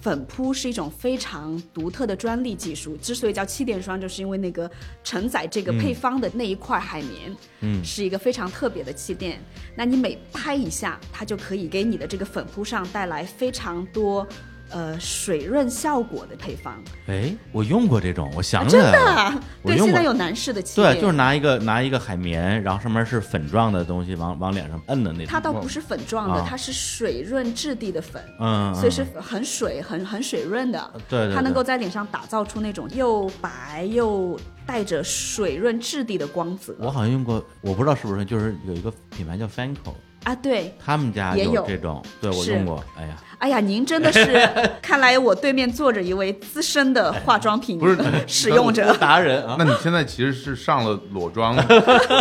Speaker 3: 粉扑是一种非常独特的专利技术。之所以叫气垫霜，就是因为那个承载这个配方的那一块海绵，
Speaker 1: 嗯
Speaker 3: 是一个非常特别的气垫。那你每拍一下，它就可以给你的这个粉扑上带来非常多。呃，水润效果的配方，
Speaker 1: 哎，我用过这种，我想起
Speaker 3: 真
Speaker 1: 来
Speaker 3: 的
Speaker 1: 了，
Speaker 3: 啊，
Speaker 1: 我
Speaker 3: 对，
Speaker 1: 用
Speaker 3: 现在
Speaker 1: 过
Speaker 3: 有男士的气垫，
Speaker 1: 对，就是拿一个拿一个海绵，然后上面是粉状的东西，往往脸上摁的那种，
Speaker 3: 它倒不是粉状的，
Speaker 1: 啊
Speaker 3: 它是水润质地的粉，
Speaker 1: 嗯，嗯呃
Speaker 3: 所以是很水、很很水润的。
Speaker 1: 对对
Speaker 3: 它能
Speaker 1: 对
Speaker 3: 够在脸上打造出那种又白又带着水润质地的光泽。
Speaker 1: 我好像用过，我不知道是不是，就是有一个品牌叫 Fanco，
Speaker 3: 啊，对，
Speaker 1: 他们家
Speaker 3: 也有
Speaker 1: 这种，对我
Speaker 3: 是
Speaker 1: 用过，哎呀，
Speaker 3: 哎呀，您 真的是，看来我对面坐着一位资深
Speaker 1: 哎
Speaker 3: 的化妆品
Speaker 2: 不是
Speaker 3: 使用者。
Speaker 1: 达人啊
Speaker 2: 那，你现在其实是上了裸妆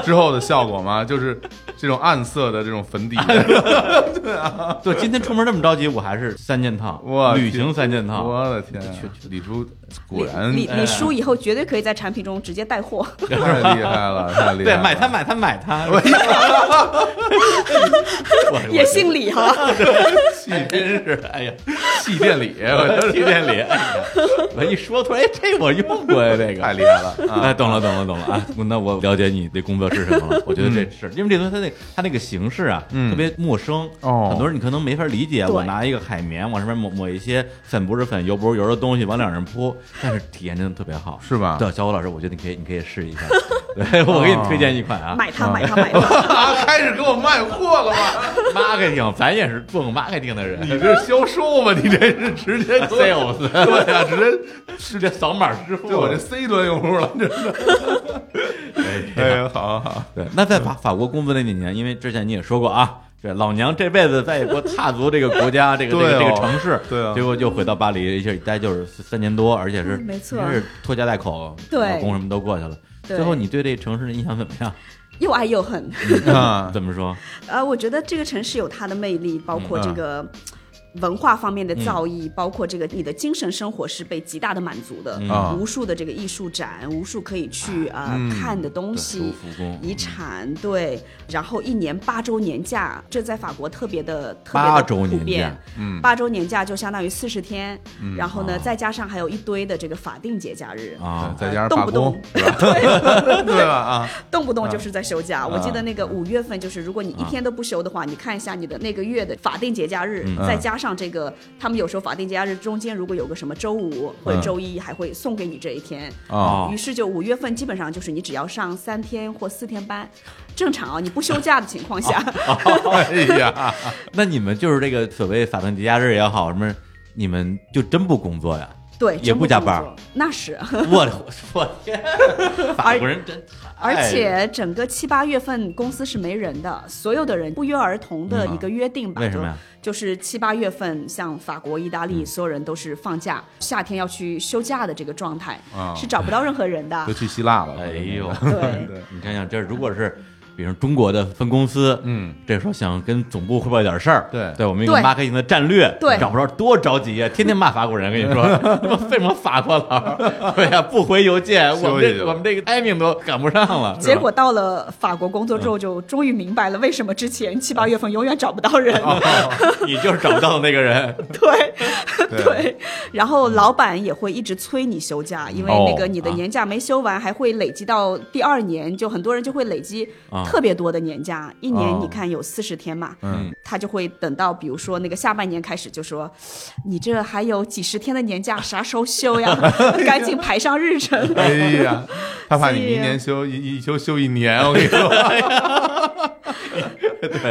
Speaker 2: 之后的效果吗？就是这种暗色的这种粉底，
Speaker 1: 对，今天出门这么着急，我还是三件套，
Speaker 2: 我
Speaker 1: 旅行三件套，
Speaker 2: 我的天啊，李叔 果然
Speaker 3: 李李
Speaker 1: 哎
Speaker 3: 叔以后绝对可以在产品中直接带货。
Speaker 2: 太厉害了，太厉害了！
Speaker 1: 对，买它买它买它， 我
Speaker 3: 也姓 李哈，
Speaker 1: 气，真是哎呀，
Speaker 2: 气垫礼，我觉
Speaker 1: 气垫里，哎呀， 我一说突然，哎，这我用过呀，这
Speaker 2: 得
Speaker 1: 个
Speaker 2: 太厉害了啊！
Speaker 1: 哎，懂了，懂了，懂了啊！那我了解你的工作是什么了。我觉得
Speaker 2: 嗯
Speaker 1: 这是因为这东西它那它那个形式啊，特别陌生，
Speaker 2: 哦
Speaker 1: 很多人你可能没法理解。
Speaker 3: 对
Speaker 1: 我拿一个海绵往上面抹抹一些粉不是粉、油不是油的东西往脸上泼，但是体验真的特别好，
Speaker 2: 是吧
Speaker 1: 对，小虎老师，我觉得你可以，你可以试一下。 对，我给你推荐一款啊，
Speaker 3: 买它买它买 它。
Speaker 2: 啊，开始给我卖货了吗？
Speaker 1: marketing，咱也是做过 marketing 的
Speaker 2: 哦你
Speaker 1: 人
Speaker 2: 这是销售吗？你这是直接给我
Speaker 1: ，sales，对呀，直接是这扫码支付，
Speaker 2: 对我这 C 端用户了，这是。
Speaker 1: 哎
Speaker 2: 哎
Speaker 1: 呀
Speaker 2: 呀，好好好，
Speaker 1: 对，那在法法国工作那几年，因为之前你也说过啊，这老娘这辈子再也不踏足这个国家、这个这
Speaker 2: 对
Speaker 1: 个
Speaker 2: 哦
Speaker 1: 这个城市，
Speaker 2: 对啊
Speaker 1: 结果就回到巴黎，一下一待就是三年多，而且是
Speaker 3: 嗯没错
Speaker 1: 真是拖家带口，
Speaker 3: 对
Speaker 1: 老公什么都过去了。
Speaker 3: 对
Speaker 1: 最后你对这城市的印象怎么样？
Speaker 3: 又爱又恨。
Speaker 2: 啊
Speaker 1: 怎么说？
Speaker 2: 嗯
Speaker 3: 呃，我觉得这个城市有它的魅力，包括这个文化方面的造诣，包括这个你的精神生活是被极大的满足的，
Speaker 2: 啊
Speaker 3: 无数的这个艺术展，无数可以去啊、呃
Speaker 2: 嗯
Speaker 3: 看的东
Speaker 1: 对
Speaker 3: 西
Speaker 1: 手工，
Speaker 3: 遗产对，然后一年八周年假，这在法国特别的特别
Speaker 1: 八
Speaker 3: 的
Speaker 1: 周
Speaker 3: 普
Speaker 1: 年
Speaker 3: 遍
Speaker 1: 假，
Speaker 2: 嗯啊
Speaker 3: 八周年假就相当于四十天，然后呢、再加上还有一堆的这个法定节假日，呃
Speaker 1: 啊，
Speaker 2: 再加上
Speaker 3: 动
Speaker 2: 罢
Speaker 3: 不动
Speaker 2: 工，是吧？ 对吧？啊，
Speaker 3: 动不动
Speaker 1: 嗯
Speaker 3: 就是在休假。我记得那个五月份，就是如果你一天都不休的话，你看一下你的那个月的法定节假日，
Speaker 1: 嗯
Speaker 3: 再加上这个，他们有时候法定节假日中间如果有个什么周
Speaker 1: 嗯
Speaker 3: 五或者周一，还会送给你这一天。
Speaker 2: 啊，
Speaker 1: 哦
Speaker 3: 于是就五月份基本上就是你只要上三天或四天班，正常啊，你不休假的情况下，
Speaker 1: 哦
Speaker 2: 哎呀，
Speaker 1: 那你们就是这个所谓法定节假日也好，什么，你们就真不工 作呀？
Speaker 3: 对，
Speaker 1: 也不加班儿
Speaker 3: 真的工作，那是。
Speaker 1: 我我天，法国人真
Speaker 3: 而
Speaker 1: 太
Speaker 3: 且整个七八月份公司是没人的，所有的人不约而同的一个约定
Speaker 1: 嗯
Speaker 3: 吧。
Speaker 1: 为什么呀嗯
Speaker 3: 就就是七八月份，像法国、意大利，所有人都是放假，夏天要去休假的这个状态，
Speaker 2: 啊
Speaker 3: 是找不到任何人的
Speaker 2: 都。去希腊了，
Speaker 1: 哎呦，
Speaker 3: 对
Speaker 2: 对，
Speaker 1: 你想想，这如果是。比如中国的分公司，
Speaker 2: 嗯，
Speaker 1: 这时候想跟总部汇报点事儿，
Speaker 2: 对
Speaker 1: 对我们一个
Speaker 3: 对
Speaker 1: marketing 的战略，
Speaker 3: 对
Speaker 1: 找不着多着急啊，天天骂法国人，跟 你说， 他妈费什么法国佬？对呀，不回邮件，我们
Speaker 2: 休息去
Speaker 1: 这
Speaker 2: 了
Speaker 1: 我们这个 timing 都赶不上了，是吧
Speaker 3: 结果到了法国工作之后，就终于明白了为什么之前七八月份永远找不 到人。
Speaker 1: 哦 你就是找不到的那个人，
Speaker 3: 对
Speaker 2: 对
Speaker 3: 对，然后老板也会一直催你休假，因为
Speaker 2: 哦
Speaker 3: 那个你的年假没休完，还会累积到第二年，就很多人就会累积
Speaker 1: 啊
Speaker 3: 特别多的年假，一
Speaker 2: 哦
Speaker 3: 年你看有四十天嘛，
Speaker 2: 嗯，
Speaker 3: 他就会等到比如说那个下半年开始就说， 你这还有几十天的 年假，啥时候休呀？ 赶紧排上日程。
Speaker 2: 哎呀，他怕你
Speaker 3: 所以
Speaker 2: 明年休一一休休一年，我跟你 说，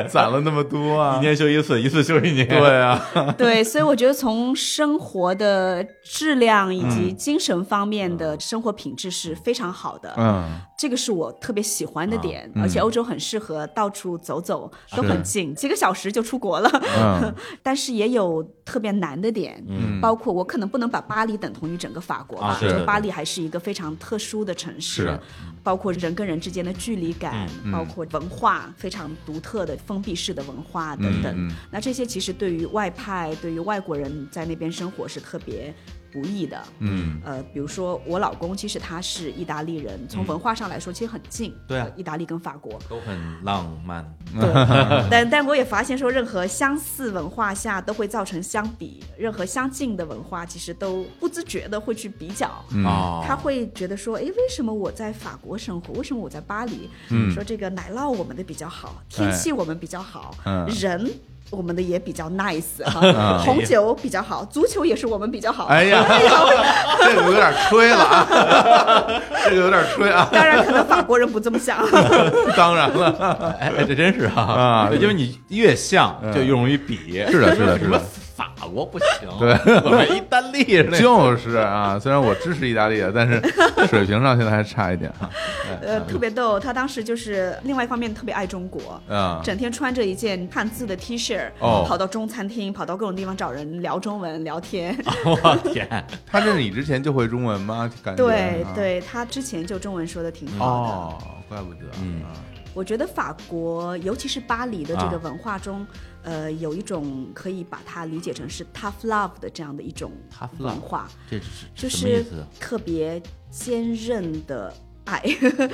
Speaker 2: 攒了那么多
Speaker 1: 一
Speaker 2: 啊，
Speaker 1: 年休一次，一次休一年，
Speaker 2: 对啊，
Speaker 3: 对，所以我觉得从生活的质量以
Speaker 2: 嗯
Speaker 3: 及精神方面的生活品质是非常好的。
Speaker 2: 嗯，
Speaker 3: 这个是我特别喜欢的点，
Speaker 2: 嗯
Speaker 3: 而且欧洲很适合到处走走，都
Speaker 2: 是
Speaker 3: 很近，几个小时就出国了。
Speaker 2: 嗯
Speaker 3: 但是也有特别难的点，
Speaker 2: 嗯
Speaker 3: 包括我可能不能把巴黎等同于整个法国吧，
Speaker 1: 啊
Speaker 2: 是
Speaker 3: 就巴黎还是一个非常特殊的城
Speaker 2: 是啊
Speaker 3: 市
Speaker 2: 的，
Speaker 3: 包括人跟人之间的距离感，
Speaker 2: 嗯
Speaker 3: 包括文化非常独特的封闭式的文化等等。
Speaker 2: 嗯嗯
Speaker 3: 那这些其实对于外派，对于外国人在那边生活是特别不易的。
Speaker 2: 嗯
Speaker 3: 呃，比如说我老公，其实他是意大利人，从文化上来说其实很近，
Speaker 1: 对啊
Speaker 3: 呃意大利跟法国。
Speaker 1: 都很 浪漫，
Speaker 3: 对，但但我也发现说，任何相似文化下都会造成相比，任何相近的文化其实都不自觉的会去比较。
Speaker 2: 嗯
Speaker 1: 哦
Speaker 3: 他会觉得说，哎，为什么我在法国生活？为什么我在巴黎？
Speaker 2: 嗯
Speaker 3: 说这个奶酪我们的比较好，天
Speaker 2: 哎
Speaker 3: 气我们比较好，
Speaker 2: 嗯
Speaker 3: 人我们的也比较 nice，、哈，红酒比较好，足球也是我们比较好。
Speaker 2: 哎呀， 这个有点吹了啊， 这个有点吹啊，
Speaker 3: 当然，可能法国人不这 么想。
Speaker 2: 当然了，
Speaker 1: 哎，哎这真是哈
Speaker 2: 啊
Speaker 1: 因为你越像
Speaker 2: 嗯
Speaker 1: 就越容易比，
Speaker 2: 是的是的
Speaker 1: 什
Speaker 2: 是的
Speaker 1: 么法国不行，
Speaker 2: 对，
Speaker 1: 我们意大利是那个
Speaker 2: 就是啊，虽然我支持意大利，但是水平上现在还差一点 啊，
Speaker 3: 呃，特别逗，他当时就是另外一方面特别爱中国，
Speaker 1: 啊
Speaker 2: 嗯
Speaker 3: 整天穿着一件汉字的 T 恤，
Speaker 2: 哦
Speaker 3: 跑到中餐厅，跑到各种地方找人聊中文聊天。
Speaker 1: 我天，
Speaker 2: 他这是你之前就会中文吗？感觉
Speaker 3: 对
Speaker 2: 啊，
Speaker 3: 对，他之前就中文说的挺好的。
Speaker 2: 哦，怪不得，
Speaker 1: 嗯
Speaker 2: 啊
Speaker 3: 我觉得法国，尤其是巴黎的这
Speaker 1: 啊
Speaker 3: 个文化中，呃，有一种可以把它理解成是 tough love 的这样的一种
Speaker 1: Tough love
Speaker 3: 文化，
Speaker 1: 这是
Speaker 3: 就
Speaker 1: 什么意
Speaker 3: 是
Speaker 1: 思？
Speaker 3: 特别坚韧的爱。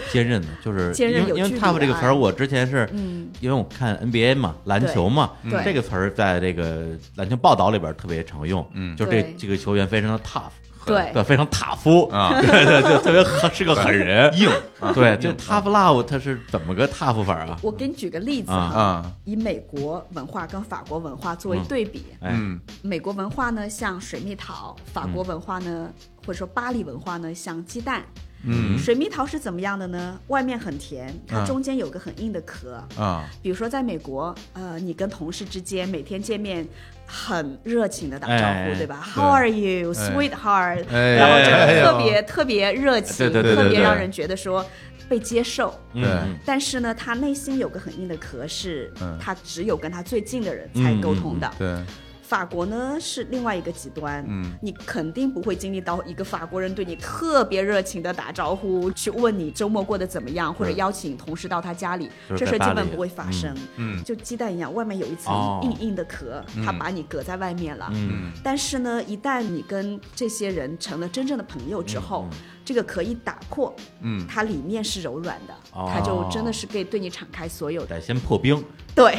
Speaker 1: 坚韧的，就是
Speaker 3: 坚韧
Speaker 1: 因为
Speaker 3: 有
Speaker 1: 因为
Speaker 3: 距离
Speaker 1: tough
Speaker 3: 的
Speaker 1: 这个词儿，
Speaker 3: 爱
Speaker 1: 我之前是
Speaker 3: 嗯，
Speaker 1: 因为我看 NBA 嘛，篮球嘛，
Speaker 3: 对
Speaker 1: 这个词儿在这个篮球报道里边儿特别常用，
Speaker 2: 嗯
Speaker 1: 就是这
Speaker 3: 对
Speaker 1: 这个球员非常的 tough，
Speaker 3: 对
Speaker 1: 对，非常塔夫，
Speaker 2: 啊
Speaker 1: 对对对，特别狠是个狠人，硬，对，这
Speaker 2: 硬啊
Speaker 1: tough love 他是怎么个 tough 法儿啊？
Speaker 3: 我给你举个例子
Speaker 1: 啊
Speaker 3: 哈，
Speaker 2: 啊，
Speaker 3: 以美国文化跟法国文化作为
Speaker 1: 嗯
Speaker 3: 对比，
Speaker 1: 哎，
Speaker 2: 嗯
Speaker 3: 美国文化呢像水蜜桃，法
Speaker 1: 嗯
Speaker 3: 国文化呢、或者说巴黎文化呢像鸡蛋。
Speaker 2: 嗯
Speaker 3: 水蜜桃是怎么样的呢？外面很甜，
Speaker 2: 嗯
Speaker 1: 啊
Speaker 3: 它中间有个很硬的壳。
Speaker 2: 啊，
Speaker 3: 比如说在美国，呃，你跟同事之间每天见面。很热情的打招呼，
Speaker 1: 哎
Speaker 3: 对吧？How are you, sweetheart？、
Speaker 2: 哎
Speaker 3: 然后这
Speaker 1: 哎哎
Speaker 3: 个
Speaker 2: 呦
Speaker 3: 特别、特别热情，
Speaker 1: 对对对
Speaker 3: 特
Speaker 2: 对
Speaker 3: 别
Speaker 2: 对
Speaker 3: 让人觉得说被接受。
Speaker 1: 嗯
Speaker 2: 对
Speaker 1: 嗯
Speaker 3: 但是呢，他内心有个很硬的壳，是
Speaker 2: 嗯
Speaker 3: 他只有跟他最近的人
Speaker 1: 嗯
Speaker 3: 才
Speaker 1: 嗯
Speaker 3: 沟通的。
Speaker 2: 对，
Speaker 3: 法国呢是另外一个极端，嗯，你肯定不会经历到一个法国人对你特别热情的打招呼，去问你周末过得怎么样，或者邀请同事到他家里，
Speaker 1: 就是
Speaker 3: 这
Speaker 1: 在
Speaker 3: 事儿
Speaker 1: 巴
Speaker 3: 基本
Speaker 1: 黎
Speaker 3: 不会发生。
Speaker 2: 嗯
Speaker 3: 就鸡蛋一样，外面有一层
Speaker 1: 哦
Speaker 3: 硬硬的壳，它把你隔在外面了。
Speaker 1: 嗯
Speaker 3: 但是呢，一旦你跟这些人成了真正的朋友之
Speaker 1: 嗯
Speaker 3: 后，这个壳一打破，
Speaker 2: 嗯
Speaker 3: 它里面是柔软的，
Speaker 1: 哦
Speaker 3: 它就真的是可以对你敞开所有的。
Speaker 1: 得先破冰，
Speaker 3: 对，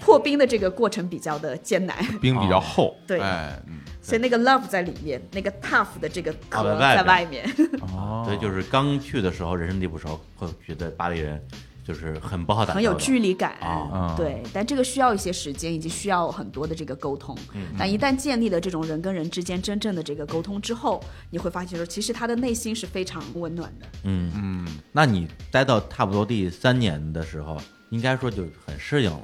Speaker 3: 破冰的这个过程比较的艰难，
Speaker 2: 冰比较厚，
Speaker 3: 哦对
Speaker 2: 哎，嗯
Speaker 3: 所以那个 love 在里面，那个 tough 的这个
Speaker 1: 啊
Speaker 3: 壳
Speaker 1: 在外
Speaker 3: 在
Speaker 1: 面
Speaker 3: 外面。
Speaker 2: 哦
Speaker 1: 所以就是刚去的时候人生地不熟，会觉得巴黎人就是很不好打交道，
Speaker 3: 很有距离感。
Speaker 1: 啊
Speaker 3: 对，但这个需要一些时间，以及需要很多的这个沟通。但一旦建立了这种人跟人之间真正的这个沟通之后，你会发现说，其实他的内心是非常温暖的。
Speaker 1: 嗯嗯，那你待到差不多第三年的时候，应该说就很适应了。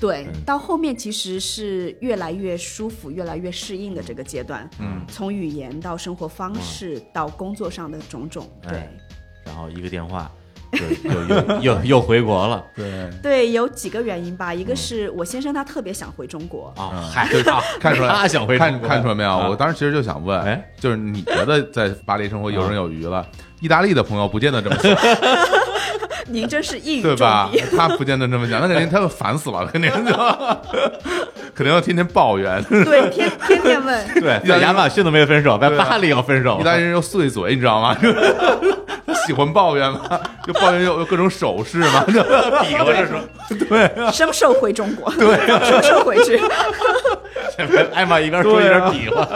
Speaker 3: 对，到后面其实是越来越舒服、越来越适应的这个阶段。嗯，从语言到生活方式到工作上的种种，对。
Speaker 1: 哎然后一个电话，就又又又又回国 了
Speaker 2: 对，
Speaker 3: 对，有几个原因吧，一个是我先生他特别想回中国，
Speaker 1: 啊！嗨，就
Speaker 2: 嗯 看出来
Speaker 1: 他想回中
Speaker 2: 看
Speaker 1: 国
Speaker 2: 看出来没有？
Speaker 1: 啊
Speaker 2: 我当时其实就想问，
Speaker 1: 哎，
Speaker 2: 就是你觉得在巴黎生活游刃有余了？意大利的朋友不见得这么想，
Speaker 3: 您真是一语
Speaker 2: 对
Speaker 3: 中
Speaker 2: 吧
Speaker 3: 的。？
Speaker 2: 他不见得这么想，那肯定他们烦死了，肯定就 肯定要天天抱怨。
Speaker 3: 对，天天天问，
Speaker 1: 对，在亚马逊都没分手，在
Speaker 2: 对啊
Speaker 1: 巴黎要分手
Speaker 2: 意大利人又碎嘴，你知道吗？ 喜欢抱怨嘛，就抱怨又有各种手势嘛， 就
Speaker 1: 比划着说，
Speaker 3: 什么时候回中国？ 对、什么时候回去？
Speaker 1: 艾玛哎一边说一
Speaker 2: 对
Speaker 1: 边
Speaker 2: 啊
Speaker 1: 比划，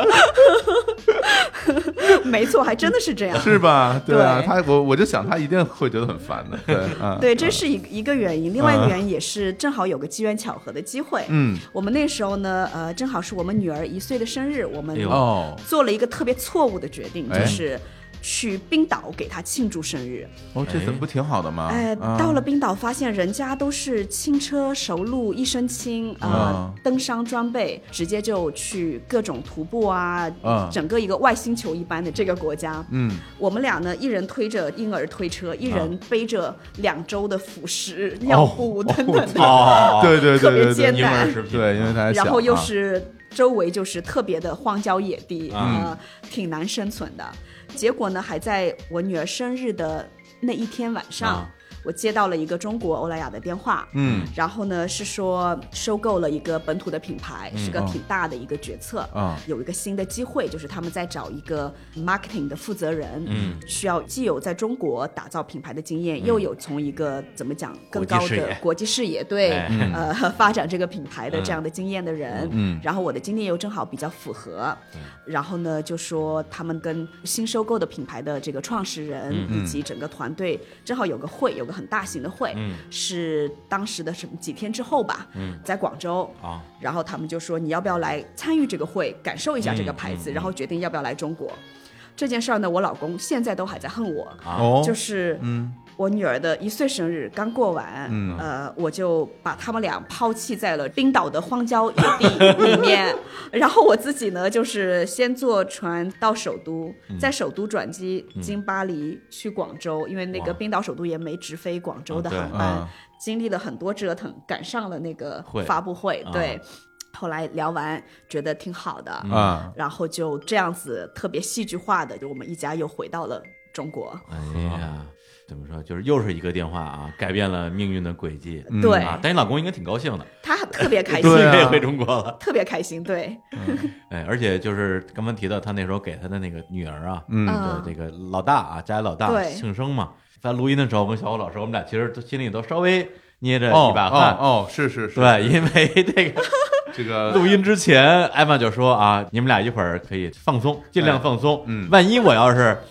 Speaker 3: 没错，还真的是这样。
Speaker 2: 是吧？对啊，
Speaker 3: 对
Speaker 2: 他我我就想他一定会觉得很烦的，对，嗯，
Speaker 3: 对，这是一一个原因，另外一个原因也是正好有个机缘巧合的机会。
Speaker 2: 嗯，
Speaker 3: 我们那时候呢，呃，正好是我们女儿一岁的生日，我们
Speaker 1: 哎呦
Speaker 2: 哦，
Speaker 3: 做了一个特别错误的决定，
Speaker 2: 哎
Speaker 3: 就是去冰岛给她庆祝生日。
Speaker 2: 哦，这怎么不挺好的吗？嗯
Speaker 3: 哎，到了冰岛发现人家都是轻车熟路，一身轻，呃
Speaker 2: 嗯，
Speaker 3: 登山装备，直接就去各种徒步啊
Speaker 2: 嗯，
Speaker 3: 整个一个外星球一般的这个国家。
Speaker 2: 嗯，啊
Speaker 3: 我们俩呢，一人推着婴儿推车，一人背着两周的辅食、
Speaker 2: 哦
Speaker 3: 尿布等等的，
Speaker 1: 哦
Speaker 2: 对对
Speaker 3: 特
Speaker 2: 对
Speaker 3: 别
Speaker 2: 对对
Speaker 3: 艰，
Speaker 1: 婴儿
Speaker 3: 难。
Speaker 1: 食品，
Speaker 2: 对，因为他还小
Speaker 3: 然后又
Speaker 2: 啊
Speaker 3: 是周围就是特别的荒郊野地，
Speaker 1: 嗯
Speaker 3: 呃，挺难生存的。结果呢，还在我女儿生日的那一天晚上，
Speaker 1: 啊
Speaker 3: 我接到了一个中国欧莱雅的电话，
Speaker 2: 嗯
Speaker 3: 然后呢是说收购了一个本土的品牌，
Speaker 1: 嗯
Speaker 3: 是
Speaker 1: 哦
Speaker 3: 个挺大的一个决策，
Speaker 2: 啊
Speaker 3: 有一个新的机会，就是他们在找一个 marketing 的负责人，
Speaker 1: 嗯
Speaker 3: 需要既有在中国打造品牌的经验，又有从一个怎么讲
Speaker 1: 国
Speaker 3: 更
Speaker 1: 际
Speaker 3: 高
Speaker 1: 视
Speaker 3: 的
Speaker 1: 野
Speaker 3: 国际视野对、
Speaker 1: 哎
Speaker 3: 呃发展这个品牌
Speaker 1: 嗯
Speaker 3: 的这样的经验的人，
Speaker 2: 嗯
Speaker 3: 然后我的经验又正好比较符合，
Speaker 1: 嗯
Speaker 3: 然后呢就说他们跟新收购的品牌的这个创始人
Speaker 1: 嗯
Speaker 3: 以及整个团队正好有个会，有个很大型的会，
Speaker 1: 嗯
Speaker 3: 是当时的什么几天之后吧，
Speaker 1: 嗯
Speaker 3: 在广州
Speaker 1: 啊，
Speaker 3: 然后他们就说你要不要来参与这个会，感受一下这个牌
Speaker 1: 嗯
Speaker 3: 子，
Speaker 1: 嗯嗯
Speaker 3: 然后决定要不要来中国。这件事儿呢，我老公现在都还在恨我，
Speaker 2: 哦，
Speaker 3: 就是
Speaker 2: 嗯
Speaker 3: 我女儿的一岁生日刚过完，
Speaker 2: 嗯
Speaker 3: 呃，我就把他们俩抛弃在了冰岛的荒郊野地里 面，然后我自己呢，就是先坐船到首都，
Speaker 2: 嗯
Speaker 3: 在首都转机经巴黎去广州，因为那个
Speaker 1: 哇
Speaker 3: 冰岛首都也没直飞广州的
Speaker 1: 啊对
Speaker 3: 航班，
Speaker 2: 嗯
Speaker 3: 经历了很多折腾，赶上了那个
Speaker 1: 会
Speaker 3: 发布会，
Speaker 1: 啊
Speaker 2: 嗯
Speaker 3: 对，后来聊完觉得挺好的，
Speaker 2: 啊，
Speaker 3: 然后就这样子特别戏剧化的，就我们一家又回到了中国。
Speaker 1: 哎呀，怎么说，就是又是一个电话啊，改变了命运的轨迹。
Speaker 3: 对、
Speaker 1: 啊，但你老公应该挺高兴的，
Speaker 3: 他特别开
Speaker 2: 嗯
Speaker 3: 心，
Speaker 2: 对 啊
Speaker 1: 这回中国了。
Speaker 3: 特别开心，对，
Speaker 1: 哎，而且就是刚刚提到他那时候给他的那个女儿啊，
Speaker 2: 嗯
Speaker 1: 就是这个老大啊，家里老大
Speaker 3: 对
Speaker 1: 庆生嘛，在录音的时候，我跟小虎老师，我们俩其实都心里都稍微捏着
Speaker 2: 哦
Speaker 1: 一把汗。
Speaker 2: 哦哦，是是是，
Speaker 1: 对，因为这个
Speaker 2: 这个
Speaker 1: 录音之前，艾玛就说啊，你们俩一会儿可以放松，尽量放松。
Speaker 2: 嗯
Speaker 1: 万一我要是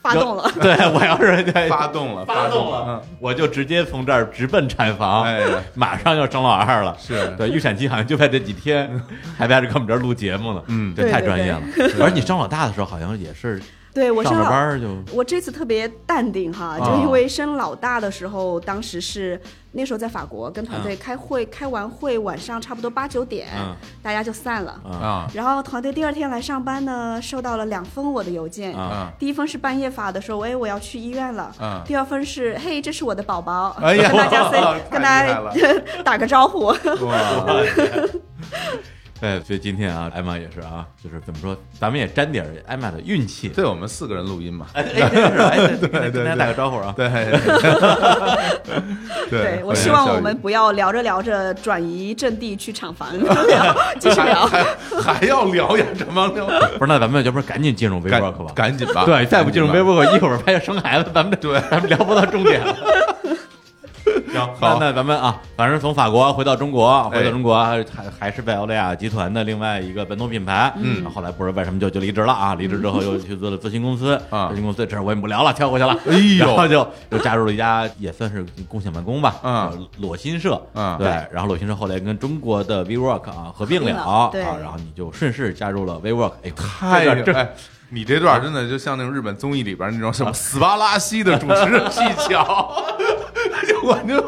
Speaker 3: 发动了。
Speaker 1: 对我要是对
Speaker 2: 发动了，嗯
Speaker 1: 发动
Speaker 2: 动
Speaker 1: 了，，我就直接从这儿直奔产
Speaker 2: 嗯
Speaker 1: 房，
Speaker 2: 哎，
Speaker 1: 马上要生老二了。
Speaker 2: 是
Speaker 1: 对，预产期好像就在这几天， 还在这跟我们这儿录节目呢。
Speaker 2: 嗯
Speaker 1: 这太
Speaker 3: 对对
Speaker 1: 专业了。 而且你生老大的时候，好像也是
Speaker 3: 对我
Speaker 1: 上
Speaker 3: 生
Speaker 1: 着
Speaker 3: 老
Speaker 1: 班儿就
Speaker 3: 我这次特别淡定
Speaker 2: 啊
Speaker 3: 哈，就因为生老大的时候，当时是那时候在法国跟团队
Speaker 2: 啊
Speaker 3: 开会，开完会晚上差不多八九点，
Speaker 1: 嗯
Speaker 3: 大家就散了。
Speaker 2: 啊
Speaker 3: 然后团队第二天来上班呢，收到了两封我的邮件。
Speaker 1: 啊
Speaker 2: 啊，
Speaker 3: 第一封是半夜发的，说哎我要去医院了。
Speaker 2: 嗯
Speaker 3: 第二封是嘿这是我的宝宝，
Speaker 2: 哎呀
Speaker 3: 跟大家 say
Speaker 2: 哇
Speaker 3: 跟大
Speaker 2: 太厉害
Speaker 3: 家打个招呼。
Speaker 2: 哇，
Speaker 1: 哎，所以今天啊，艾玛也是啊，就是怎么说，咱们也沾点艾玛的运气。
Speaker 2: 对我们四个人录音嘛，
Speaker 1: 哎，哎真是哎， 对
Speaker 2: 对
Speaker 1: 跟大家打个招呼啊。
Speaker 2: 对
Speaker 3: 对，我
Speaker 2: 非
Speaker 3: 希
Speaker 2: 常
Speaker 3: 望
Speaker 2: 效
Speaker 3: 我们
Speaker 2: 率
Speaker 3: 不要聊着聊着转移阵地去厂房， 聊继续聊。
Speaker 2: 还还要聊呀，这帮聊，
Speaker 1: 不是，那咱们要不然赶紧进入微博课吧？
Speaker 2: 赶紧吧，
Speaker 1: 对，再不进入微
Speaker 2: 博，
Speaker 1: 博课，一会儿怕要生孩子，咱们这对，咱们聊不到重点了。行，那
Speaker 2: 好
Speaker 1: 那咱们啊，反正从法国回到中国，
Speaker 2: 哎
Speaker 1: 回到中国还还是拜欧莱雅集团的另外一个本土品牌。嗯，后来不知道为什么就就离职了啊，离职之后又去做了咨询公司
Speaker 2: 啊
Speaker 1: 咨询公司这事儿我也不聊了，跳过去了。
Speaker 2: 哎呦
Speaker 1: 然后就就加入了一家也算是共享办公吧，
Speaker 2: 嗯
Speaker 1: 啊，裸新社，
Speaker 2: 嗯
Speaker 1: 对，然后裸新社后来跟中国的 WeWork 啊合并
Speaker 3: 合并
Speaker 1: 了
Speaker 3: 了
Speaker 1: 啊，
Speaker 3: 对
Speaker 1: 然后你就顺势加入了 WeWork，哎呦，
Speaker 2: 太
Speaker 1: 这个这
Speaker 2: 哎，你这段真的就像那种日本综艺里边那种什么斯巴拉西的主持人技巧，就我就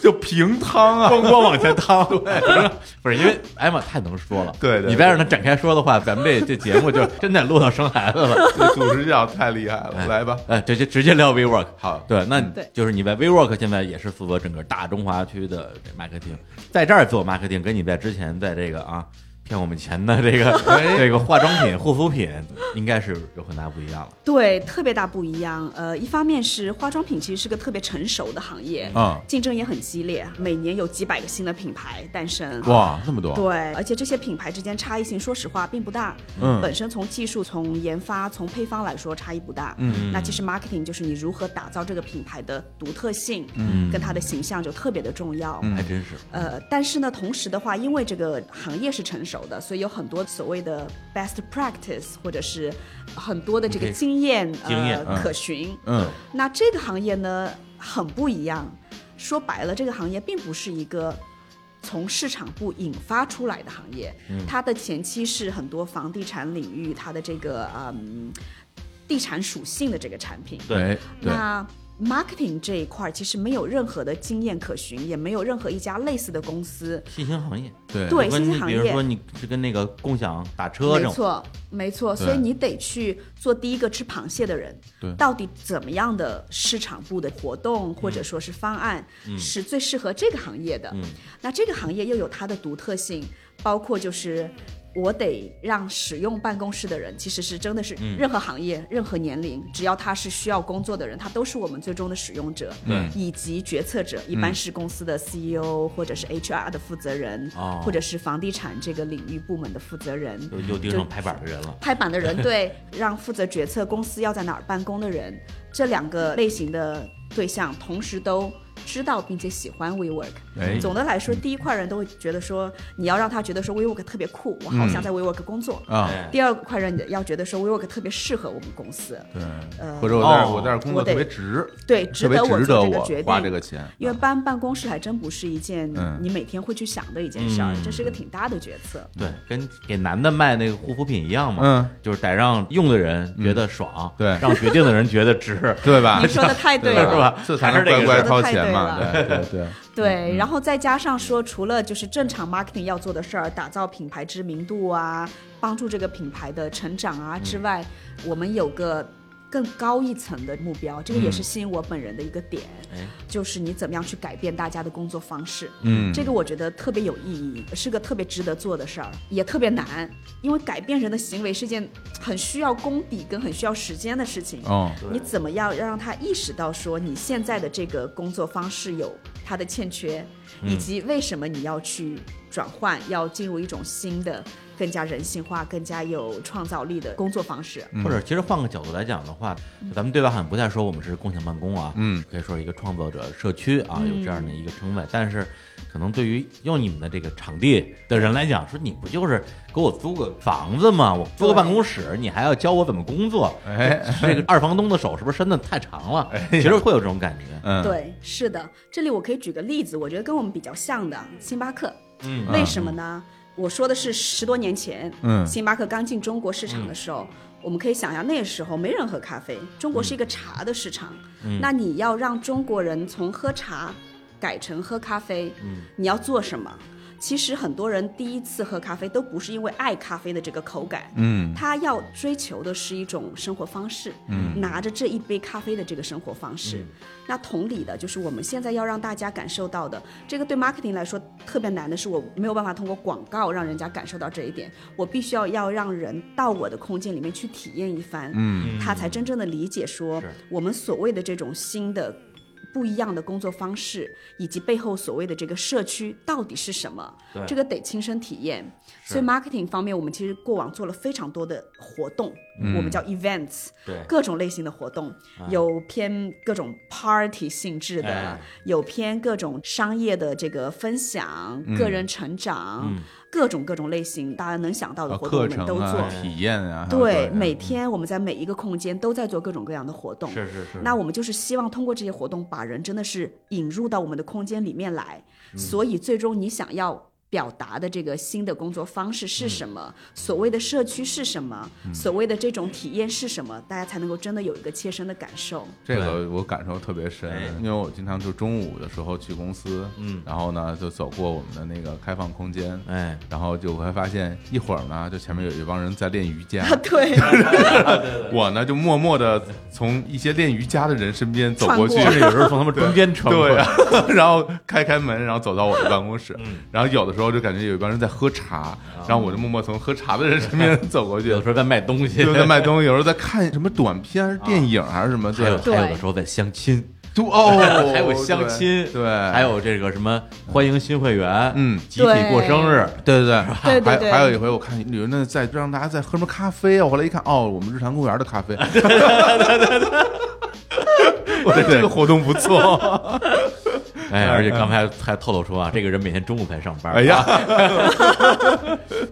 Speaker 2: 就平汤啊，
Speaker 1: 咣咣往前 趟，对，不是因为艾玛太能说了，
Speaker 2: 对对对
Speaker 1: 你再让他展开说的话，咱们这这节目就真得录到生孩子 了。
Speaker 2: 这主持技巧太厉害了，来吧，
Speaker 1: 哎，直接直接聊 WeWork。
Speaker 2: 好
Speaker 1: 对，那
Speaker 3: 嗯对
Speaker 1: 就是你在 WeWork 现在也是负责整个大中华区的这 marketing，在这儿做 marketing，跟你在之前在这个啊骗我们钱的这 个、
Speaker 2: 哎
Speaker 1: 这个化妆品、护肤品，应该是有很大不一样了。
Speaker 3: 对，特别大不一样。呃，一方面是化妆品其实是个特别成熟的行业，
Speaker 2: 嗯
Speaker 3: 竞争也很激烈，每年有几百个新的品牌诞生。
Speaker 2: 哇，这么多，
Speaker 3: 对，而且这些品牌之间差异性，说实话并不大。
Speaker 2: 嗯
Speaker 3: 本身从技术、从研发、从配方来说差异不大。嗯，那其实 marketing 就是你如何打造这个品牌的独特性，嗯，跟它的形象就特别的重要。
Speaker 2: 嗯
Speaker 1: 还真是，
Speaker 3: 呃，但是呢，同时的话，因为这个行业是成熟的，所以有很多所谓的 best practice，或者是很多的这个
Speaker 1: OK
Speaker 3: 经验
Speaker 1: 经验
Speaker 3: 呃可循。
Speaker 2: 嗯，
Speaker 3: 那这个行业呢，很不一样。说白了，这个行业并不是一个从市场部引发出来的行业，
Speaker 1: 嗯
Speaker 3: 它的前期是很多房地产领域它的这个嗯地产属性的这个产品。
Speaker 2: 对对，
Speaker 3: 那 marketing 这一块儿其实没有任何的经验可循，也没有任何一家类似的公司。
Speaker 1: 新兴行业。
Speaker 2: 对
Speaker 3: 对
Speaker 1: 就跟
Speaker 3: 新兴行
Speaker 1: 比
Speaker 3: 业
Speaker 1: 如说你是跟那个共享打车这
Speaker 3: 没
Speaker 1: 种，
Speaker 3: 错，没错，所以你得去做第一个吃螃蟹的人。
Speaker 2: 对
Speaker 3: 到底怎么样的市场部的活动或
Speaker 1: 嗯
Speaker 3: 者说是方案、是最适合这个行业的？那这个行业又有它的独特性，包括就是。我得让使用办公室的人，其实是真的是
Speaker 1: 嗯
Speaker 3: 任何行业、任何年龄，只要他是需要工作的人，他都是我们最终的使用者，
Speaker 2: 对
Speaker 3: 以及决策者，一
Speaker 1: 嗯
Speaker 3: 般是公司的 CEO 或者是 HR 的负责人，
Speaker 1: 哦
Speaker 3: 或者是房地产这个领域部门的负责人，
Speaker 1: 就就盯上
Speaker 3: 嗯
Speaker 1: 拍板的人了。
Speaker 3: 拍板的人，对，让负责决策公司要在哪儿办公的人，这两个类型的对象同时都知道并且喜欢 WeWork。
Speaker 2: 哎
Speaker 3: 总的来说，第一块人都会觉得说，你要让他觉得说 WeWork 特别酷，我好想在 WeWork 工作。
Speaker 2: 嗯啊，
Speaker 1: 哎
Speaker 3: 第二块人要觉得说 WeWork 特别适合我们公司，
Speaker 2: 对，
Speaker 3: 呃
Speaker 2: 或者我在这儿
Speaker 1: 哦
Speaker 2: 我在这儿工作特别值，
Speaker 3: 对，
Speaker 2: 特
Speaker 3: 值
Speaker 2: 别
Speaker 3: 得我
Speaker 2: 值得
Speaker 3: 做这
Speaker 2: 我
Speaker 3: 个决定，
Speaker 2: 花这个钱，
Speaker 3: 因为搬办公室还真不是一件
Speaker 2: 嗯
Speaker 3: 你每天会去想的一件事儿，
Speaker 1: 嗯
Speaker 3: 这是个挺大的决 策。
Speaker 1: 对，跟给男的卖那个护肤品一样嘛，
Speaker 2: 嗯，
Speaker 1: 就是得让用的人觉得爽，
Speaker 2: 对，
Speaker 1: 让决定的人觉得值
Speaker 2: 对啊吧
Speaker 3: 你？说的太对
Speaker 1: 是
Speaker 3: 了，
Speaker 1: 吧
Speaker 2: 这才
Speaker 1: 还是
Speaker 2: 能
Speaker 1: 这个
Speaker 2: 乖乖
Speaker 3: 事儿
Speaker 2: 掏钱嘛，对
Speaker 3: 太
Speaker 2: 对 对，
Speaker 3: 对，然后再加上说，除了就是正常 marketing 要做的事儿，打造品牌知名度啊，帮助这个品牌的成长啊之外，我们有个更高一层的目标，这个也是吸引我本人的一个点，
Speaker 1: 哎
Speaker 3: 就是你怎么样去改变大家的工作方式。
Speaker 2: 嗯，
Speaker 3: 这个我觉得特别有意义，是个特别值得做的事儿，也特别难，因为改变人的行为是件很需要功底跟很需要时间的事情。
Speaker 2: 哦，
Speaker 3: 你怎么样让他意识到说你现在的这个工作方式有它的欠缺，
Speaker 2: 嗯
Speaker 3: 以及为什么你要去转换，要进入一种新的、更加人性化、更加有创造力的工作方式？
Speaker 2: 嗯
Speaker 1: 或者其实换个角度来讲的话，咱们对外好像不太说我们是共享办公啊，
Speaker 2: 嗯，
Speaker 1: 可以说一个创作者社区啊，有这样的一个称谓。但是，可能对于用你们的这个场地的人来讲，说你不就是给我租个房子吗？我租个
Speaker 3: 对
Speaker 1: 办公室，你还要教我怎么工作？
Speaker 2: 哎，
Speaker 1: 这个二房东的手是不是伸的太长了？其实会有这种感觉。
Speaker 2: 嗯，
Speaker 3: 对，是的。这里我可以举个例子，我觉得跟我们比较像的星巴克，
Speaker 1: 嗯
Speaker 3: 为什么呢？我说的是十多年前，
Speaker 2: 嗯
Speaker 3: 星巴克刚进中国市场的时候，我们可以想象那时候没人喝咖啡，中国是一个茶的市场，
Speaker 2: 嗯
Speaker 3: 那你
Speaker 2: 嗯
Speaker 3: 要让中国人从喝茶改成喝咖啡，你要做什么？其实很多人第一次喝咖啡都不是因为爱咖啡的这个口感，
Speaker 1: 嗯
Speaker 3: 他要追求的是一种生活方式，
Speaker 1: 嗯
Speaker 3: 拿着这一杯咖啡的这个生活方式。那同理的，就是我们现在要让大家感受到的，这个对 marketing 来说特别难的是，我没有办法通过广告让人家感受到这一点，我必须要要让人到我的空间里面去体验一番，
Speaker 1: 嗯
Speaker 3: 他才真正的理解说
Speaker 1: 是
Speaker 3: 我们所谓的这种新的。不一样的工作方式，以及背后所谓的这个社区到底是什么
Speaker 1: 对？
Speaker 3: 这个得亲身体验。所以 marketing 方面，我们其实过往做了非常多的活动，我们叫 events，
Speaker 1: 嗯对啊
Speaker 3: 各种类型的活动，有偏各种 party 性质的，
Speaker 1: 哎
Speaker 3: 有偏各种商业的这个分享、
Speaker 1: 嗯
Speaker 3: 个人成长，各种各种类型，大家能想到的
Speaker 1: 哦
Speaker 3: 活动我
Speaker 2: 课
Speaker 3: 们
Speaker 2: 程
Speaker 3: 都做。
Speaker 2: 啊、体验啊，还
Speaker 1: 嗯
Speaker 2: 有各
Speaker 3: 对，
Speaker 2: 种
Speaker 3: 每天我们在每一个空间都在做各种各样的活动。
Speaker 1: 是是是，
Speaker 3: 那我们就是希望通过这些活动，把人真的是引入到我们的空间里面来。
Speaker 2: 嗯
Speaker 3: 所以，最终你想要表达的这个新的工作方式
Speaker 2: 嗯
Speaker 3: 是什么？所谓的社区是什么？所谓的这种体验是什么？大家才能够真的有一个切身的感受。
Speaker 2: 这个我感受特别深
Speaker 1: 哎，
Speaker 2: 因为我经常就中午的时候去公司，
Speaker 1: 嗯
Speaker 2: 然后呢就走过我们的那个开放空间，
Speaker 1: 哎，
Speaker 2: 然后就会发现一会儿呢，就前面有一帮人在练瑜 伽，
Speaker 3: 对，
Speaker 2: 我呢就默默的从一些练瑜伽的人身边走过去，
Speaker 3: 穿
Speaker 1: 甚
Speaker 3: 过
Speaker 1: 至有时候从他们中间穿过
Speaker 2: 对、啊， 然后开开门，然后走到我的办公室，
Speaker 1: 嗯
Speaker 2: 然后有的时候就感觉有一帮人在喝茶，然后我就默默从喝茶的人身边走过去
Speaker 1: 啊有，时候在卖东西，
Speaker 2: 就在卖东西，有时候在看什么短片、还是电影还是什 么，
Speaker 1: 还有
Speaker 2: 对，
Speaker 1: 还有的时候在相亲，
Speaker 2: 就哦，
Speaker 1: 还有相亲，
Speaker 2: 对，对
Speaker 1: 还。有这个什么欢迎新会员，
Speaker 2: 嗯
Speaker 1: 集体过生日，
Speaker 2: 对对对，
Speaker 3: 对对对
Speaker 2: 还还有一回我看有人在让大家在喝什么咖啡啊，我后来一看，哦，我们日坛公园的咖 啡，对对对，我觉得这个活动不 错，
Speaker 1: 哎，而且刚才还透露说啊，这个人每天中午才上班，
Speaker 2: 嗯哎呀，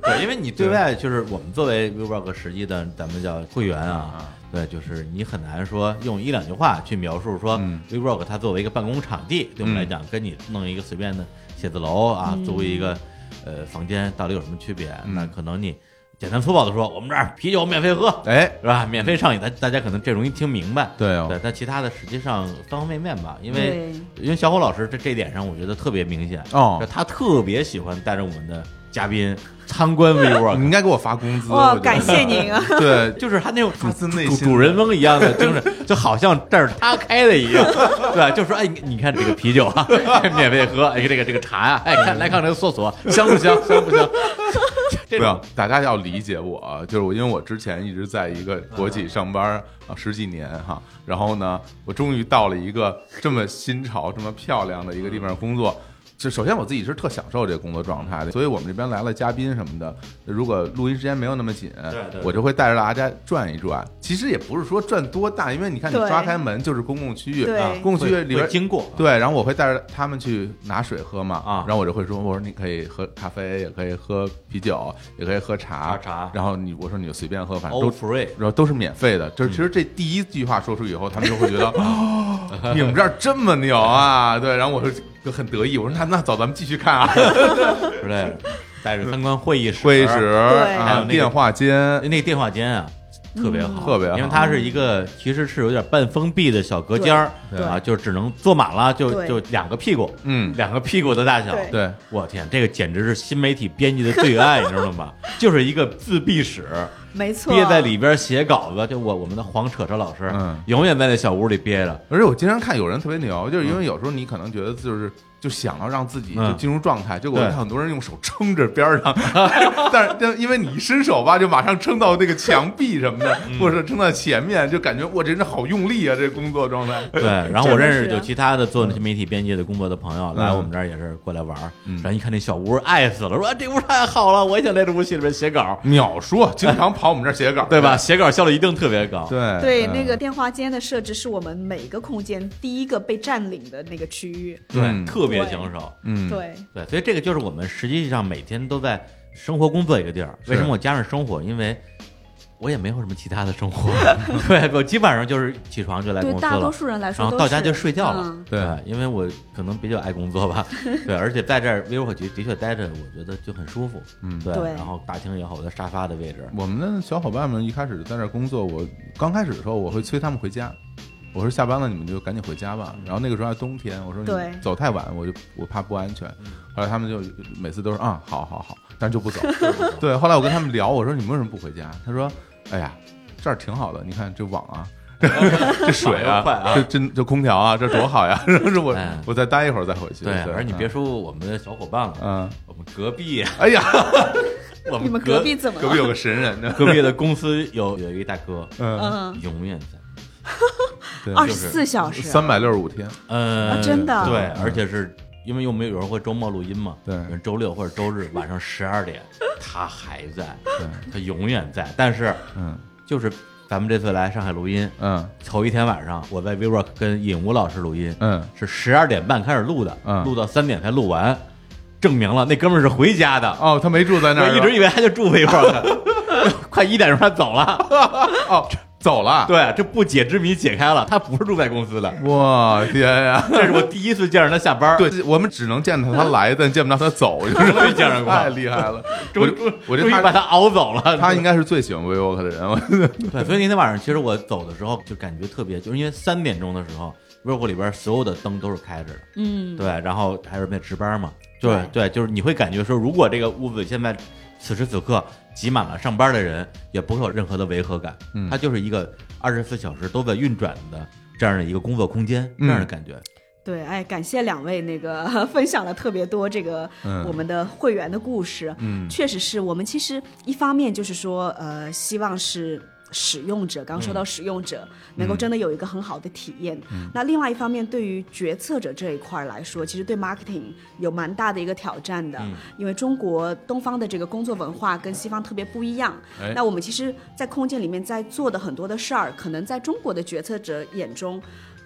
Speaker 1: 对，因为你对外就是我们作为 WeWork 实际的咱们叫会员啊，对，就是你很难说用一两句话去描述说
Speaker 2: 嗯
Speaker 1: WeWork 它作为一个办公场地，对我们
Speaker 2: 嗯
Speaker 1: 来讲，跟你弄一个随便的写字楼啊，作为一个呃房间到底有什么区别？
Speaker 2: 嗯
Speaker 1: 那可能你简单粗暴的说，我们这儿啤酒免费喝。
Speaker 2: 哎，
Speaker 1: 是吧？免费上瘾，大大家可能这容易听明白。
Speaker 2: 对哦
Speaker 1: 对，但其他的实际上方方面面吧，因为因为小伙老师这这一点上，我觉得特别明显
Speaker 2: 哦
Speaker 1: 就他特别喜欢带着我们的嘉宾参观 WeWork，
Speaker 2: 你应该给我发工资，
Speaker 3: 哇，
Speaker 2: 我觉得
Speaker 3: 感谢您 啊！
Speaker 2: 对，
Speaker 1: 就
Speaker 2: 就
Speaker 1: 是他那种
Speaker 2: 发自内
Speaker 1: 主
Speaker 2: 心的
Speaker 1: 主人翁一样的精神，就好像这儿是他开的一 样，对吧？就说哎，你你看这个啤酒啊， 免费喝；哎，这个这个茶呀、哎，看来看这个厕所香不香，香不香？这
Speaker 2: 不要
Speaker 1: 种
Speaker 2: 大家要理解我啊，就是我，因为我之前一直在一个国企上班啊十几年哈，然后呢，我终于到了一个这么新潮、这么漂亮的一个地方工作。就首先我自己是特享受这个工作状态的，所以我们这边来了嘉宾什么的，如果录音时间没有那么紧
Speaker 1: 对对，
Speaker 2: 我就会带着大家转一转。其实也不是说转多大，因为你看你
Speaker 3: 对
Speaker 2: 刷开门就是公共区域啊
Speaker 3: 对，
Speaker 2: 公共区域
Speaker 1: 会
Speaker 2: 里
Speaker 1: 会
Speaker 2: 边
Speaker 1: 经过，
Speaker 2: 对，然后我会带着他们去拿水喝嘛，
Speaker 1: 啊
Speaker 2: 然后我就会说，我说你可以喝咖啡，也可以喝啤酒，也可以喝茶，
Speaker 1: 喝茶哦
Speaker 2: 然后你我说你就随便喝，反正
Speaker 1: all
Speaker 2: 都。
Speaker 1: free。
Speaker 2: 然后都是免费的，就是其实这第一句话说出以后，他们就会觉得，
Speaker 1: 嗯
Speaker 2: 哦，你们这儿这么 牛啊，对，然后我就就很得意，我说那那走，咱们继续看啊，
Speaker 1: 之类的，带着参观会议室，
Speaker 2: 会议室
Speaker 1: 还有
Speaker 2: 啊
Speaker 1: 那，个
Speaker 2: 电话间，
Speaker 1: 那个电话间啊。特
Speaker 3: 嗯
Speaker 1: 别好，
Speaker 2: 特别好嗯
Speaker 1: 因为它是一个其实是有点半封闭的小隔间儿
Speaker 2: 对
Speaker 1: 啊，就只能坐满了，就
Speaker 3: 对
Speaker 1: 就两个屁股，
Speaker 2: 嗯
Speaker 1: 两个屁股的大小。
Speaker 3: 对
Speaker 2: 对，
Speaker 1: 我天，这个简直是新媒体编辑的最爱，你知道吗？ 就是一个自闭室，
Speaker 3: 没错，
Speaker 1: 憋在里边写稿子。就我我们的黄扯扯老师，
Speaker 2: 嗯
Speaker 1: 永远在那小屋里憋着。
Speaker 2: 而且我经常看有人特别牛，就是因为有时候你可能觉得就是就想要让自己
Speaker 1: 嗯
Speaker 2: 就进入状态，结果
Speaker 1: 对
Speaker 2: 看很多人用手撑着边儿上， 但是但是因为你一伸手吧，就马上撑到那个墙壁什么的，
Speaker 1: 嗯
Speaker 2: 或者是撑到前面，就感觉我这人好用力啊，这工作状态。
Speaker 1: 对，然后我认识
Speaker 3: 真的是
Speaker 1: 有其他的
Speaker 2: 嗯
Speaker 1: 做新媒体编辑的工作的朋友来我们这儿也是过来玩儿，
Speaker 2: 嗯
Speaker 1: 然后一看那小屋爱死了，说啊这屋太好了，我也想在这屋戏里边写稿，
Speaker 2: 秒说经常跑我们这儿写稿，
Speaker 1: 对吧？？写稿效率一定特别高。
Speaker 2: 对
Speaker 3: 对，
Speaker 2: 嗯
Speaker 3: 那个电话间的设置是我们每个空间第一个被占领的那个区域。
Speaker 1: 对，
Speaker 2: 嗯
Speaker 1: 特别抢手。
Speaker 2: 嗯
Speaker 3: 对，
Speaker 1: 对，所以这个就是我们实际上每天都在生活工作一个地儿。
Speaker 2: 是
Speaker 1: 为什么我加上生活？因为我也没有什么其他的生 活，对我基本上就是起床就来
Speaker 3: 对
Speaker 1: 公司
Speaker 3: 大
Speaker 1: 了
Speaker 3: 多，数人来
Speaker 1: 然
Speaker 3: 说
Speaker 1: 后
Speaker 3: 都
Speaker 1: 到家
Speaker 3: 是
Speaker 1: 就睡觉了
Speaker 3: 嗯。
Speaker 2: 对
Speaker 1: 因为我可能比较爱工 作吧，对，而且在这儿 vivo 局的确待着，我觉得就很舒服。
Speaker 2: 嗯
Speaker 1: 对，
Speaker 3: 对
Speaker 1: 然后大厅也好，我的沙发的位置，
Speaker 2: 我们的小伙伴们一开始在这儿工作，我刚开始的时候我会催他们回家，我说下班了你们就赶紧回家吧。然后那个时候还冬天，我说
Speaker 3: 对
Speaker 2: 你走太晚，我就我怕不安全。后来他们就每次都是啊、好好好，但是就不走。对，后来我跟他们聊，我说你们为什么不回家？他说，哎呀，这儿挺好的，你看这网啊。 这水啊，这这这空调啊，这多好呀！然后是我
Speaker 1: 哎
Speaker 2: 我再待一会儿再回去。
Speaker 1: 对，而你别
Speaker 2: 说，
Speaker 1: 说我们的小伙伴了，
Speaker 2: 嗯，
Speaker 1: 我们隔壁，
Speaker 2: 哎呀，
Speaker 1: 我
Speaker 3: 你
Speaker 1: 们
Speaker 3: 们
Speaker 1: 隔
Speaker 3: 隔壁怎么
Speaker 2: 隔壁
Speaker 3: 了？
Speaker 2: 有个神人 呢，
Speaker 1: 隔壁的公司有 有一个大哥，
Speaker 2: 嗯，
Speaker 3: 嗯，
Speaker 1: 永远在，
Speaker 2: 对，
Speaker 3: 二十四小时，
Speaker 2: 三百六十五天，
Speaker 1: 呃
Speaker 3: 啊，真的
Speaker 1: 对
Speaker 2: 嗯，
Speaker 1: 而且是因为又没有人会周末录音嘛，
Speaker 2: 对
Speaker 1: 人周六或者周 日晚上十二点，他还在，他永远在，但是
Speaker 2: 嗯
Speaker 1: 就是咱们这次来上海录音，
Speaker 2: 嗯
Speaker 1: 头一天晚上我在 WeWork 跟尹武老师录音，
Speaker 2: 嗯，
Speaker 1: 是十二点半开始录的，
Speaker 2: 嗯
Speaker 1: 录到三点才录完，证明了那哥们儿是回家的。
Speaker 2: 哦，他没住在那
Speaker 1: 我
Speaker 2: 儿，
Speaker 1: 一直以为他就住 WeWork，快一点钟他走了。
Speaker 2: 哦走了，，
Speaker 1: 对，这不解之谜解开了，他不是住在公司 的。
Speaker 2: 我天呀！
Speaker 1: 这是我第一次见着他下班，，
Speaker 2: 对我们只能见到他来，但见不到他走，就是
Speaker 1: 没见着过
Speaker 2: 太厉害了。
Speaker 1: 终
Speaker 2: 我
Speaker 1: 终
Speaker 2: 我
Speaker 1: 终
Speaker 2: 觉
Speaker 1: 于把
Speaker 2: 得
Speaker 1: 他哦熬走了。
Speaker 2: 他他应该是最喜欢 WeWork 的人，我 觉得
Speaker 1: 对，所以那天晚上其实我走的时候就感觉特别，就是因为三点钟的时候，WeWork 里边所有的灯都是开着的，
Speaker 3: 嗯，
Speaker 1: 对，然后还有人在值班嘛，对对，就是你会感觉说，如果这个屋子现在此时此刻挤满了上班的人，也不会有任何的违和感，
Speaker 2: 嗯
Speaker 1: 它就是一个二十四小时都在运转的这样的一个工作空间，这样的
Speaker 2: 嗯
Speaker 1: 感觉。
Speaker 3: 对，哎，感谢两位那个 分享了特别多这个
Speaker 2: 嗯
Speaker 3: 我们的会员的故事，
Speaker 2: 嗯
Speaker 3: 确实是我们其实一方面就是说，呃，希望是。使用者刚说
Speaker 2: 嗯
Speaker 3: 到使用者、能够真的有一个很好的体验，那另外一方面，对于决策者这一块儿来说，其实对 marketing 有蛮大的一个挑战
Speaker 2: 嗯
Speaker 3: 的，因为中国东方的这个工作文化跟西方特别不一样。
Speaker 2: 哎
Speaker 3: 那我们其实，在空间里面在做的很多的事儿，可能在中国的决策者眼中，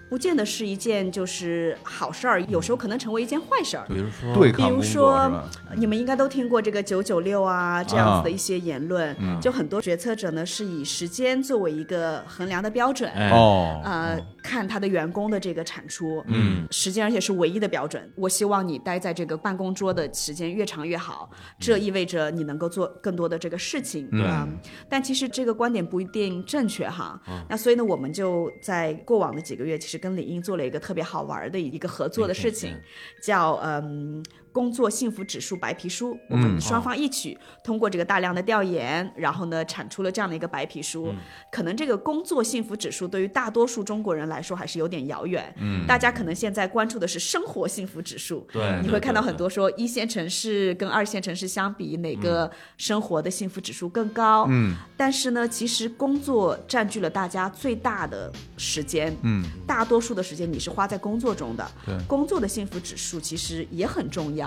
Speaker 3: 不见得是一件就是好事儿，有时候可能成为一件坏事儿。
Speaker 1: 比如说，
Speaker 2: 对
Speaker 3: 比
Speaker 2: 抗
Speaker 3: 如
Speaker 2: 工作
Speaker 3: 说
Speaker 2: 是吧？，嗯
Speaker 3: 你们应该都听过这个“九九六”啊，这样子的一些言论，就很多决策者呢是以时间作为一个衡量的标准，
Speaker 1: 哎
Speaker 2: 哦，
Speaker 3: 呃，看他的员工的这个产出，
Speaker 1: 嗯，
Speaker 3: 时间而且是唯一的标准。我希望你待在这个办公桌的时间越长越好，这意味着你能够做更多的这个事情，
Speaker 2: 嗯
Speaker 3: 啊但其实这个观点不一定正确哈。那所以呢，我们就在过往的几个月，其实跟李英做了一个特别好玩的一个合作的事情，叫嗯。工作幸福指数白皮书，
Speaker 1: 嗯
Speaker 3: 我们双方一起通过这个大量的调研，然后呢产出了这样的一个白皮
Speaker 1: 嗯
Speaker 3: 书。可能这个工作幸福指数对于大多数中国人来说还是有点遥远。嗯，大家可能现在关注的是生活幸福指数。
Speaker 1: 对
Speaker 3: 你
Speaker 1: 对对
Speaker 3: 会看到很
Speaker 1: 对嗯
Speaker 3: 多说一线城市跟二线城市相比，哪个生活的幸福指数更高？
Speaker 2: 嗯
Speaker 3: 但是呢，其实工作占据了大家最大的时间，
Speaker 2: 嗯，
Speaker 3: 大多数的时间你是花在工作中的，
Speaker 2: 对
Speaker 3: 工作的幸福指数其实也很重要。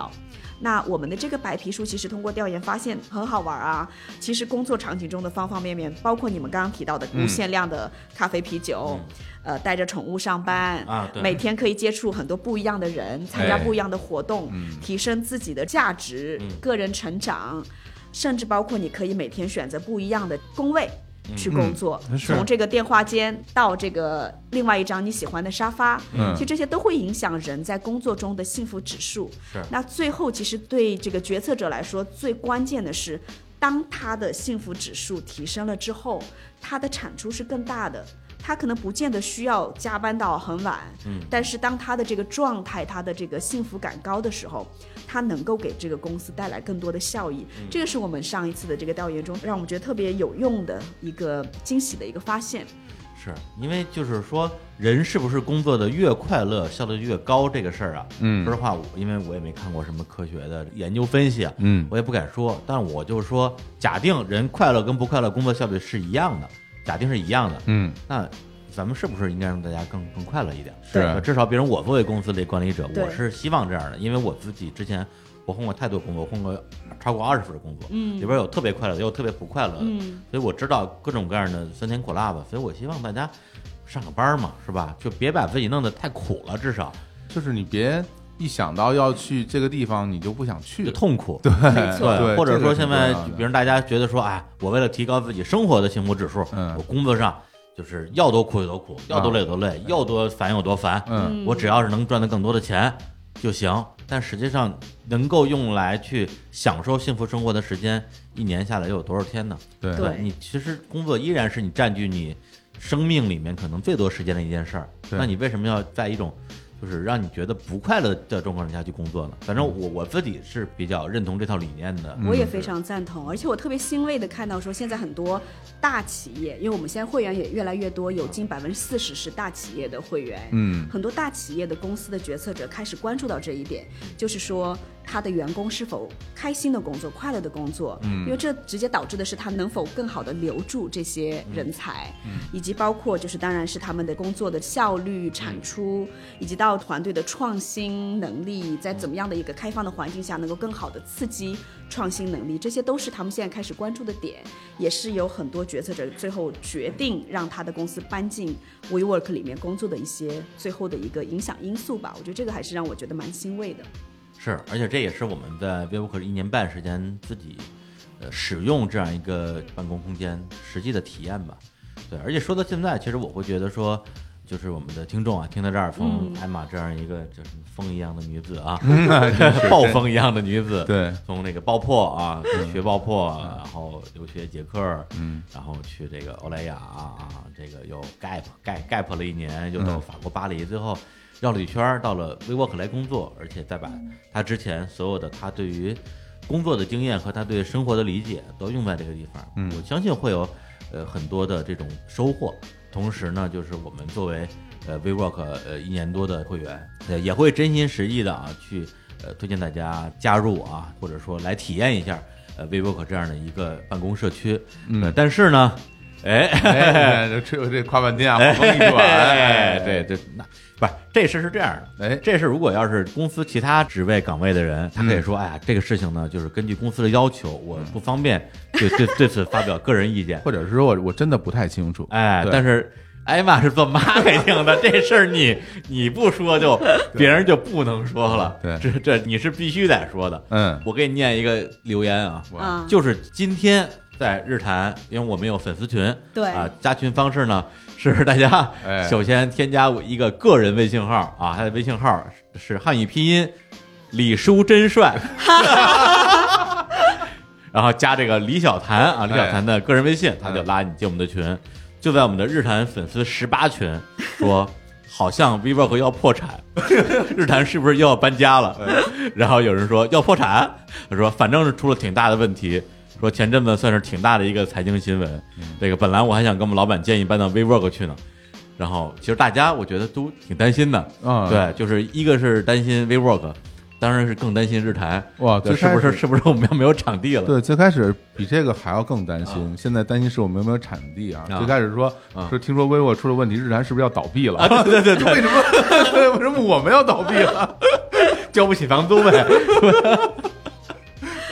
Speaker 3: 那我们的这个白皮书其实通过调研发现很好玩啊，其实工作场景中的方方面面，包括你们刚刚提到的无限量的咖啡、啤酒，呃，带着宠物上班
Speaker 1: 啊对
Speaker 3: 每天可以接触很多不一样的人，参加
Speaker 2: 哎
Speaker 3: 不一样的活动，提升自己的价值、个人成长。甚至包括你可以每天选择不一样的工位去工作，
Speaker 2: 嗯是
Speaker 3: 从这个电话间到这个另外一张你喜欢的沙发，
Speaker 2: 嗯
Speaker 3: 其实这些都会影响人在工作中的幸福指数。
Speaker 1: 是
Speaker 3: 那最后其实对这个决策者来说，最关键的是。当他的幸福指数提升了之后，他的产出是更大的，他可能不见得需要加班到很晚，嗯，但是当他的这个状态，他的这个幸福感高的时候，他能够给这个公司带来更多的效益。这个是我们上一次的这个调研中，让我们觉得特别有用的一个惊喜的一个发现。
Speaker 1: 是因为就是说，人是不是工作的越快乐，效率越高这个事儿啊？
Speaker 2: 嗯
Speaker 1: 说实话，我因为我也没看过什么科学的研究分析啊，
Speaker 2: 嗯
Speaker 1: 我也不敢说，但我就是说，假定人快乐跟不快乐工作效率是一样的，假定是一样的，
Speaker 2: 嗯，
Speaker 1: 那咱们是不是应该让大家更更快乐一点？呃
Speaker 2: 是
Speaker 1: 至少比如我作为公司的管理者，
Speaker 3: 对
Speaker 1: 我是希望这样的，因为我自己之前我换过太多工作，我换过超过二十份工作，嗯，里边有特别快乐的，也有特别不快乐的，
Speaker 3: 嗯，
Speaker 1: 所以我知道各种各样的酸甜苦辣吧，所以我希望大家上个班嘛，是吧？就别把自己弄得太苦了，至少
Speaker 2: 就是你别一想到要去这个地方，你就不想去
Speaker 1: 就， 痛苦，对。
Speaker 3: 没错，
Speaker 2: 对
Speaker 1: 或者
Speaker 2: 这个
Speaker 1: 说
Speaker 2: 挺
Speaker 1: 现在
Speaker 2: 重要的，
Speaker 1: 比如大家觉得说，哎，我为了提高自己生活的幸福指数，
Speaker 2: 嗯
Speaker 1: 我工作上就是要多苦有多苦，要多累有多累，要多烦有多烦，
Speaker 2: 嗯
Speaker 1: 我只要是能赚到更多的钱就行。但实际上，能够用来去享受幸福生活的时间，一年下来又有多少天呢？
Speaker 2: 对
Speaker 1: 吧你其实工作依然是你占据你生命里面可能最多时间的一件事儿。
Speaker 2: 对
Speaker 1: 那你为什么要在一种就是让你觉得不快乐的状况下去工作呢？反正我我自己是比较认同这套理念的。
Speaker 3: 我也非常赞同，而且我特别欣慰的看到说，现在很多大企业，因为我们现在会员也越来越多，有近百分之四十是大企业的会员，
Speaker 2: 嗯
Speaker 3: 很多大企业的公司的决策者开始关注到这一点，就是说他的员工是否开心的工作、快乐的工作，因为这直接导致的是他能否更好的留住这些人才，以及包括就是当然是他们的工作的效率、产出，以及到团队的创新能力，在怎么样的一个开放的环境下能够更好的刺激创新能力，这些都是他们现在开始关注的点，也是有很多决策者最后决定让他的公司搬进 WeWork 里面工作的一些最后的一个影响因素吧。我觉得这个还是让我觉得蛮欣慰的。
Speaker 1: 是，而且这也是我们在 WeWork 一年半时间自己呃使用这样一个办公空间实际的体验吧。对，而且说到现在，其实我会觉得说，就是我们的听众啊，听到这儿，从艾玛这样一个就是风一样的女子啊， 暴风一样的女子，
Speaker 2: 对
Speaker 1: 从那个爆破啊，学爆破，啊然后留学捷克，嗯，然后去这个欧莱雅啊，这个又 gap gap gap 了一年，又到法国巴黎，最后绕了一圈儿到了 WeWork 来工作，而且再把他之前所有的他对于工作的经验和他对生活的理解都用在这个地方，嗯，我相信会有呃很多的这种收获。同时呢，就是我们作为呃 WeWork 呃一年多的会员，呃也会真心实意的啊去呃推荐大家加入啊，或者说来体验一下呃 WeWork 这样的一个办公社区。嗯、但是呢，哎。
Speaker 2: 哎，这吹这夸半天啊，风一转，
Speaker 1: 哎，对
Speaker 2: 对，
Speaker 1: 对，那不是这事是这样的，
Speaker 2: 哎
Speaker 1: 这事如果要是公司其他职位岗位的人，他可以说，哎呀，这个事情呢，就是根据公司的要求，我不方便对对对此发表个人意见，
Speaker 2: 或者是说我我真的不太清楚，
Speaker 1: 哎，
Speaker 2: 对
Speaker 1: 但是。艾玛是做 marketing 的，这事儿你你不说 就别人就不能说了，
Speaker 2: 对
Speaker 1: 这这你是必须得说的。
Speaker 2: 嗯
Speaker 1: 我给你念一个留言啊，
Speaker 3: 啊
Speaker 1: 就是今天在日坛，因为我们有粉丝群，
Speaker 3: 对
Speaker 1: 啊，加群方式呢 是大家
Speaker 2: 哎
Speaker 1: 首先添加我一个个人微信号啊，他的微信号是汉语拼音李叔真 帅，然后加这个李小谭啊，李小谭的个人微信，他就拉你进我们的群，就在我们的日坛粉丝十八群说。好像 WeWork 要破产，日坛是不是又要搬家了？
Speaker 2: 哎
Speaker 1: 然后有人说要破产，他说反正是出了挺大的问题，说前阵子算是挺大的一个财经新闻。
Speaker 2: 嗯
Speaker 1: 这个本来我还想跟我们老板建议搬到 WeWork 去呢，然后其实大家我觉得都挺担心的，
Speaker 2: 嗯
Speaker 1: 对，就是一个是担心 WeWork，当然是更担心日坛，
Speaker 2: 哇
Speaker 1: 对
Speaker 2: 最
Speaker 1: 是
Speaker 2: 开
Speaker 1: 不是
Speaker 2: 始
Speaker 1: 是不是我们要没有场地了？
Speaker 2: 对，最开始比这个还要更担心，现在担心是我们有没有产地啊？
Speaker 1: 啊
Speaker 2: 最开始说
Speaker 1: 啊
Speaker 2: 说听说 vivo 出了问题，日坛是不是要倒闭了？
Speaker 1: 啊，对对对对，
Speaker 2: 为什么 为什么我们要倒闭了？
Speaker 1: 交不起房租呗。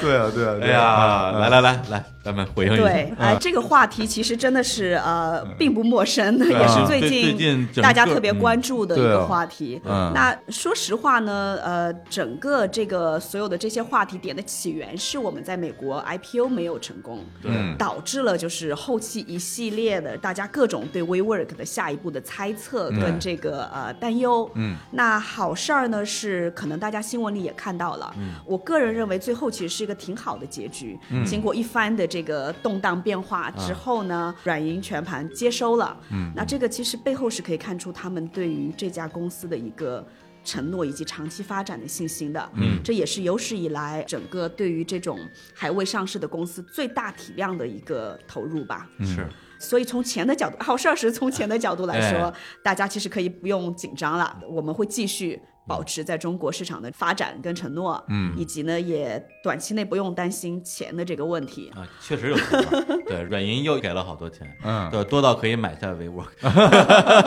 Speaker 2: 对啊，对啊，
Speaker 1: 哎
Speaker 2: 对
Speaker 1: 呀，
Speaker 2: 啊，
Speaker 1: 来来来来，咱们回应一下。
Speaker 2: 嗯
Speaker 3: 对，哎，这个话题其实真的是呃，并不陌生的，也是
Speaker 1: 对
Speaker 3: 最
Speaker 1: 最近
Speaker 3: 近
Speaker 1: 整个嗯
Speaker 3: 大家特别关注的一
Speaker 2: 啊对
Speaker 3: 个
Speaker 2: 啊
Speaker 3: 话题。
Speaker 2: 嗯
Speaker 3: 那说实话呢，呃，整个这个所有的这些话题点的起源是我们在美国 IPO 没有成功，
Speaker 2: 嗯
Speaker 3: 导致了就是后期一系列的大家各种对 WeWork 的下一步的猜测跟这个呃担忧。
Speaker 2: 嗯，
Speaker 3: 那好事儿呢是可能大家新闻里也看到了，
Speaker 2: 嗯
Speaker 3: 我个人认为最后其实是一个挺好的结局。经过一番的这个动荡变化之后呢，软银全盘接收了。啊嗯，那这个其实背后是可以看出他们对于这家公司的一个。承诺以及长期发展的信心的，嗯，这也是有史以来整个对于这种还未上市的公司最大体量的一个投入吧。
Speaker 1: 是
Speaker 3: 所以从钱的角度，好事儿是从钱的角度来说，
Speaker 1: 哎
Speaker 3: 大家其实可以不用紧张了，我们会继续。保持在中国市场的发展跟承诺，嗯，以及呢，也短期内不用担心钱的这个问题。
Speaker 1: 啊，确实有 钱了。对，软银又给了好多钱，
Speaker 2: 嗯
Speaker 1: 对，多到可以买下 WeWork。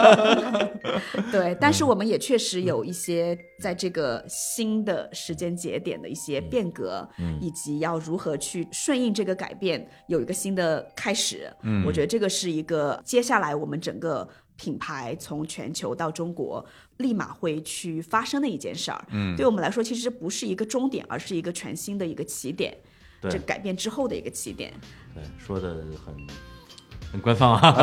Speaker 3: 对，但是我们也确实有一些在这个新的时间节点的一些变革，以及要如何去顺应这个改变，有一个新的开始。嗯，我觉得这个是一个接下来我们整个品牌从全球到中国立马会去发生的一件事儿。嗯，对我们来说，其实不是一个终点，而是一个全新的一个起点。
Speaker 1: 对
Speaker 3: 这改变之后的一个起点。
Speaker 1: 对，说的很很官方 啊。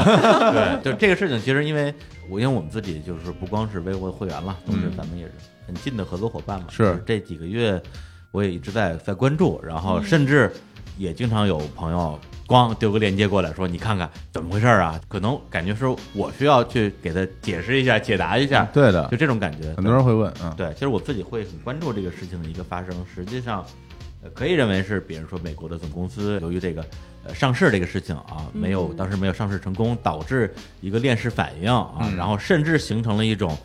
Speaker 1: 对，就这个事情，其实因为我因为我们自己就是不光是微博的会员了，同时咱们也是很近的合作伙伴嘛。
Speaker 2: 嗯是
Speaker 1: 就这几个月，我也一直在在关注，然后甚至也经常有朋友咣丢个链接过来说，你看看怎么回事儿啊？可能感觉是我需要去给他解释一下、解答一下，
Speaker 2: 对的
Speaker 1: 就，这种感觉。
Speaker 2: 很多人会问啊，
Speaker 1: 对，其实我自己会很关注这个事情的一个发生。实际上，呃可以认为是，比如说美国的总公司由于这个呃上市这个事情啊，没有、当时没有上市成功，导致一个链式反应啊，
Speaker 2: 嗯
Speaker 1: 然后甚至形成了一种。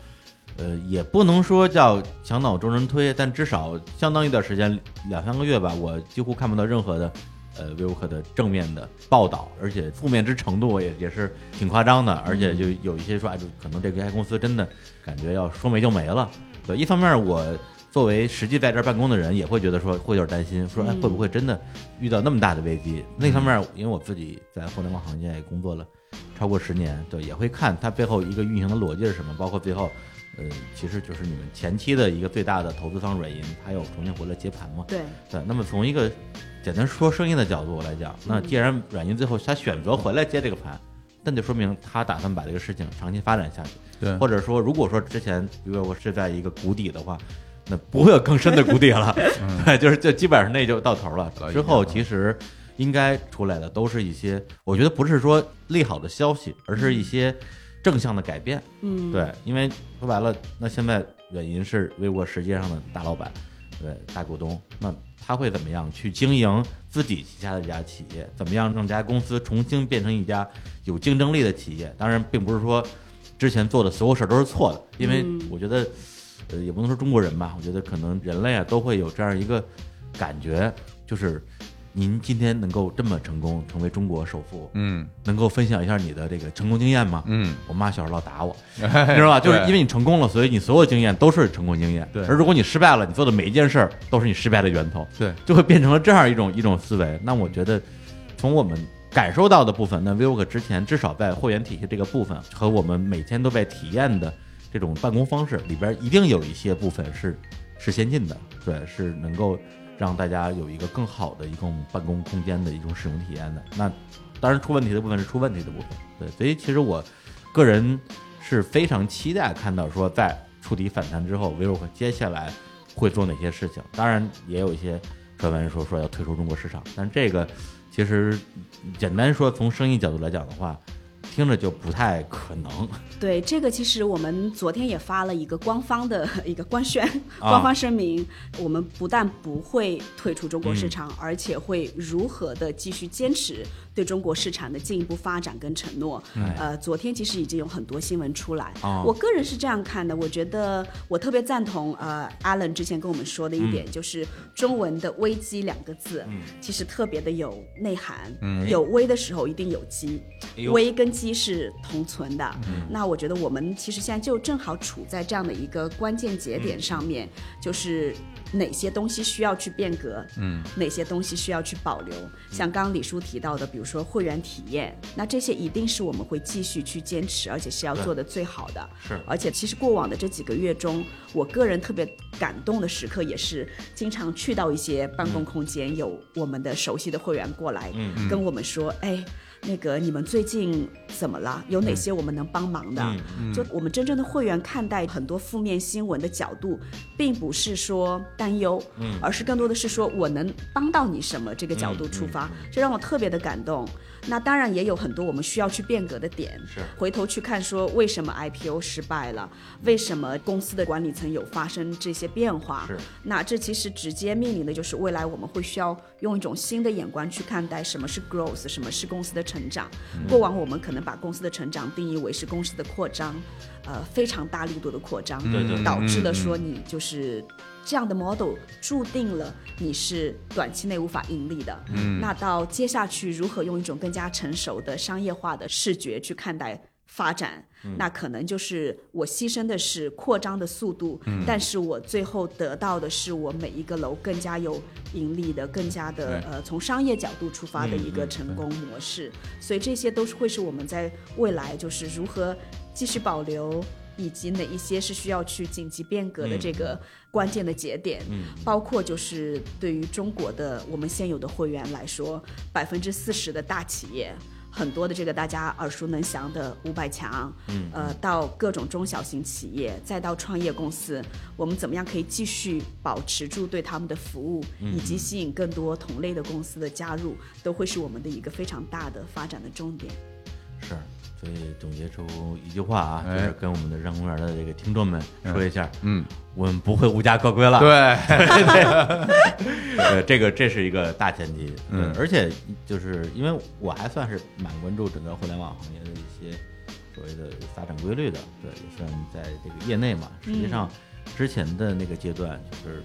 Speaker 1: 呃，也不能说叫墙倒众人推，但至少相当一段时间，两三个月吧，我几乎看不到任何的，呃 v i v o 的正面的报道，而且负面之程度也也是挺夸张的，而且就有一些说，哎，就可能这个 AI 公司真的感觉要说没就没了。对，一方面我作为实际在这儿办公的人，也会觉得说会有点担心，说哎会不会真的遇到那么大的危机？另一方面，因为我自己在互联网行业也工作了超过十年，对，也会看它背后一个运行的逻辑是什么，包括最后。呃，其实就是你们前期的一个最大的投资方软银，它有重新回来接盘嘛？
Speaker 3: 对，
Speaker 1: 对，那么从一个简单说生意的角度来讲，那既然软银最后他选择回来接这个盘，那就说明他打算把这个事情长期发展下去。
Speaker 2: 对
Speaker 1: 或者说，如果说之前比如我是在一个谷底的话，那不会有更深的谷底 了，对，就是就基本上那就到头了
Speaker 2: 到。一
Speaker 1: 之
Speaker 2: 定
Speaker 1: 后
Speaker 2: 了
Speaker 1: 其实应该出来的都是一些，我觉得不是说利好的消息，而是一些正向的改变。
Speaker 3: 嗯，
Speaker 1: 对，因为说白了，那现在软银是微博实际上的大老板，对大股东，那他会怎么样去经营自己旗下的这家企业？怎么样让这家公司重新变成一家有竞争力的企业？当然，并不是说之前做的所有事儿都是错的，因为
Speaker 3: 嗯
Speaker 1: 我觉得，呃，也不能说中国人吧，我觉得可能人类啊都会有这样一个感觉，就是。您今天能够这么成功，成为中国首富，
Speaker 2: 嗯
Speaker 1: 能够分享一下你的这个成功经验吗？
Speaker 2: 嗯，哎
Speaker 1: 我妈小时候老打我，
Speaker 2: 你
Speaker 1: 你知道 吧？就是因为你成功了，所以你所有经验都是成功经验。
Speaker 2: 对
Speaker 1: 而如果你失败了，你做的每一件事儿都是你失败的 源头，
Speaker 2: 对
Speaker 1: 就会变成了这样一种一种思维。那我觉得，从我们感受到的部分，那 Vivook 之前至少在会员体系这个部分和我们每天都在体验的这种办公方式里边，一定有一些部分是是先进的，对，是能够让大家有一个更好的一种办公空间的一种使用体验的。那当然出问题的部分是出问题的部分，对，所以其实我个人是非常期待看到说在触底反弹之后，vivo 接下来会做哪些事情。当然也有一些传闻说说要退出中国市场，但这个其实简单说从生意角度来讲的话，听着就不太可能。
Speaker 3: 对，这个其实我们昨天也发了一个官方的 一个官宣、
Speaker 1: 啊
Speaker 3: 官方声明，我们不但不会退出中国
Speaker 1: 嗯
Speaker 3: 市场，而且会如何的继续坚持对中国市场的进一步发展跟承诺。呃，昨天其实已经有很多新闻出来，
Speaker 1: 嗯啊
Speaker 3: 我个人是这样看的，我觉得我特别赞同呃，Alan 之前跟我们说的一
Speaker 1: 嗯
Speaker 3: 点，就是中文的“危机”两个字，其实特别的有内涵，有危的时候一定有机。
Speaker 1: 嗯哎呦
Speaker 3: 危跟机是同存的。那我觉得我们其实现在就正好处在这样的一个关键节点上面，就是哪些东西需要去变革，嗯，哪些东西需要去保留。像刚刚李叔提到的，比如说会员体验，那这些一定是我们会继续去坚持，而且是要做的最好的。
Speaker 1: 是
Speaker 3: 而且其实过往的这几个月中，我个人特别感动的时刻也是经常去到一些办公空间，有我们的熟悉的会员过来，跟我们说，哎。那个，你们最近怎么了？有哪些我们能帮忙的？就我们真正的会员看待很多负面新闻的角度，并不是说担忧，而是更多的是说我能帮到你什么这个角度出发，这让我特别的感动。那当然也有很多我们需要去变革的点，
Speaker 1: 是
Speaker 3: 回头去看说为什么 IPO 失败了，为什么公司的管理层有发生这些变化？
Speaker 1: 是
Speaker 3: 那这其实直接面临的就是未来我们会需要用一种新的眼光去看待什么是 growth，什么是公司的成长。
Speaker 1: 嗯
Speaker 3: 过往我们可能把公司的成长定义为是公司的扩张，呃，非常大力度的扩张，
Speaker 1: 嗯对对
Speaker 3: 导致了说你就是。这样的 model 注定了你是短期内无法盈利的。嗯，那到接下去如何用一种更加成熟的商业化的视觉去看待发展，那可能就是我牺牲的是扩张的速度，但是我最后得到的是我每一个楼更加有盈利的、更加的
Speaker 2: 对
Speaker 3: 呃从商业角度出发的一个成功模式。所以这些都是会是我们在未来就是如何继续保留。以及哪一些是需要去紧急变革的这个关键的节点，包括就是对于中国的我们现有的会员来说，百分之四十的大企业很多的这个大家耳熟能详的五百强，嗯，呃，到各种中小型企业，再到创业公司，我们怎么样可以继续保持住对他们的服务，以及吸引更多同类的公司的加入，都会是我们的一个非常大的发展的重点。
Speaker 1: 是，所以总结出一句话啊，就
Speaker 2: 哎
Speaker 1: 是跟我们的上公园的这个听众们说一下，
Speaker 2: 嗯，
Speaker 1: 我们不会无家可归了。
Speaker 2: 对，
Speaker 1: 呃，这个这是一个大前提。对
Speaker 2: 嗯
Speaker 1: 而且就是因为我还算是蛮关注整个互联网行业的一些所谓的发展规律的，对，也算在这个业内嘛。实际上，之前的那个阶段就是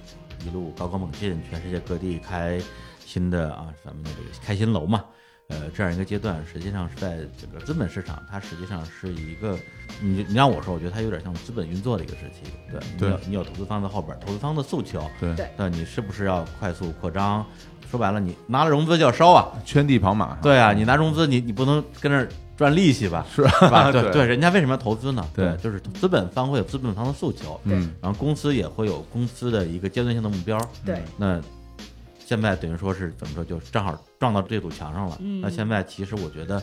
Speaker 1: 一路高歌猛进，全世界各地开新的啊，咱们的这个开新楼嘛。呃，这样一个阶段，实际上是在整个资本市场，它实际上是一个，你你让我说，我觉得它有点像资本运作的一个时期。对，
Speaker 2: 对
Speaker 1: 你有你有投资方在后边儿，投资方的诉求，
Speaker 2: 对
Speaker 3: 对
Speaker 1: 那你是不是要快速扩张？说白了，你拿了融资就要烧 啊！
Speaker 2: 圈地跑马，
Speaker 1: 对啊，你拿融资，你你不能跟这儿赚利息吧？
Speaker 2: 是啊
Speaker 1: 是吧？对
Speaker 2: 对
Speaker 1: 对，人家为什么要投资呢？
Speaker 2: 对
Speaker 1: 就是资本方会有资本方的诉求，
Speaker 2: 嗯，
Speaker 1: 然后公司也会有公司的一个阶段性的目标。
Speaker 3: 对，
Speaker 1: 那现在等于说是怎么说，就正好撞到这堵墙上了。
Speaker 3: 嗯
Speaker 1: 那现在其实我觉得，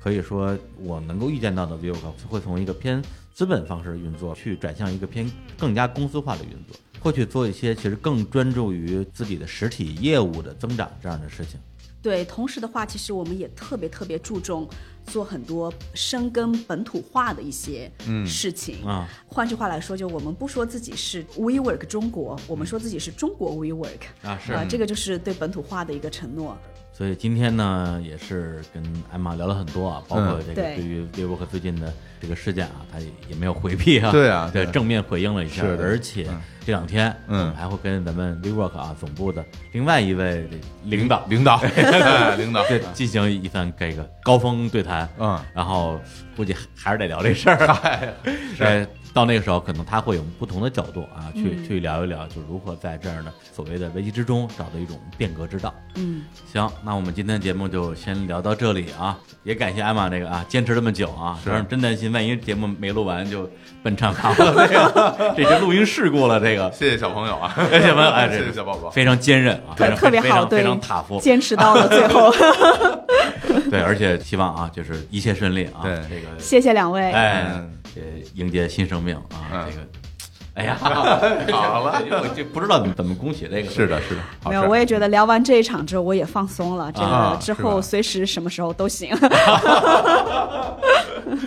Speaker 1: 可以说我能够预见到的 v i v o 会从一个偏资本方式的运作，去转向一个偏更加公司化的运作，会去做一些其实更专注于自己的实体业务的增长这样的事情。
Speaker 3: 对，同时的话，其实我们也特别特别注重做很多深耕本土化的一些事情。
Speaker 1: 啊
Speaker 3: 换句话来说，就我们不说自己是 WeWork 中国，我们说自己是中国 WeWork
Speaker 1: 啊
Speaker 3: 呃这个就是对本土化的一个承诺。
Speaker 1: 所以今天呢，也是跟艾玛聊了很多
Speaker 2: 嗯
Speaker 1: 啊，包括这个
Speaker 3: 对
Speaker 1: 对于 WeWork 最近的这个事件啊，他也也没有回避啊，
Speaker 2: 对 啊
Speaker 1: 对，
Speaker 2: 对
Speaker 1: 正面回应了一下。
Speaker 2: 是的
Speaker 1: 而且这两天，
Speaker 2: 嗯
Speaker 1: 我们还会跟咱们 WeWork 啊总部的另外一位领导
Speaker 2: 领导，哎领导，
Speaker 1: 对进行一番这个高峰对谈，
Speaker 2: 嗯哎
Speaker 1: 然后估计还是得聊这事 儿啊，呃，到那个时候可能他会有不同的角度啊，去、
Speaker 3: 嗯
Speaker 1: 去聊一聊，就如何在这样的所谓的危机之中找到一种变革之道。
Speaker 3: 嗯，
Speaker 1: 行，那我们今天节目就先聊到这里啊，也感谢艾玛这个啊坚持这么久啊，
Speaker 2: 是
Speaker 1: 让人真担心，万一节目没录完就奔唱堂了，这 个这是录音事故了，这个
Speaker 2: 谢谢小朋友啊，
Speaker 1: 谢谢朋 友，哎，
Speaker 2: 谢谢
Speaker 1: 这
Speaker 2: 小宝宝，
Speaker 1: 非常坚韧啊，非
Speaker 3: 特
Speaker 1: 常
Speaker 3: 特别
Speaker 1: 非常
Speaker 3: 好，对，
Speaker 1: 非常 塔夫，
Speaker 3: 坚持到了 最后，
Speaker 1: 对，而且希望啊，就是一切顺利啊，
Speaker 2: 对
Speaker 1: 这个
Speaker 3: 谢谢两位。
Speaker 1: 哎
Speaker 2: 嗯，
Speaker 1: 呃，迎接新生命啊，
Speaker 2: 嗯
Speaker 1: 这个，哎呀，
Speaker 2: 好 了，
Speaker 1: 我就不知道怎么恭喜这个，
Speaker 2: 是的，是的，好
Speaker 3: 没
Speaker 2: 事
Speaker 3: 有，
Speaker 2: 儿
Speaker 3: 我也觉得聊完这一场之后，我也放松了。这
Speaker 2: 啊
Speaker 3: 个之
Speaker 2: 是
Speaker 3: 后
Speaker 2: 吧
Speaker 3: 随时什么时候都行。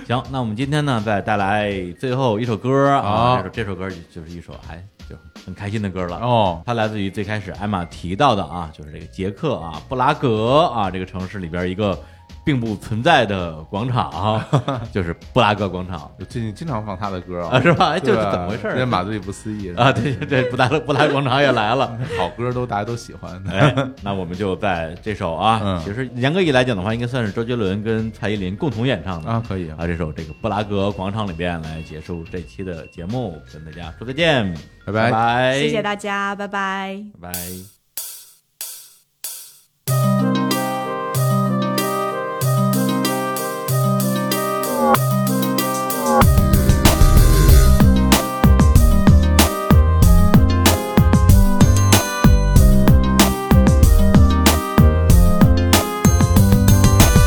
Speaker 1: 行，那我们今天呢，再带来最后一首歌啊，
Speaker 2: 好
Speaker 1: 这首这首歌就是一首还就很开心的歌了。
Speaker 2: 哦，
Speaker 1: 它来自于最开始艾玛提到的啊，就是这个捷克啊布拉格啊这个城市里边一个并不存在的广场，啊 就是布拉格广场
Speaker 2: 最近经常放他的歌
Speaker 1: 啊，是吧？哎，就是
Speaker 2: 对
Speaker 1: 怎么回事
Speaker 2: 这
Speaker 1: 儿
Speaker 2: 马队不思议，
Speaker 1: 啊？对对对，布拉格布拉格广场也来了。
Speaker 2: 好歌都大家都喜欢，
Speaker 1: 哎，那我们就在这首啊，
Speaker 2: 嗯
Speaker 1: 其实严格意义来讲的话，应该算是周杰伦跟蔡依林共同演唱的
Speaker 2: 啊可以
Speaker 1: 啊，这首这个布拉格广场里边来结束这期的节目，跟大家说再见，
Speaker 2: 拜拜
Speaker 1: 拜，
Speaker 3: 谢谢大家，拜拜。
Speaker 1: 拜拜。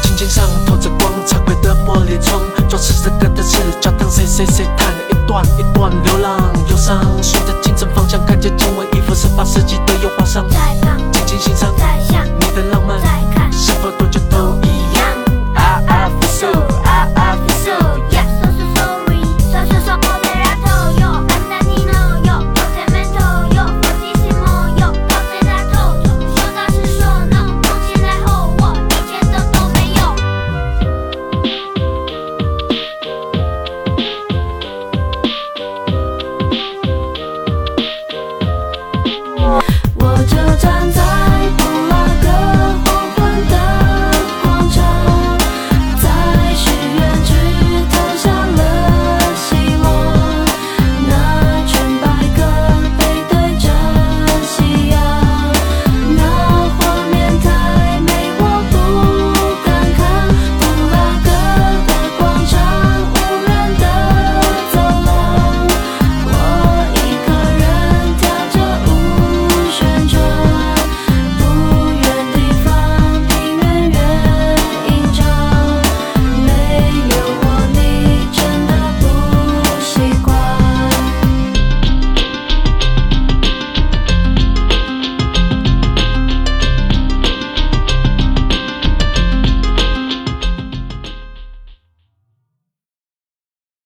Speaker 6: 琴键上透着光，茶杯的玻璃窗，装饰这个的是脚凳，谁谁谁弹了一段一段流浪忧伤，顺着清晨方向，看见经纬一幅十八世纪的油画上，静静欣赏
Speaker 7: 在想